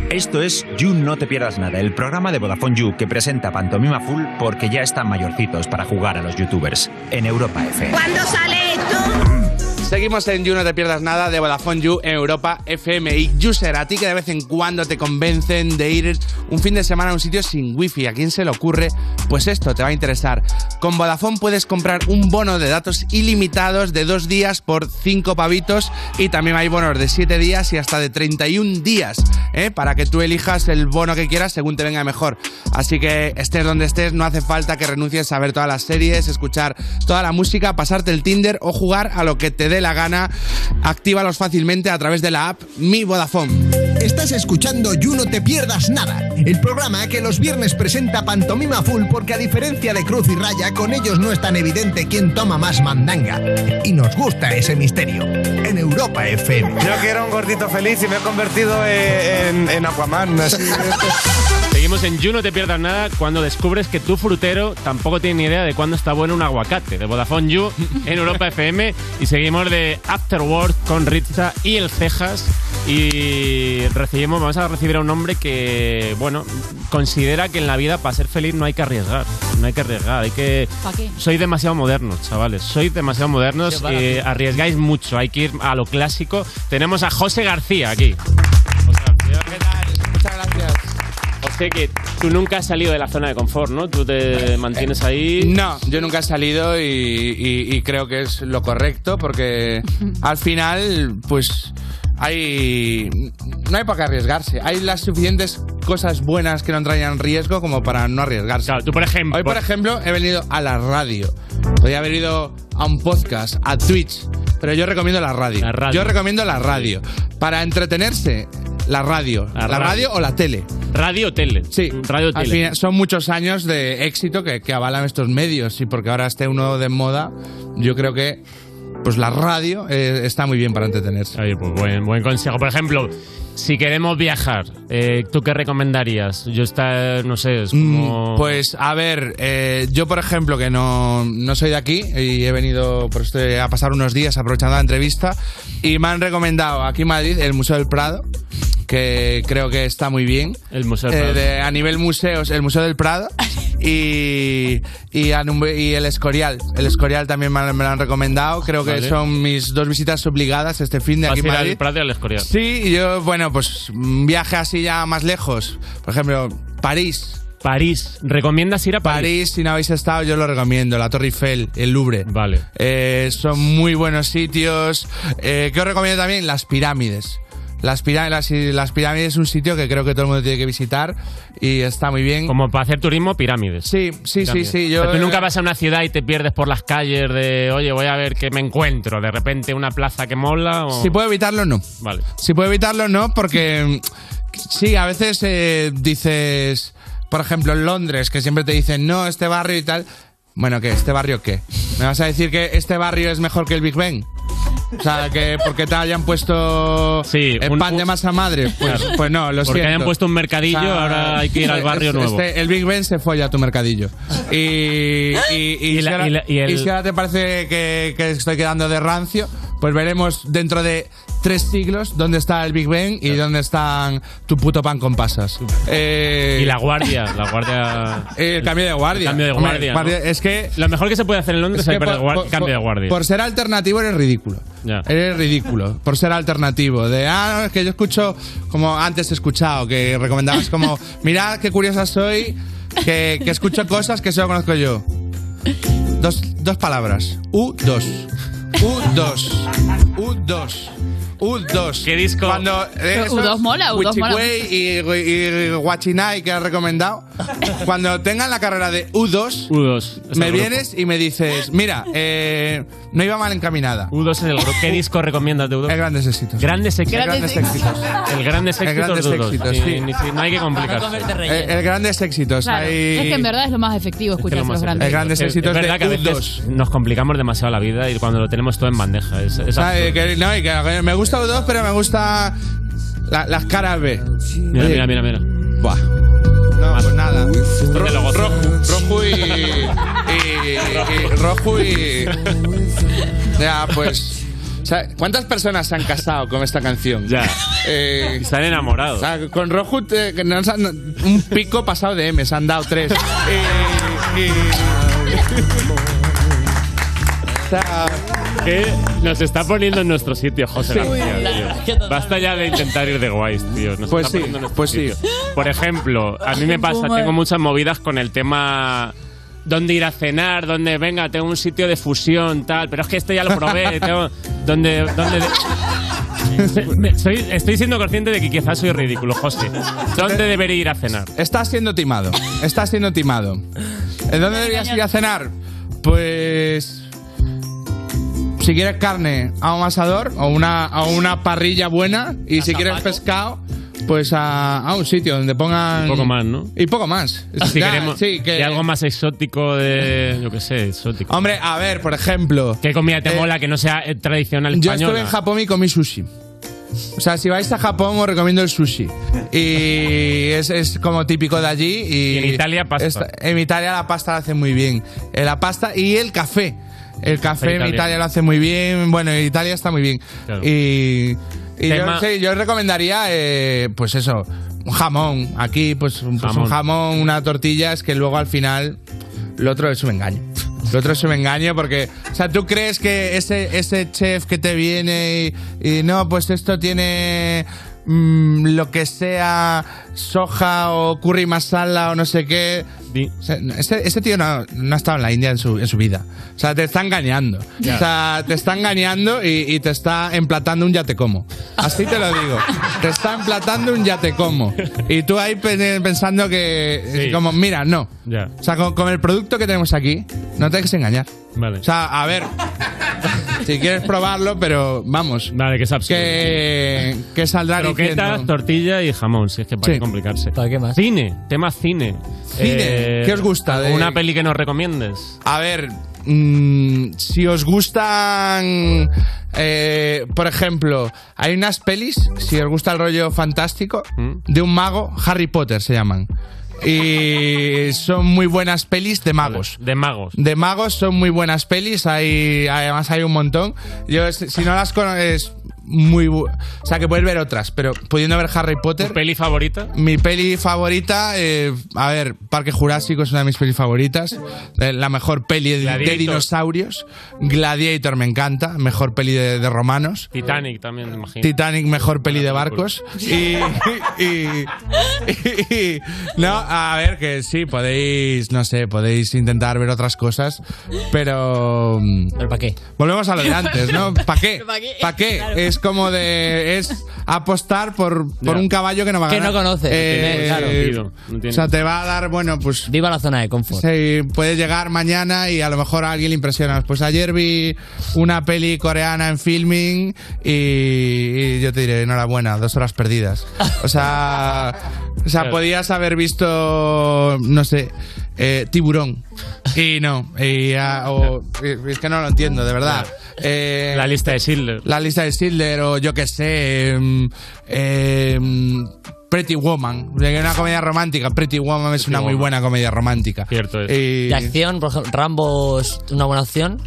S13: Esto es You No Te Pierdas Nada, el programa de Vodafone You que presenta Pantomima Full porque ya están mayorcitos para jugar a los youtubers en Europa FM.
S22: ¿Cuándo sale esto?
S4: Seguimos en You No Te Pierdas Nada de Vodafone You en Europa FM. Y User, a ti que de vez en cuando te convencen de ir un fin de semana a un sitio sin wifi, ¿a quién se le ocurre? Pues esto te va a interesar. Con Vodafone puedes comprar un bono de datos ilimitados de dos días por cinco pavitos y también hay bonos de siete días y hasta de 31 días ¿eh? para que tú elijas el bono que quieras según te venga mejor. Así que estés donde estés, no hace falta que renuncies a ver todas las series, escuchar toda la música, pasarte el Tinder o jugar a lo que te dé la gana. Actívalos fácilmente a través de la app Mi Vodafone.
S5: Estás escuchando You No Te Pierdas Nada, el programa que los viernes presenta Pantomima Full porque a diferencia de Cruz y Raya, con ellos no es tan evidente quién toma más mandanga. Y nos gusta ese misterio. En Europa FM.
S6: Yo que era un gordito feliz y me he convertido en, en- en Aquaman. así.
S3: Seguimos en You, no te pierdas nada cuando descubres que tu frutero tampoco tiene ni idea de cuándo está bueno un aguacate. De Vodafone You en Europa FM. Y seguimos de Afterword con Ritza y el Cejas. Y recibimos, vamos a recibir a un hombre que, bueno, considera que en la vida para ser feliz no hay que arriesgar. No hay que arriesgar, hay que.
S24: ¿Para qué?
S3: Sois demasiado modernos, chavales. Sois demasiado modernos.
S24: Qué barato.
S3: eh, arriesgáis mucho. Hay que ir a lo clásico. Tenemos a José García aquí.
S4: Muchas gracias.
S3: José, que tú nunca has salido de la zona de confort, ¿no? Tú te mantienes ahí.
S4: No, yo nunca he salido y, y- y creo que es lo correcto porque al final, pues hay. No hay para qué arriesgarse. Hay las suficientes cosas buenas que no traían riesgo como para no arriesgarse.
S3: tú por ejemplo. pues-
S4: Hoy, por ejemplo, he venido a la radio. Podría haber ido a un podcast, a Twitch, pero yo recomiendo la radio. Yo recomiendo la radio. Para entretenerse, la radio. La,
S3: radio.
S4: radio o la tele.
S3: Radio tele.
S4: Sí.
S3: Radio
S4: Al
S3: tele.
S4: final, son muchos años de éxito que, que avalan estos medios y porque ahora esté uno de moda, yo creo que pues la radio eh, está muy bien para entretenerse.
S3: pues buen, buen consejo. Por ejemplo, si queremos viajar, eh, ¿tú qué recomendarías? Yo está, no sé, es como...
S4: Pues a ver, eh, yo por ejemplo que no, no soy de aquí y he venido por este- a pasar unos días aprovechando la entrevista y me han recomendado aquí en Madrid el Museo del Prado, que creo que está muy bien.
S3: El Museo
S4: Eh,
S3: del Prado.
S4: de- a nivel museos, el Museo del Prado y, y, a num- y el Escorial. El Escorial también me, han- me lo han recomendado. Creo que
S3: Vale.
S4: son mis dos visitas obligadas este fin de
S3: ¿Vas
S4: aquí
S3: a
S4: en
S3: ir
S4: Madrid.
S3: al Prado y al Escorial?
S4: Sí, y yo, bueno, pues un viaje así ya más lejos. Por ejemplo, París.
S3: París. ¿Recomiendas ir a
S4: París? París, si no habéis estado, yo lo recomiendo. La Torre Eiffel, el Louvre. Eh,
S3: Vale.
S4: son muy buenos sitios. Eh, ¿Qué os recomiendo también? Las pirámides. Las pirámides, las, las pirámides es un sitio que creo que todo el mundo tiene que visitar y está muy bien.
S3: Como para hacer turismo, pirámides.
S4: Sí, sí, sí, sí. Yo, eh,
S3: O sea, tú nunca vas a una ciudad y te pierdes por las calles de, oye, voy a ver qué me encuentro. De repente una plaza que mola o...
S4: Si puedo evitarlo, no.
S3: Oh. Vale.
S4: Si puedo evitarlo, no, porque mm, sí, a veces eh, dices, por ejemplo, en Londres, que siempre te dicen, no, este barrio y tal. Bueno, ¿qué? ¿Este barrio qué? ¿Me vas a decir que este barrio es mejor que el Big Ben? O sea, que porque te hayan puesto el pan de masa madre. Pues,
S3: Claro.
S4: pues no, lo
S3: Porque
S4: siento.
S3: hayan puesto un mercadillo,
S4: O sea,
S3: ahora hay que ir al barrio
S4: este-
S3: nuevo.
S4: este- el Big Ben se folla a tu mercadillo. Y, y, y-
S3: la-
S4: y si ahora-
S3: y la- y el-
S4: y si ahora te parece que, que estoy quedando de rancio, pues veremos dentro de tres siglos dónde está el Big Ben y dónde están tu puto pan con pasas. Eh,
S3: Y la guardia, la guardia...
S4: el cambio de guardia.
S3: El cambio de
S4: Hombre,
S3: guardia, ¿no?
S4: guardia- Es que
S3: Lo mejor que se puede hacer en Londres
S4: es
S3: es
S4: que
S3: el
S4: por-
S3: guar-
S4: por-
S3: cambio de guardia.
S4: Por ser alternativo eres ridículo.
S3: Ya.
S4: Eres ridículo. Por ser alternativo. De, ah, no, es que yo escucho, como antes he escuchado, que recomendabas como, mirad qué curiosa soy, que, que escucho cosas que solo conozco yo. Dos, dos palabras. U2. U2. U2. U2. ¿Qué disco? Cuando,
S24: Pero
S4: esos
S24: U2 mola, U2 mola.
S4: Huichihuey y, y Guachinay que has recomendado. Cuando tengan la carrera de U2,
S3: U2. es
S4: me
S3: el grupo.
S4: vienes y me dices, mira, eh, no iba mal encaminada.
S3: U2 es el grupo. ¿Qué disco recomiendas de U2?
S4: grandes éxitos.
S3: Grandes éxitos.
S4: Grandes éxitos.
S3: El grandes
S4: El
S3: éxitos
S4: grandes
S3: de U2.
S4: éxitos,
S3: Sí,
S4: sí.
S3: ni- sí, no hay que complicarse.
S4: Eh, el grandes éxitos.
S24: Claro.
S4: hay-
S24: Es que en verdad es lo más efectivo escuchar a los grandes.
S4: grandes éxitos
S3: es verdad
S4: de
S3: que a veces nos complicamos demasiado la vida y cuando lo tenemos todo en bandeja. Es, es
S4: o sea, eh,
S3: absurdo.
S4: que- no, y que me gusta U2, pero me gusta la- las caras B.
S3: Mira,
S4: Oye,
S3: mira, mira, mira.
S4: Buah. No, pues nada.
S3: Este Ro-
S4: rojo, rojo y, y- y- Rojo y. Ya, pues. o sea, ¿Cuántas personas se han casado con esta canción? Ya.
S3: Se han enamorado.
S4: O sea, con Rojo te- que nos han- un pico pasado de M, se han dado tres. Eh, eh, está.
S3: Que nos está poniendo en nuestro sitio, José
S4: Sí.
S3: García,
S4: Uy, la-
S3: tío.
S4: la- la-
S3: Basta ya de intentar ir de guays, tío. Nos
S4: Pues
S3: está
S4: sí,
S3: poniendo en nuestro
S4: pues sí.
S3: sitio. Por ejemplo, a mí me pasa,
S4: Puma.
S3: tengo muchas movidas con el tema dónde ir a cenar, dónde venga, tengo un sitio de fusión, tal, pero es que este ya lo probé, tengo dónde dónde de- Me- soy- estoy siendo consciente de que quizás soy ridículo, José. ¿Dónde debería ir a cenar?
S4: Estás siendo timado. Estás siendo timado. ¿En dónde deberías ir a cenar? Pues. Si quieres carne, a un asador o una, a una parrilla buena. Y si quieres pescado, pues a, a un sitio donde pongan.
S3: Un poco más, ¿no?
S4: Y poco más.
S3: Si
S4: Ya,
S3: queremos
S4: Ah, sí,
S3: y algo más exótico de yo qué sé, exótico.
S4: Hombre, a ver, por ejemplo,
S3: ¿qué comida te mola que no sea eh, tradicional
S4: Yo
S3: española?
S4: estuve en Japón y comí sushi. O sea, si vais a Japón os recomiendo el sushi. Y es, es como típico de allí. Y,
S3: en Italia, pasta.
S4: en Italia la pasta la hacen muy bien. Eh, La pasta y el café. El café en
S3: italiano.
S4: Italia lo hace muy bien. Bueno, en Italia está muy bien.
S3: Claro.
S4: Y, y
S3: Tema-
S4: yo, sí, yo os recomendaría, eh, pues eso, un jamón. Aquí, pues, un pues un
S3: Jamón.
S4: jamón, una tortilla, es que luego al final lo otro es un engaño. Lo otro es un engaño porque, o sea, tú crees que ese, ese chef que te viene y, y no, pues esto tiene mm, lo que sea soja o curry masala o no sé qué. O sea, ese, ese tío no, no ha estado en la India en su, en su vida. O sea, te está engañando.
S3: Ya.
S4: O sea, te está engañando y, y te está emplatando un ya te como. Así te lo digo. Te está emplatando un ya te como. Y tú ahí pe- pensando que, eh,
S3: Sí.
S4: como, mira, no.
S3: Ya.
S4: O sea, con, con el producto que tenemos aquí, no te dejes engañar.
S3: Vale.
S4: O sea, a ver. si quieres probarlo, pero vamos.
S3: Vale, que es absurdo.
S4: Que, que saldrá
S3: Croquetas,
S4: diciendo.
S3: tortilla y jamón, si es que para qué complicarse. ¿Para qué más? Cine, tema cine.
S4: Cine, ¿qué os gusta de-
S3: Una peli que nos recomiendes.
S4: A ver, mm, si os gustan, eh, por ejemplo, hay unas pelis, si os gusta el rollo fantástico,
S3: Mm.
S4: de un mago, Harry Potter se llaman. Y son muy buenas pelis de magos.
S3: De magos.
S4: De magos son muy buenas pelis, hay, además hay un montón. Yo, si si no las conoces, muy... bu- O sea, que puedes ver otras, pero pudiendo ver Harry Potter...
S3: ¿Tu peli favorita?
S4: Mi peli favorita, eh, a ver, Parque Jurásico es una de mis pelis favoritas. Eh, la mejor peli de,
S3: Gladiator.
S4: de dinosaurios. Gladiator me encanta, mejor peli de, de romanos.
S3: Titanic también, me imagino.
S4: Titanic, mejor peli de barcos. Y, y- y- y- No, a ver, que sí, podéis, no sé, podéis intentar ver otras cosas, pero... mm,
S20: ¿Para qué?
S4: Volvemos a lo de antes, ¿no? ¿Para qué?
S20: ¿Para qué?
S4: ¿Para qué?
S20: Claro.
S4: Es como de... Es apostar por, por un caballo que no va a
S20: Que
S4: ganar.
S20: no conoces.
S4: Eh,
S20: Claro.
S4: o sea, te va a dar, bueno, pues...
S20: Viva la zona de confort.
S4: Sí, puede llegar mañana y a lo mejor a alguien le impresiona. Pues ayer vi una peli coreana en filming y, y yo te diré, enhorabuena, dos horas perdidas. O sea, o sea
S3: Claro.
S4: podías haber visto, no sé, eh, tiburón. Y no, y, ah, o- y- es que no lo entiendo, de verdad. Eh,
S3: La lista de Schindler.
S4: la lista de Schindler o yo que sé, em, em, Pretty Woman, de que una comedia romántica. Pretty Woman es una muy buena comedia romántica. Cierto
S20: De acción, por ejemplo, Rambo es una buena acción.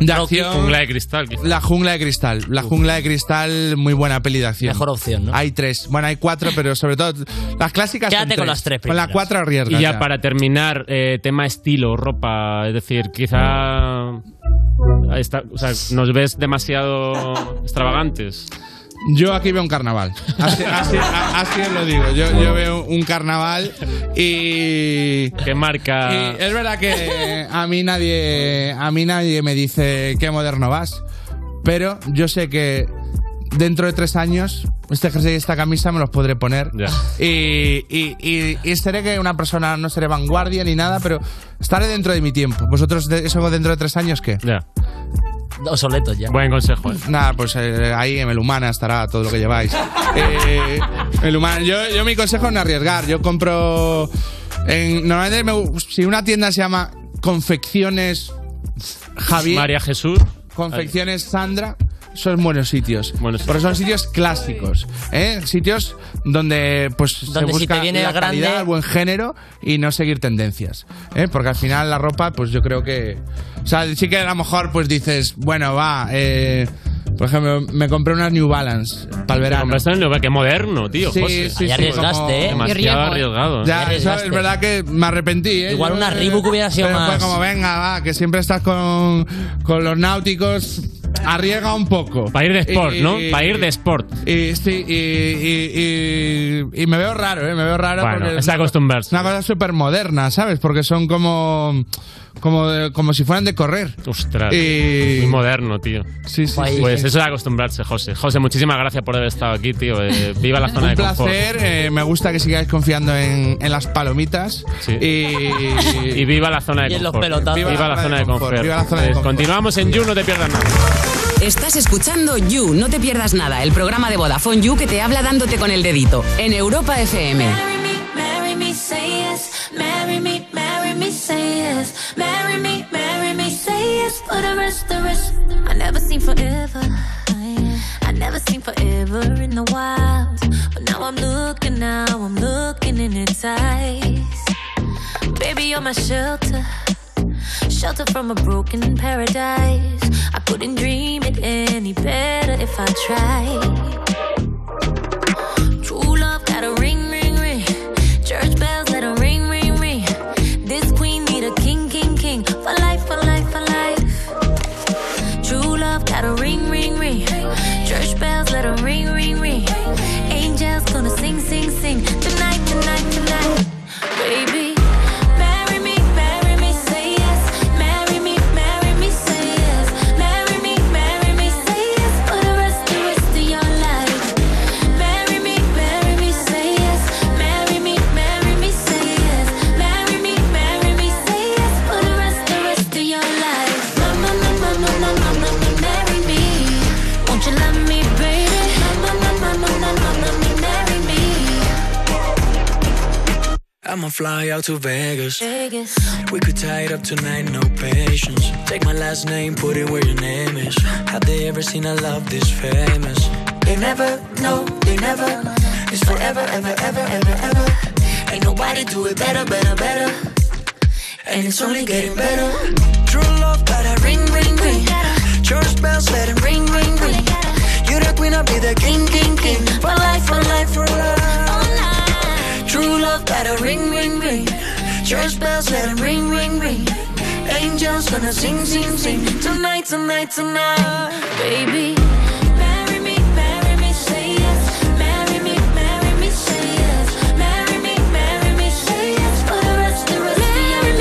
S4: De acción.
S3: Jungla de cristal. quizás.
S4: La jungla de cristal. La jungla de cristal, muy buena peli de acción.
S20: Mejor opción, ¿no?
S4: Hay tres. Bueno, hay cuatro, pero sobre todo las clásicas. son
S20: Quédate con las tres
S4: Con las
S20: primeras.
S4: cuatro arriesgas.
S3: Y ya para terminar, eh, tema estilo, ropa. Es decir, quizá. está- o sea, nos ves demasiado extravagantes.
S4: Yo aquí veo un carnaval. Así, así- a- así os lo digo. Yo, yo veo un carnaval y.
S3: ¿Qué marca?
S4: y es verdad que a mí nadie. A mí nadie me dice qué moderno vas. Pero yo sé que dentro de tres años. Este jersey y esta camisa me los podré poner. Y, y, y- y seré que una persona no seré vanguardia ni nada, pero estaré dentro de mi tiempo. ¿Vosotros de, eso dentro de tres años qué?
S3: Ya.
S20: Obsoletos ya.
S3: Buen consejo.
S4: Nada, pues eh, ahí en el humana estará todo lo que lleváis. Eh, el humana. Yo, yo mi consejo es no arriesgar. Yo compro. en- normalmente, me gu- si una tienda se llama Confecciones Javier.
S3: María Jesús.
S4: Confecciones Sandra. Son buenos sitios. Porque son sitios clásicos. ¿eh? Sitios donde pues se
S20: Donde si
S4: busca
S20: te viene
S4: la
S20: el grande-
S4: calidad, el buen género y no seguir tendencias. ¿eh? Porque al final la ropa, pues yo creo que. O sea, sí que a lo mejor pues dices, bueno, va. eh, Por ejemplo, me compré unas New Balance para el verano.
S3: Compraste en Nueva- qué moderno, tío.
S4: Sí,
S3: José.
S4: sí, Ahí sí, arriesgaste, como- ¿eh?
S3: Demasiado
S4: Qué riesgo,
S3: arriesgado. ¿eh?
S4: Ya, eso es verdad que me arrepentí, ¿eh?
S3: Igual
S4: Yo-
S3: una Reebok hubiera sido
S4: Pero fue
S3: más-
S4: como, venga, va, que siempre estás con, con los náuticos, arriesga un poco.
S3: Para ir de sport,
S4: Y-
S3: ¿no? Para ir de sport.
S4: Y, sí, y, y- y- y me veo raro, ¿eh? Me veo raro
S3: Bueno,
S4: porque
S3: es de acostumbrarse.
S4: Es una cosa súper moderna, ¿sabes? Porque son como... Como, de- como si fueran de correr.
S3: Ostras.
S4: Y-
S3: Muy moderno, tío.
S4: Sí, sí, sí.
S3: Pues
S4: sí.
S3: eso es acostumbrarse, José. José, muchísimas gracias por haber estado aquí, tío. Eh, viva la zona
S4: Un
S3: de confort.
S4: placer, eh, me gusta que sigáis confiando en, en las palomitas.
S3: Sí.
S4: Y,
S3: Y viva la zona de
S4: Y en los
S3: confort.
S4: pelotazos.
S3: Viva, la zona de confort.
S4: Viva la zona de
S3: Pues
S4: confort.
S3: Continuamos en You, no te pierdas nada.
S16: Estás escuchando You, no te pierdas nada, el programa de Vodafone You que te habla dándote con el dedito en Europa FM.
S23: Marry me, say yes. Marry me, marry me, say yes. Marry me, marry me, say yes. For the rest, the rest. I never seen forever. I never seen forever in the wild. But now I'm looking, now I'm looking in its eyes. Baby, you're my shelter. Shelter from a broken paradise. I couldn't dream it any better if I tried. True love got a ring, ring, ring. Church bells let 'em ring, ring, ring. This queen need a king, king, king. For life, for life, for life. True love got a ring, ring, ring. Church bells let 'em ring, ring, ring. Angels gonna sing, sing, sing. Tonight, tonight, tonight. Baby. Marry me, marry me, say yes. Marry me, marry me, say yes. Marry me, marry me, say yes. For the rest, the rest of your life. Marry me, marry me, say yes. Marry me, marry me, say yes. Marry me, marry me, say yes. For the rest, the rest of your life. No, no, no, no, no, no, no, no, no, marry me. Won't you love me, baby? No, no, no, no, no, no, no, no, no, marry me.
S21: I'ma fly out to Vegas.
S23: Vegas.
S21: We could tie it up tonight, no patience. Take my last name, put it where your name is. Have they ever seen a love this famous? They never, no, they never. It's forever, ever, ever, ever, ever. Ain't nobody do it better, better, better. And it's only getting better. True love got a ring, ring, ring. Church bells let it ring, ring, ring. You're the queen, I'll be the king, king, king. For life, for life, for life. True love got a ring, ring, ring. Church bells let it ring, ring, ring. Angels gonna sing, sing, sing. Tonight, tonight, tonight. Baby.
S23: Marry me, marry me, say yes. Marry me, marry me, say yes. Marry me, marry me, say yes. For the rest, the rest of your life.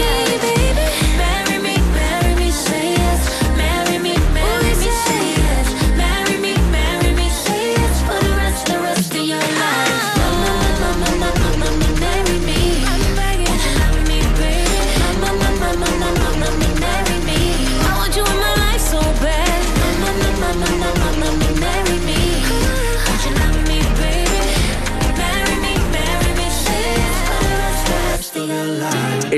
S23: Marry me, marry me, say yes. Marry me, marry me, say yes. Marry me, marry me, say yes. For the rest, the rest of your life. No, no, no, no, no, no, no, no, marry me. Won't you love me, baby? No, no, no, no, no, no, no, no, marry me. I want you in my life so bad. No, no, no, no, no, no, no, no, marry me. Won't you love me, baby? Marry me, marry me, say yes. For the rest, the rest of your life.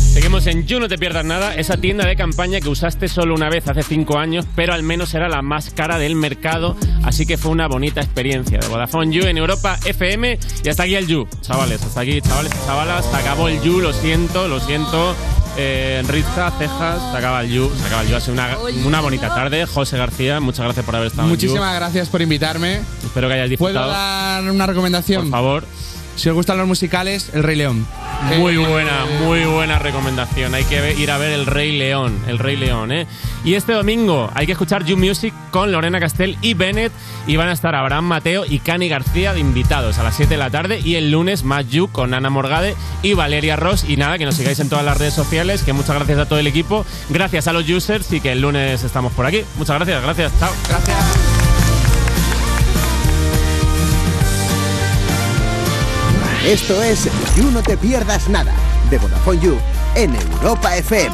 S3: Seguimos en You, no te pierdas nada. Esa tienda de campaña que usaste solo una vez hace cinco años, pero al menos era la más cara del mercado. Así que fue una bonita experiencia. De Vodafone You en Europa FM. Y hasta aquí el You, chavales. Hasta aquí, chavales y chavalas. Se acabó el You, lo siento, lo siento. Eh, Rizza, cejas, se acaba el You. Se acaba el You. Ha sido una, una bonita tarde. José García, muchas gracias por haber estado
S4: Muchísimas gracias por invitarme.
S3: gracias. Espero que hayas disfrutado.
S4: ¿Puedo dar una recomendación? Por
S3: favor.
S4: Si os gustan los musicales, El Rey León.
S3: Muy
S4: Eh,
S3: buena,
S4: eh,
S3: muy buena recomendación. Hay que ve- ir a ver El Rey León, El Rey León, ¿eh? Y este domingo hay que escuchar You Music con Lorena Castell y Bennett y van a estar Abraham Mateo y Cani García de invitados a las 7 de la tarde y el lunes más You con Ana Morgade y Valeria Ross y nada, que nos sigáis en todas las redes sociales, que muchas gracias a todo el equipo, gracias a los users y que el lunes estamos por aquí. Muchas gracias, gracias, chao.
S4: Gracias.
S5: Esto es You No Te Pierdas Nada de Vodafone You en Europa FM.